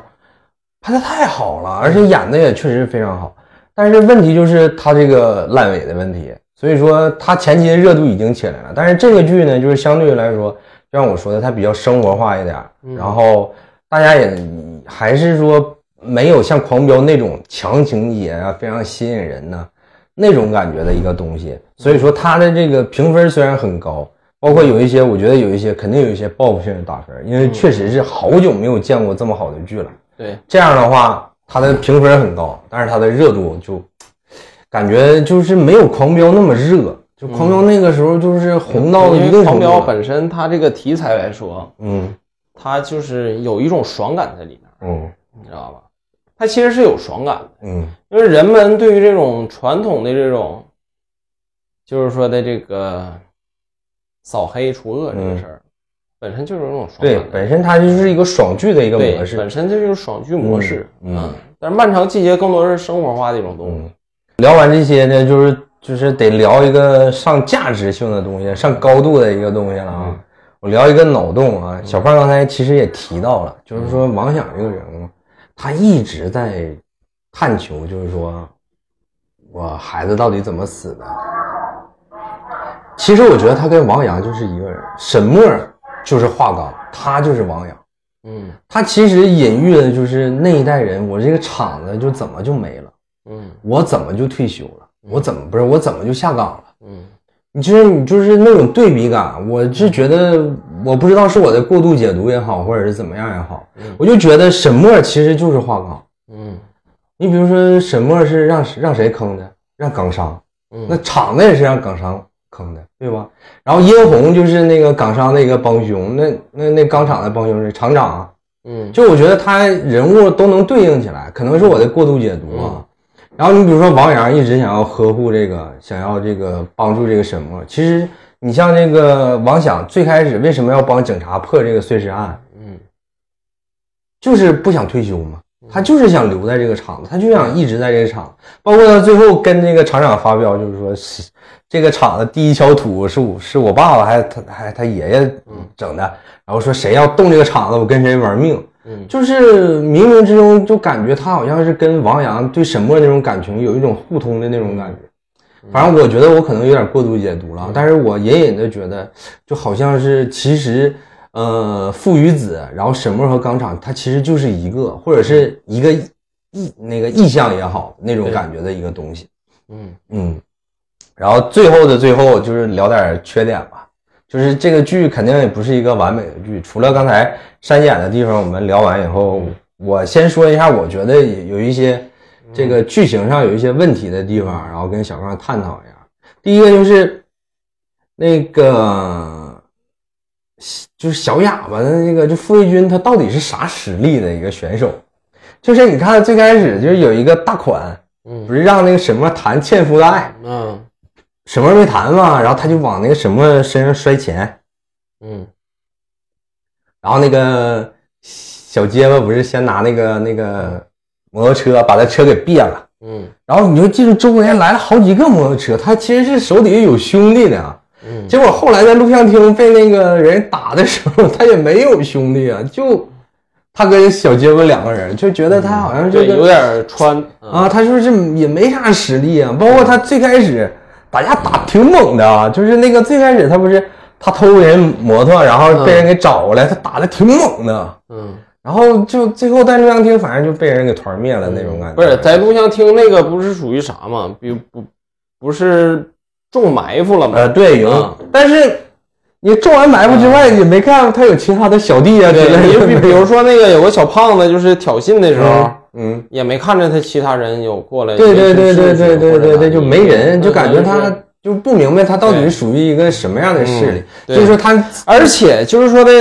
Speaker 1: 拍的太好了，而且演的也确实非常好。但是问题就是他这个烂尾的问题，所以说他前期的热度已经起来了。但是这个剧呢，就是相对来说，就像我说的，它比较生活化一点，然后大家也还是说没有像《狂飙》那种强情节啊，非常吸引人呐，那种感觉的一个东西。所以说它的这个评分虽然很高。包括有一些，我觉得有一些肯定有一些报复性的打分，因为确实是好久没有见过这么好的剧了。
Speaker 2: 嗯对，
Speaker 1: 这样的话，它的评分很高，但是它的热度就感觉就是没有《狂飙》那么热。就《狂飙》那个时候就是红到一
Speaker 2: 因为
Speaker 1: 定程
Speaker 2: 狂
Speaker 1: 度
Speaker 2: 飙
Speaker 1: 了，
Speaker 2: 本身它这个题材来说，
Speaker 1: 嗯
Speaker 2: 它就是有一种爽感在里面，
Speaker 1: 嗯
Speaker 2: 你知道吧？它其实是有爽感的。
Speaker 1: 嗯
Speaker 2: 因为人们对于这种传统的这种，就是说的这个扫黑除恶这个事儿，本身就是有一种爽
Speaker 1: 嗯对
Speaker 2: 感，的，
Speaker 1: 本身它就是一个爽剧的一个
Speaker 2: 对，
Speaker 1: 模式
Speaker 2: 本。身就是爽剧模式，
Speaker 1: 嗯嗯
Speaker 2: 但是漫长季节更多是生活化的一种东西，
Speaker 1: 嗯，聊完这些呢，就是就是得聊一个上价值性的东西，上高度的一个东西了啊。我聊一个脑洞啊，小胖刚才其实也提到了，就是说王响这个人物，他一直在探求，就是说我孩子到底怎么死的。其实我觉得他跟王阳就是一个人，沈墨就是华岗，他就是王阳。
Speaker 2: 嗯
Speaker 1: 他其实隐喻的就是那一代人，我这个厂子就怎么就没了。
Speaker 2: 嗯
Speaker 1: 我怎么就退休了？我怎么不是我怎么就下岗了？
Speaker 2: 嗯
Speaker 1: 你就是你就是那种对比感，啊我是觉得我不知道是我的过度解读也好，或者是怎么样也好，我就觉得沈墨其实就是华岗。
Speaker 2: 嗯
Speaker 1: 你比如说沈墨是让让谁坑的？让港商，
Speaker 2: 嗯
Speaker 1: 那厂子也是让港商坑的，对吧？然后殷红就是那个港商的一个帮凶，那那那钢厂的帮凶是厂长啊，
Speaker 2: 嗯
Speaker 1: 就我觉得他人物都能对应起来，可能是我的过度解读啊。然后你比如说王阳一直想要呵护这个，想要这个帮助这个沈墨。其实你像这个王想最开始为什么要帮警察破这个碎尸案，
Speaker 2: 嗯
Speaker 1: 就是不想退休嘛。
Speaker 2: 嗯
Speaker 1: 他就是想留在这个厂子，他就想一直在这个厂子，包括他最后跟那个厂长发表，就是说是这个厂子第一锹土是我是我爸爸还他还他爷爷
Speaker 2: 嗯
Speaker 1: 整的，然后说谁要动这个厂子，我跟谁玩命。
Speaker 2: 嗯
Speaker 1: 就是冥冥之中就感觉他好像是跟王阳对沈墨那种感情有一种互通的那种感觉。反正我觉得我可能有点过度解读了，但是我隐隐的觉得，就好像是其实，呃，父与子，然后沈墨和钢厂，它其实就是一个，或者是一个意那个意象也好，那种
Speaker 2: 对
Speaker 1: 感觉的一个东西。
Speaker 2: 嗯
Speaker 1: 嗯，然后最后的最后就是聊点缺点吧，就是这个剧肯定也不是一个完美的剧，除了刚才删减的地方，我们聊完以后，我先说一下，我觉得有一些这个剧情上有一些问题的地方，然后跟小刚探讨一下。第一个就是那个。就是小哑巴的那个，就傅卫军他到底是啥实力的一个选手？就是你看最开始就是有一个大款，
Speaker 2: 嗯
Speaker 1: 不是让那个沈墨弹《纤夫的爱》，
Speaker 2: 嗯
Speaker 1: 沈墨没弹嘛，然后他就往那个沈墨身上摔钱，
Speaker 2: 嗯
Speaker 1: 然后那个小结巴不是先拿那个那个摩托车把他车给别了，
Speaker 2: 嗯
Speaker 1: 然后你就记住周围来了好几个摩托车，他其实是手底下有兄弟的啊。
Speaker 2: 嗯
Speaker 1: 结果后来在录像厅被那个人打的时候，他也没有兄弟啊，就他跟小结巴两个人，就觉得他好像这
Speaker 2: 对，
Speaker 1: 个
Speaker 2: 有点穿
Speaker 1: 啊，，他是不是也没啥实力啊？包括他最开始打架打挺猛的啊，就是那个最开始他不是他偷人摩托，然后被人给找过来，他打的挺猛的，
Speaker 2: 嗯，
Speaker 1: 然后就最后在录像厅反正就被人给团灭了那种感觉。
Speaker 2: 嗯不是在录像厅那个不是属于啥嘛？比不不是中埋伏了吗？
Speaker 1: 呃，对，有，
Speaker 2: 啊
Speaker 1: 但是你中完埋伏之外，你没看他有其他的小弟啊之
Speaker 2: 对，
Speaker 1: 类
Speaker 2: 你
Speaker 1: 的，
Speaker 2: 就比 比如说那个有个小胖子，就是挑衅的时候
Speaker 1: 嗯，嗯。
Speaker 2: 也没看着他其他人有过来，
Speaker 1: 对对对
Speaker 2: 也
Speaker 1: 对
Speaker 2: 是制
Speaker 1: 对
Speaker 2: 止
Speaker 1: 对
Speaker 2: 或者
Speaker 1: 对
Speaker 2: 哪
Speaker 1: 对，
Speaker 2: 里
Speaker 1: 就没人，就感觉他
Speaker 2: 嗯
Speaker 1: 就不明白他到底
Speaker 2: 对嗯
Speaker 1: 是属于一个什么样的势力，
Speaker 2: 对
Speaker 1: 所以说他，
Speaker 2: 而且就是说的，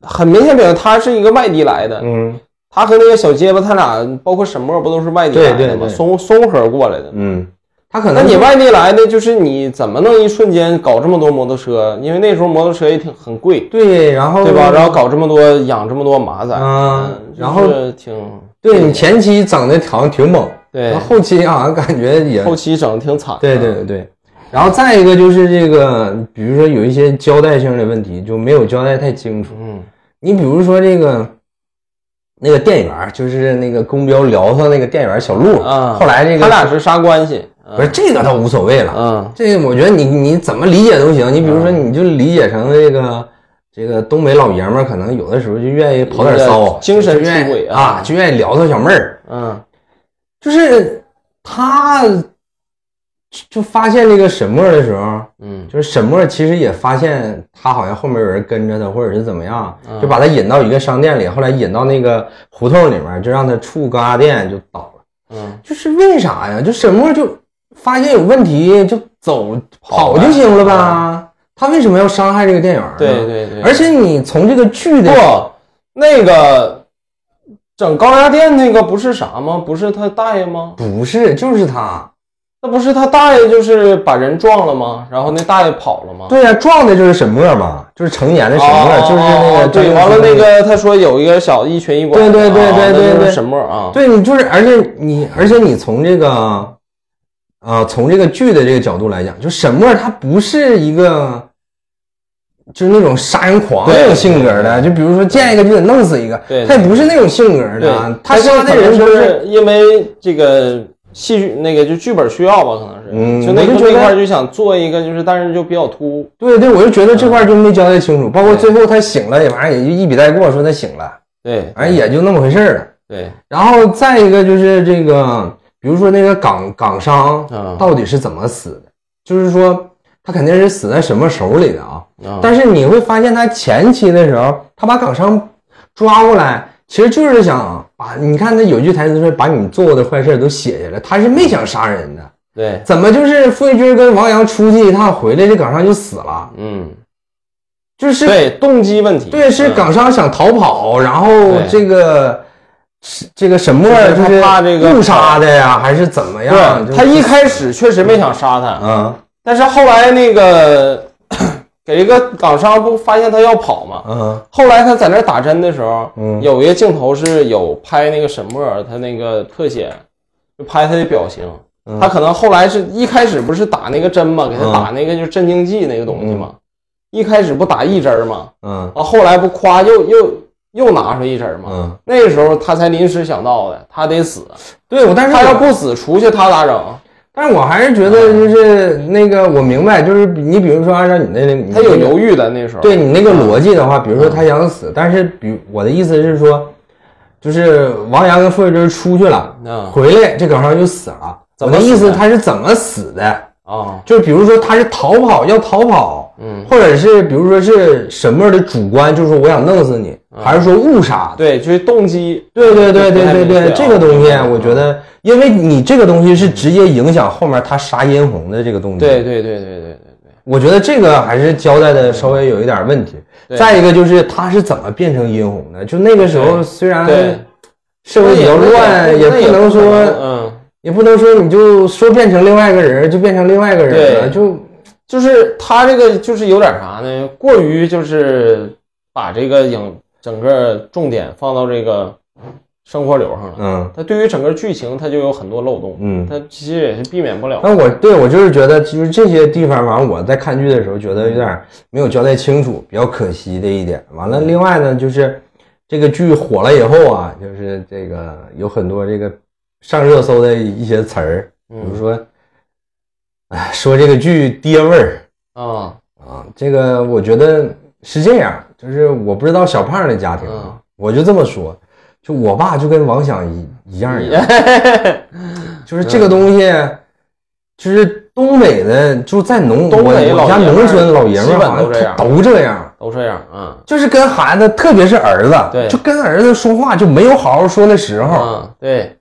Speaker 2: 很明显表现他是一个外地来的，
Speaker 1: 嗯
Speaker 2: 他和那个小结巴，他俩包括沈墨不都是外地
Speaker 1: 对
Speaker 2: 来的
Speaker 1: 对对
Speaker 2: 吗？松松河过来的。
Speaker 1: 嗯，他可
Speaker 2: 那
Speaker 1: 能
Speaker 2: 你
Speaker 1: 就
Speaker 2: 外地来的，就是你怎么能一瞬间搞这么多摩托车？因为那时候摩托车也挺很贵，
Speaker 1: 对，然后
Speaker 2: 对吧？然后搞这么多养这么多马仔，
Speaker 1: 嗯然后
Speaker 2: 就是挺
Speaker 1: 对你前期整的好像挺猛，
Speaker 2: 对
Speaker 1: 然后后期好像感觉也，
Speaker 2: 后期整的挺惨的。
Speaker 1: 对对对对，然后再一个就是这个，比如说有一些交代性的问题就没有交代太清楚。
Speaker 2: 嗯
Speaker 1: 你比如说这个那个店员，就是那个公标聊上那个店员小鹿，
Speaker 2: 啊，
Speaker 1: 后来这个
Speaker 2: 他俩是啥关系？
Speaker 1: 不是这个倒无所谓了，
Speaker 2: 嗯
Speaker 1: 这个我觉得你你怎么理解都行。你比如
Speaker 2: 啊
Speaker 1: 说，你就理解成这个这个东北老爷们儿，可能有的时候就愿意跑点骚，
Speaker 2: 精神
Speaker 1: 就愿意
Speaker 2: 出轨啊
Speaker 1: 啊，就愿意聊骚小妹儿。
Speaker 2: 嗯
Speaker 1: 就是他就发现这个沈墨的时候，
Speaker 2: 嗯
Speaker 1: 就是沈墨其实也发现他好像后面有人跟着他，或者是怎么样，
Speaker 2: 嗯
Speaker 1: 就把他引到一个商店里，后来引到那个胡同里面，就让他处高压电就倒了。
Speaker 2: 嗯，
Speaker 1: 就是为啥呀？就沈墨就发现有问题就走
Speaker 2: 跑
Speaker 1: 跑
Speaker 2: 呗
Speaker 1: 就行了吧？他为什么要伤害这个店员呢？
Speaker 2: 对对对。
Speaker 1: 嗯而且你从这个剧的
Speaker 2: 不，那个整高压电那个不是啥吗？不是他大爷吗？
Speaker 1: 不是就是他，
Speaker 2: 那不是他大爷就是把人撞了吗？然后那大爷跑了吗？
Speaker 1: 对呀、撞的就是沈墨嘛，就是成年的沈墨，
Speaker 2: 哦
Speaker 1: 就是那
Speaker 2: 哦
Speaker 1: 个
Speaker 2: 哦对，
Speaker 1: 张
Speaker 2: 完了
Speaker 1: 静
Speaker 2: 那
Speaker 1: 初
Speaker 2: 个他说有一个小一瘸一拐的，
Speaker 1: 对对对
Speaker 2: 啊
Speaker 1: 对
Speaker 2: 那
Speaker 1: 对
Speaker 2: 就是
Speaker 1: 对
Speaker 2: 沈墨啊，
Speaker 1: 对你就是，而且你，而且你从这个，呃，从这个剧的这个角度来讲，就沈墨他不是一个，就是那种杀人狂
Speaker 2: 对
Speaker 1: 那种性格的，就比如说见一个就得弄死一个，
Speaker 2: 对对
Speaker 1: 他也不是那种性格的啊
Speaker 2: 对，，
Speaker 1: 他
Speaker 2: 啊是
Speaker 1: 杀的人都
Speaker 2: 就
Speaker 1: 是
Speaker 2: 是因为这个戏剧那个就剧本需要吧，可能是，
Speaker 1: 嗯
Speaker 2: 就那
Speaker 1: 我
Speaker 2: 个
Speaker 1: 就觉得
Speaker 2: 那块儿就想做一个，就是但是就比较突兀，
Speaker 1: 对对，我就觉得
Speaker 2: 嗯
Speaker 1: 这块就没交代清楚，包括最后他醒了，也反正也就一笔带过，说他醒了，
Speaker 2: 对
Speaker 1: 反正也就那么回事儿了。
Speaker 2: 对，
Speaker 1: 然后再一个就是这个，比如说那个港港商
Speaker 2: 嗯
Speaker 1: 到底是怎么死的，就是说他肯定是死在什么手里的啊。
Speaker 2: 啊
Speaker 1: 但是你会发现，他前期的时候，他把港商抓过来，其实就是想把你看他有句台词说把你做过的坏事都写下来，他是没想杀人的。
Speaker 2: 对，
Speaker 1: 怎么就是傅卫军跟王阳出去一趟回来，这港商就死了？
Speaker 2: 嗯，
Speaker 1: 就是
Speaker 2: 对，动机问题，
Speaker 1: 对，是
Speaker 2: 嗯
Speaker 1: 港商想逃跑，然后
Speaker 2: 对
Speaker 1: 这个是这个沈墨
Speaker 2: 就
Speaker 1: 就
Speaker 2: 是他
Speaker 1: 是
Speaker 2: 怕这个
Speaker 1: 误杀的呀，还是怎么样？
Speaker 2: 对，
Speaker 1: 就嗯
Speaker 2: 他一开始确实没想杀他，
Speaker 1: 啊，
Speaker 2: 但是后来那个 给一个港商不发现他要跑嘛，
Speaker 1: 嗯
Speaker 2: 后来他在那儿打针的时候，
Speaker 1: 嗯
Speaker 2: 有一个镜头是有拍那个沈墨儿他那个特写，就拍他的表情。
Speaker 1: 嗯
Speaker 2: 他可能后来是一开始不是打那个针嘛，给他
Speaker 1: 嗯
Speaker 2: 打那个就是镇静剂那个东西嘛，一开始不打一针儿嘛，
Speaker 1: 嗯
Speaker 2: 啊，后来不夸又又又拿出一针儿嘛，
Speaker 1: 嗯，
Speaker 2: 那个时候他才临时想到的，他得死，
Speaker 1: 对我，但是
Speaker 2: 他要
Speaker 1: 我
Speaker 2: 不死出去他咋整？
Speaker 1: 但是我还是觉得
Speaker 2: 嗯
Speaker 1: 就是那个，我明白，就是比你比如说按照你那，你
Speaker 2: 他有嗯犹豫的那时候，
Speaker 1: 对你那个逻辑的话，比如说他想死，但是比我的意思是说，就是王阳跟傅慧珍出去了，
Speaker 2: 嗯
Speaker 1: 回来这港商就死了。
Speaker 2: 怎
Speaker 1: 我
Speaker 2: 么
Speaker 1: 的
Speaker 2: 死的
Speaker 1: 意思他是怎么死的？
Speaker 2: 啊，
Speaker 1: 就是比如说他是逃跑要逃跑，
Speaker 2: 嗯，
Speaker 1: 或者是比如说是沈墨的主观，就是说我想弄死你，还是说误杀的？
Speaker 2: 对，就是动机，
Speaker 1: 对对对对对
Speaker 2: 不太明确
Speaker 1: 对，
Speaker 2: 啊
Speaker 1: 这个东西我觉得，因为你这个东西是直接影响后面他杀殷红的这个动机。
Speaker 2: 对对对对对对对，
Speaker 1: 我觉得这个还是交代的稍微有一点问题。
Speaker 2: 对
Speaker 1: 再一个就是他是怎么变成殷红的？就那个时候
Speaker 2: 对
Speaker 1: 虽然
Speaker 2: 对
Speaker 1: 社会比较乱，也
Speaker 2: 那
Speaker 1: 不能说
Speaker 2: 嗯。
Speaker 1: 也不能说你就说变成另外一个人儿就变成另外一个人了，
Speaker 2: 对
Speaker 1: 就
Speaker 2: 就是他这个就是有点啥呢？过于就是把这个影整个重点放到这个生活流上了。
Speaker 1: 嗯
Speaker 2: 他对于整个剧情他就有很多漏洞，
Speaker 1: 嗯。
Speaker 2: 他其实也是避免不了。
Speaker 1: 那我对我就是觉得，就是这些地方，完了我在看剧的时候觉得有点没有交代清楚，比较可惜的一点。完
Speaker 2: 嗯
Speaker 1: 了，另外呢，就是这个剧火了以后啊，就是这个有很多这个上热搜的一些词儿，比如
Speaker 2: 嗯
Speaker 1: 说，哎，说这个剧爹味儿
Speaker 2: 啊，
Speaker 1: 啊，这个我觉得是这样，就是我不知道小胖的家庭，
Speaker 2: 嗯
Speaker 1: 啊，我就这么说，就我爸就跟王响一一样一样，就是这个东西，就是东北的，就在农，
Speaker 2: 东北
Speaker 1: 我我家
Speaker 2: 老爷们儿
Speaker 1: 农村老爷们儿好
Speaker 2: 基本都这
Speaker 1: 像
Speaker 2: 样
Speaker 1: 都这样。
Speaker 2: 都这样啊。
Speaker 1: 就是跟孩子，特别是儿子，
Speaker 2: 对
Speaker 1: 就跟儿子说话就没有好好说的时候，
Speaker 2: 啊，对，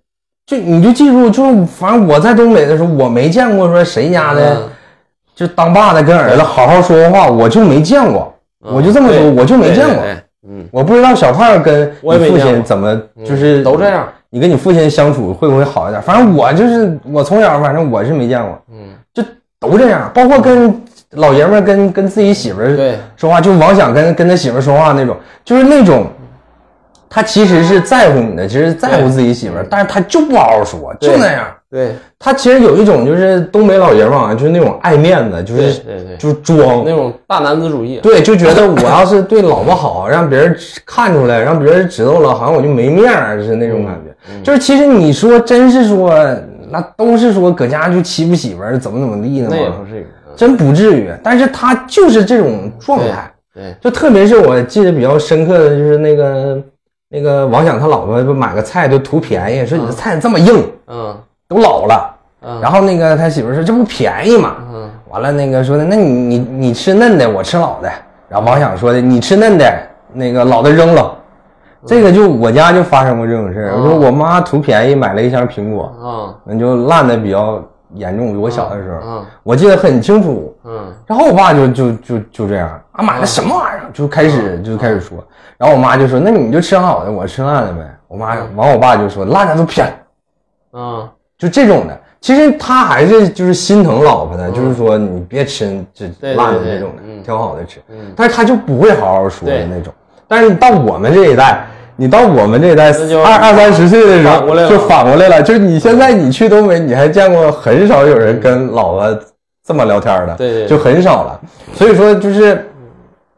Speaker 1: 就你就记住，就是反正我在东北的时候，我没见过说谁家的、
Speaker 2: 嗯
Speaker 1: 就当爸的跟儿子好好说话，我就没见过，
Speaker 2: 嗯
Speaker 1: 我就这么说，
Speaker 2: 对
Speaker 1: 我就没见
Speaker 2: 对
Speaker 1: 过，
Speaker 2: 对对嗯，
Speaker 1: 我不知道小胖跟
Speaker 2: 我也
Speaker 1: 你
Speaker 2: 没
Speaker 1: 父
Speaker 2: 见
Speaker 1: 亲
Speaker 2: 过
Speaker 1: 怎么
Speaker 2: 嗯
Speaker 1: 就是
Speaker 2: 都这，样。
Speaker 1: 你跟你父亲相处会不会好一点？反正我就是我从小反正我是没见过，
Speaker 2: 嗯，
Speaker 1: 就都这样，包括跟老爷们儿跟跟自己媳妇儿
Speaker 2: 对，
Speaker 1: 说话，就王想跟跟他媳妇儿说话那种，就是那种。他其实是在乎你的，其实在乎自己媳妇儿，但是他就不好好说，就
Speaker 2: 对
Speaker 1: 那样。
Speaker 2: 对
Speaker 1: 他其实有一种就是东北老爷们儿啊，就是那种爱面子，就
Speaker 2: 对
Speaker 1: 是
Speaker 2: 对对，
Speaker 1: 就是装
Speaker 2: 那，种大男子主义。
Speaker 1: 对，就觉得我要是对老婆好， 让别人看出来，让别人知道了，好像我就没面儿，是那种感觉。
Speaker 2: 嗯
Speaker 1: 就是其实你说真是说，那都是说搁家就欺负媳妇儿，怎么怎么地的
Speaker 2: 那也
Speaker 1: 嘛
Speaker 2: 不，至于，嗯
Speaker 1: 真不至于。但是他就是这种状态，
Speaker 2: 对，
Speaker 1: 就特别是我记得比较深刻的就是那个那个王响他老婆不买个菜就图便宜，说你的菜这么硬，
Speaker 2: 嗯
Speaker 1: 都老了。
Speaker 2: 嗯
Speaker 1: 然后那个他媳妇儿说这不便宜嘛，
Speaker 2: 嗯
Speaker 1: 完了，那个说的，那你你你吃嫩的，我吃老的。然后王想说的，你吃嫩的，那个老的扔了。这个就我家就发生过这种事儿。我说我妈图便宜买了一箱苹果，
Speaker 2: 嗯
Speaker 1: 那就烂的比较严重。我小的时候，
Speaker 2: 嗯
Speaker 1: 我记得很清楚。
Speaker 2: 嗯
Speaker 1: 然后我爸就就就就这样啊，买了什么玩意儿，就开始
Speaker 2: 嗯
Speaker 1: 就开始说。然后我妈就说，那你就吃好的，我吃烂的呗。我妈完，我爸就说烂的都偏。
Speaker 2: 嗯
Speaker 1: 就这种的。其实他还是就是心疼老婆的，就是说你别吃这
Speaker 2: 嗯对
Speaker 1: 辣的
Speaker 2: 对对
Speaker 1: 这种的，
Speaker 2: 嗯
Speaker 1: 挑好的吃。
Speaker 2: 嗯
Speaker 1: 但是他就不会好好说的
Speaker 2: 对
Speaker 1: 那种。但是你到我们这一代，你到我们这一代
Speaker 2: 那就
Speaker 1: 二二三十岁的时
Speaker 2: 反过来
Speaker 1: 候，
Speaker 2: 了嗯
Speaker 1: 就反过来了。就是你现在你去东北，你还见过很少有人跟老婆这么聊天的，
Speaker 2: 对对对
Speaker 1: 就很少了。所以说就是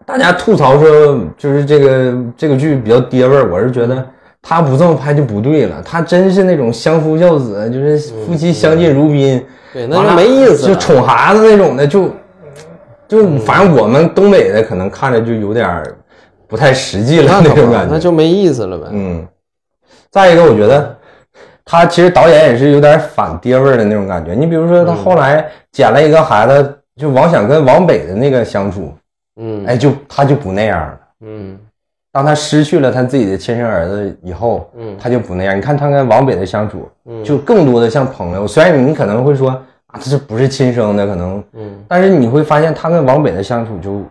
Speaker 1: 大家吐槽说，就是这个这个剧比较爹味儿，我是觉得他不这么拍就不对了。他真是那种相夫教子，就是夫妻相敬如宾，
Speaker 2: 对，嗯那
Speaker 1: 完了
Speaker 2: 就没意思
Speaker 1: 就
Speaker 2: 了。
Speaker 1: 宠孩子那种的，就就反正我们东北的可能看着就有点儿不太实际了
Speaker 2: 那可
Speaker 1: 种
Speaker 2: 不
Speaker 1: 感觉，
Speaker 2: 那就没意思了呗。
Speaker 1: 嗯。再一个，我觉得他其实导演也是有点反爹味儿的那种感觉。你比如说，
Speaker 2: 嗯
Speaker 1: 他后来捡了一个孩子，就王想跟王北的那个相处，
Speaker 2: 嗯，
Speaker 1: 哎，就他就不那样了。
Speaker 2: 嗯
Speaker 1: 当他失去了他自己的亲生儿子以后，
Speaker 2: 嗯
Speaker 1: 他就不那样。你看他跟王北的相处，
Speaker 2: 嗯
Speaker 1: 就更多的像朋友。虽然你可能会说啊，这不是亲生的，可能，
Speaker 2: 嗯
Speaker 1: 但是你会发现他跟王北的相处就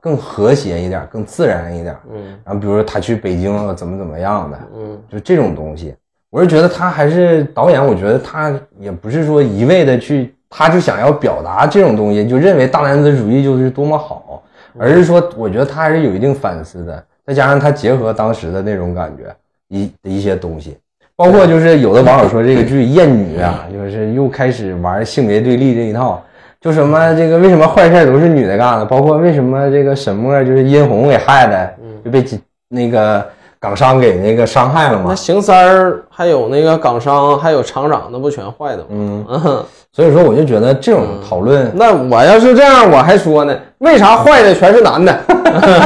Speaker 1: 更和谐一点，更自然一点。
Speaker 2: 嗯
Speaker 1: 然后比如说他去北京啊了，怎么怎么样的，
Speaker 2: 嗯
Speaker 1: 就这种东西，我是觉得他还是导演，我觉得他也不是说一味的去，他就想要表达这种东西，就认为大男子主义就是多么好，而是说我觉得他还是有一定反思的，再加上他结合当时的那种感觉一的一些东西，包括就是有的网友说这个剧厌女啊，就是又开始玩性别对立这一套。就什么这个为什么坏事儿都是女的干的，包括为什么这个沈墨就是殷红给害的，就被几那个港商给那个伤害了
Speaker 2: 那
Speaker 1: 嘛。
Speaker 2: 邢三儿还有那个港商还有厂长，那不全坏的吗？嗯，
Speaker 1: 所以说我就觉得这种讨论，
Speaker 2: 那我要是这样，我还说呢，为啥坏的全是男的？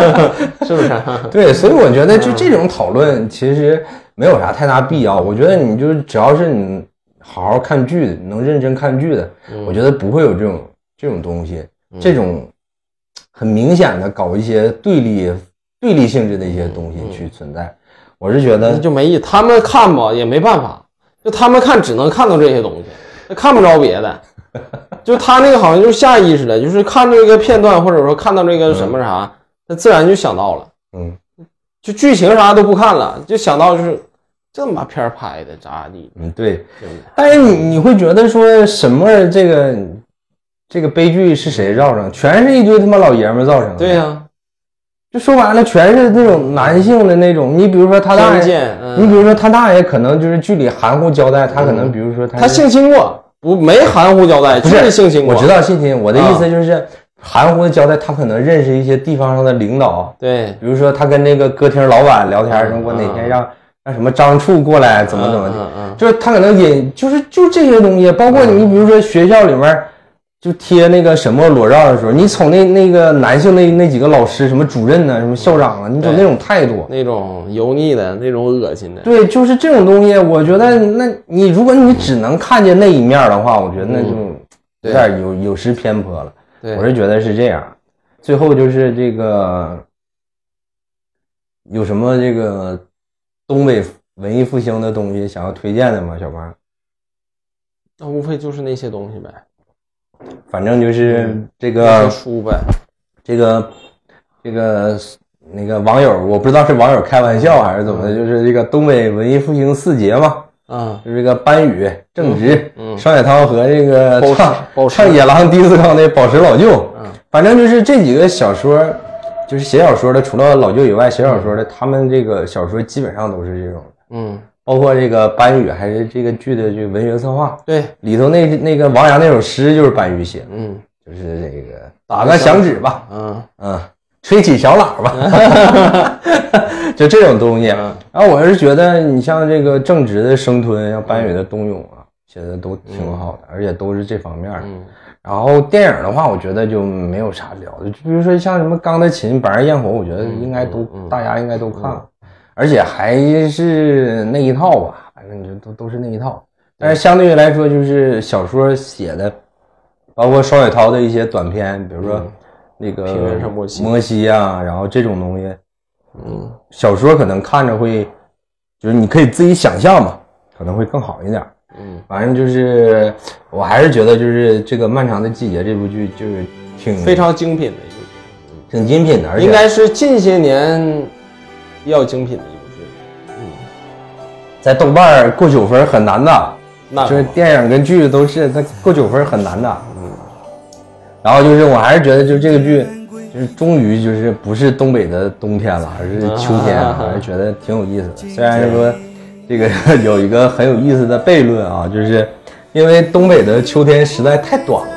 Speaker 2: 是不是？
Speaker 1: 对，所以我觉得就这种讨论其实没有啥太大必要。我觉得你就是只要是你好好看剧的，能认真看剧的，我觉得不会有这种这种东西，这种很明显的搞一些对立对立性质的一些东西去存在。我是觉
Speaker 2: 那
Speaker 1: 得
Speaker 2: 就没意思。他们看吧也没办法，就他们看只能看到这些东西，那看不着别的。就他那个好像就是下意识的，就是看这个片段或者说看到这个什么啥，他自然就想到了，
Speaker 1: 嗯。
Speaker 2: 就剧情啥都不看了，就想到就是这么片儿拍的咋地，
Speaker 1: 嗯，对。
Speaker 2: 对不对？
Speaker 1: 但是你你会觉得说沈墨儿这个这个悲剧是谁造成？全是一堆他妈老爷们儿造成的。
Speaker 2: 对呀、
Speaker 1: 就说白了，全是那种男性的那种。你比如说他大
Speaker 2: 偏
Speaker 1: 爷，
Speaker 2: 见，
Speaker 1: 你
Speaker 2: 嗯，
Speaker 1: 比如说他大爷，可能就是剧里含糊交代，他可能比如说他
Speaker 2: 他
Speaker 1: 是
Speaker 2: 性侵过，不没含糊交代，
Speaker 1: 不
Speaker 2: 就是性侵过，
Speaker 1: 我知
Speaker 2: 道，
Speaker 1: 道性侵，我的意
Speaker 2: 啊
Speaker 1: 思就是、含糊的交代，他可能认识一些地方上的领导，
Speaker 2: 对，
Speaker 1: 比如说他跟那个歌厅老板聊天，说
Speaker 2: 嗯
Speaker 1: 我哪天
Speaker 2: 嗯
Speaker 1: 让、让什么张处过来，怎么怎么地。
Speaker 2: 嗯嗯
Speaker 1: 就是他可能也就是就这些东西，包括你比如说学校里面就贴那个什么裸照的时候，你瞅那那个男性那那几个老师，什么主任呐、什么校长啊，你瞅那种态度
Speaker 2: 嗯，，那种油腻的，那种恶心的，
Speaker 1: 对，就是这种东西，我觉得那你如果你只能看见那一面的话，我觉得那就有点有有失偏颇了。
Speaker 2: 对，
Speaker 1: 我是觉得是这样。最后就是这个有什么这个东北文艺复兴的东西想要推荐的吗，小八？
Speaker 2: 那无非就是那些东西呗，
Speaker 1: 反正就是这
Speaker 2: 那些
Speaker 1: 个
Speaker 2: 书呗，
Speaker 1: 这个这个那个网友，我不知道是网友开玩笑还是怎么的，就是这个东北文艺复兴四杰嘛，
Speaker 2: 啊，
Speaker 1: 就是这个班宇、正直、
Speaker 2: 嗯
Speaker 1: 双雪涛和这个
Speaker 2: 宝石
Speaker 1: 唱
Speaker 2: 宝石
Speaker 1: 唱野狼迪斯科那宝石老舅
Speaker 2: 嗯，
Speaker 1: 反正就是这几个小说，就是写小说的，除了老舅以外，写小说的他们这个小说基本上都是这种，
Speaker 2: 嗯，
Speaker 1: 包括这个班宇还是这个剧的这个文学策划
Speaker 2: 对，
Speaker 1: 里头那那个王阳那首诗就是班宇写的。
Speaker 2: 嗯
Speaker 1: 就是这个打个响指吧，
Speaker 2: 嗯
Speaker 1: 嗯，吹起小喇叭，就这种东西。啊
Speaker 2: 嗯
Speaker 1: 然后我是觉得，你像这个正直的生吞，像班宇的冬泳啊，写的都挺好的，而且都是这方面的。
Speaker 2: 嗯
Speaker 1: 然后电影的话，我觉得就没有啥聊的，就比如说像什么《钢的琴》《白日焰火》，我觉得应该都、
Speaker 2: 嗯
Speaker 1: 大家应该都看了，而且还是那一套吧，反正就都都是那一套。但是相对于来说，就是小说写的，包括双雪涛的一些短篇，比如说那个
Speaker 2: 嗯平原上摩西
Speaker 1: 摩西啊，然后这种东西，
Speaker 2: 嗯，
Speaker 1: 小说可能看着会，就是你可以自己想象嘛，可能会更好一点。
Speaker 2: 嗯，
Speaker 1: 反正就是，我还是觉得就是这个《漫长的季节》这部剧就是挺
Speaker 2: 非常精品的一部剧，
Speaker 1: 挺精品的，而且
Speaker 2: 应该是近些年比较精品的一部剧，
Speaker 1: 在豆瓣儿过九分儿很难的，
Speaker 2: 那
Speaker 1: 就是
Speaker 2: 可不
Speaker 1: 电影跟剧都是它过九分儿很难的。嗯，然后就是我还是觉得就这个剧，就是终于就是不是东北的冬天了，而是秋天，
Speaker 2: 啊
Speaker 1: 我还是觉得挺有意思的。虽然说这个 有一个很有意思的悖论啊，就是因为东北的秋天实在太短了。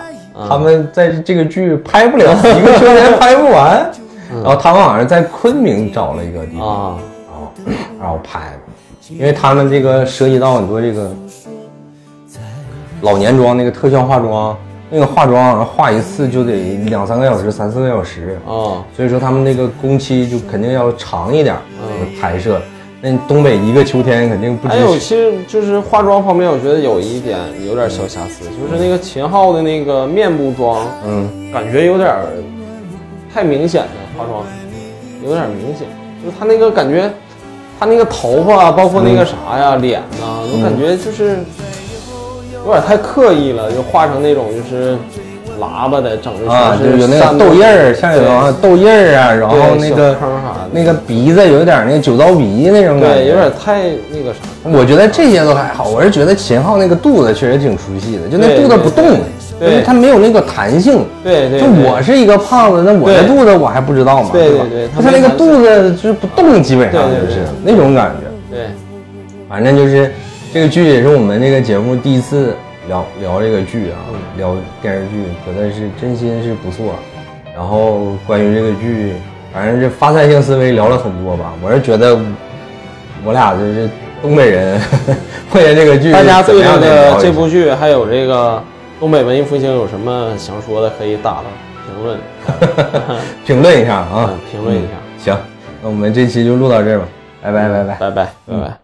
Speaker 1: 他们在这个剧拍不了，一个秋天拍不完，然后他们好像在昆明找了一个地方，
Speaker 2: 啊，
Speaker 1: 然后然后拍的，因为他们这个涉及到很多这个老年妆那个特效化妆，那个化妆好像化一次就得两三个小时、三四个小时，
Speaker 2: 哦，
Speaker 1: 所以说他们那个工期就肯定要长一点儿，
Speaker 2: 嗯
Speaker 1: 拍摄。那东北一个秋天肯定不
Speaker 2: 还
Speaker 1: 止
Speaker 2: 有，其实就是化妆方面，我觉得有一点有点小瑕疵，就是那个秦昊的那个面部妆，
Speaker 1: 嗯，
Speaker 2: 感觉有点儿太明显了，化妆有点儿明显，就是他那个感觉，他那个头发包括那个啥呀、脸呐、我感觉就是有点太刻意了，就画成那种就是喇叭的，整的
Speaker 1: 啊，
Speaker 2: 全
Speaker 1: 就是有那
Speaker 2: 山
Speaker 1: 个
Speaker 2: 东
Speaker 1: 痘印儿，像有
Speaker 2: 对
Speaker 1: 的话痘印儿啊，然后
Speaker 2: 对
Speaker 1: 那
Speaker 2: 小
Speaker 1: 个
Speaker 2: 坑啥
Speaker 1: 那个鼻子有点那个酒糟鼻那种感觉，
Speaker 2: 对，有点太那个啥。
Speaker 1: 我觉得这些都还好，我是觉得秦昊那个肚子确实挺出戏的，就那
Speaker 2: 对
Speaker 1: 肚子不动，
Speaker 2: 对对
Speaker 1: 就是他没有那个弹性。
Speaker 2: 对对，
Speaker 1: 就
Speaker 2: 对
Speaker 1: 我是一个胖子，那我的
Speaker 2: 对
Speaker 1: 肚子我还不知道嘛，
Speaker 2: 对
Speaker 1: 吧？
Speaker 2: 对对
Speaker 1: 他
Speaker 2: 他没
Speaker 1: 那个
Speaker 2: 弹性
Speaker 1: 肚子就是不动，基本上
Speaker 2: 对对
Speaker 1: 就是
Speaker 2: 对
Speaker 1: 那种感觉。
Speaker 2: 对
Speaker 1: 反正就是这个剧也是我们这个节目第一次聊聊这个剧啊，
Speaker 2: 嗯
Speaker 1: 聊电视剧，觉得是真心是不错。然后关于这个剧，反正是发散性思维聊了很多吧。我是觉得我俩就是东北人， 会这个剧
Speaker 2: 大家
Speaker 1: 怎
Speaker 2: 对
Speaker 1: 么
Speaker 2: 这
Speaker 1: 样
Speaker 2: 个这部
Speaker 1: 剧
Speaker 2: 剧还有这个东北文艺复兴有什么想说的，可以打了评 论，
Speaker 1: 评论一下啊
Speaker 2: 嗯，评论一下
Speaker 1: 嗯行，那我们这期就录到这儿吧，拜拜拜拜。
Speaker 2: 拜拜拜拜。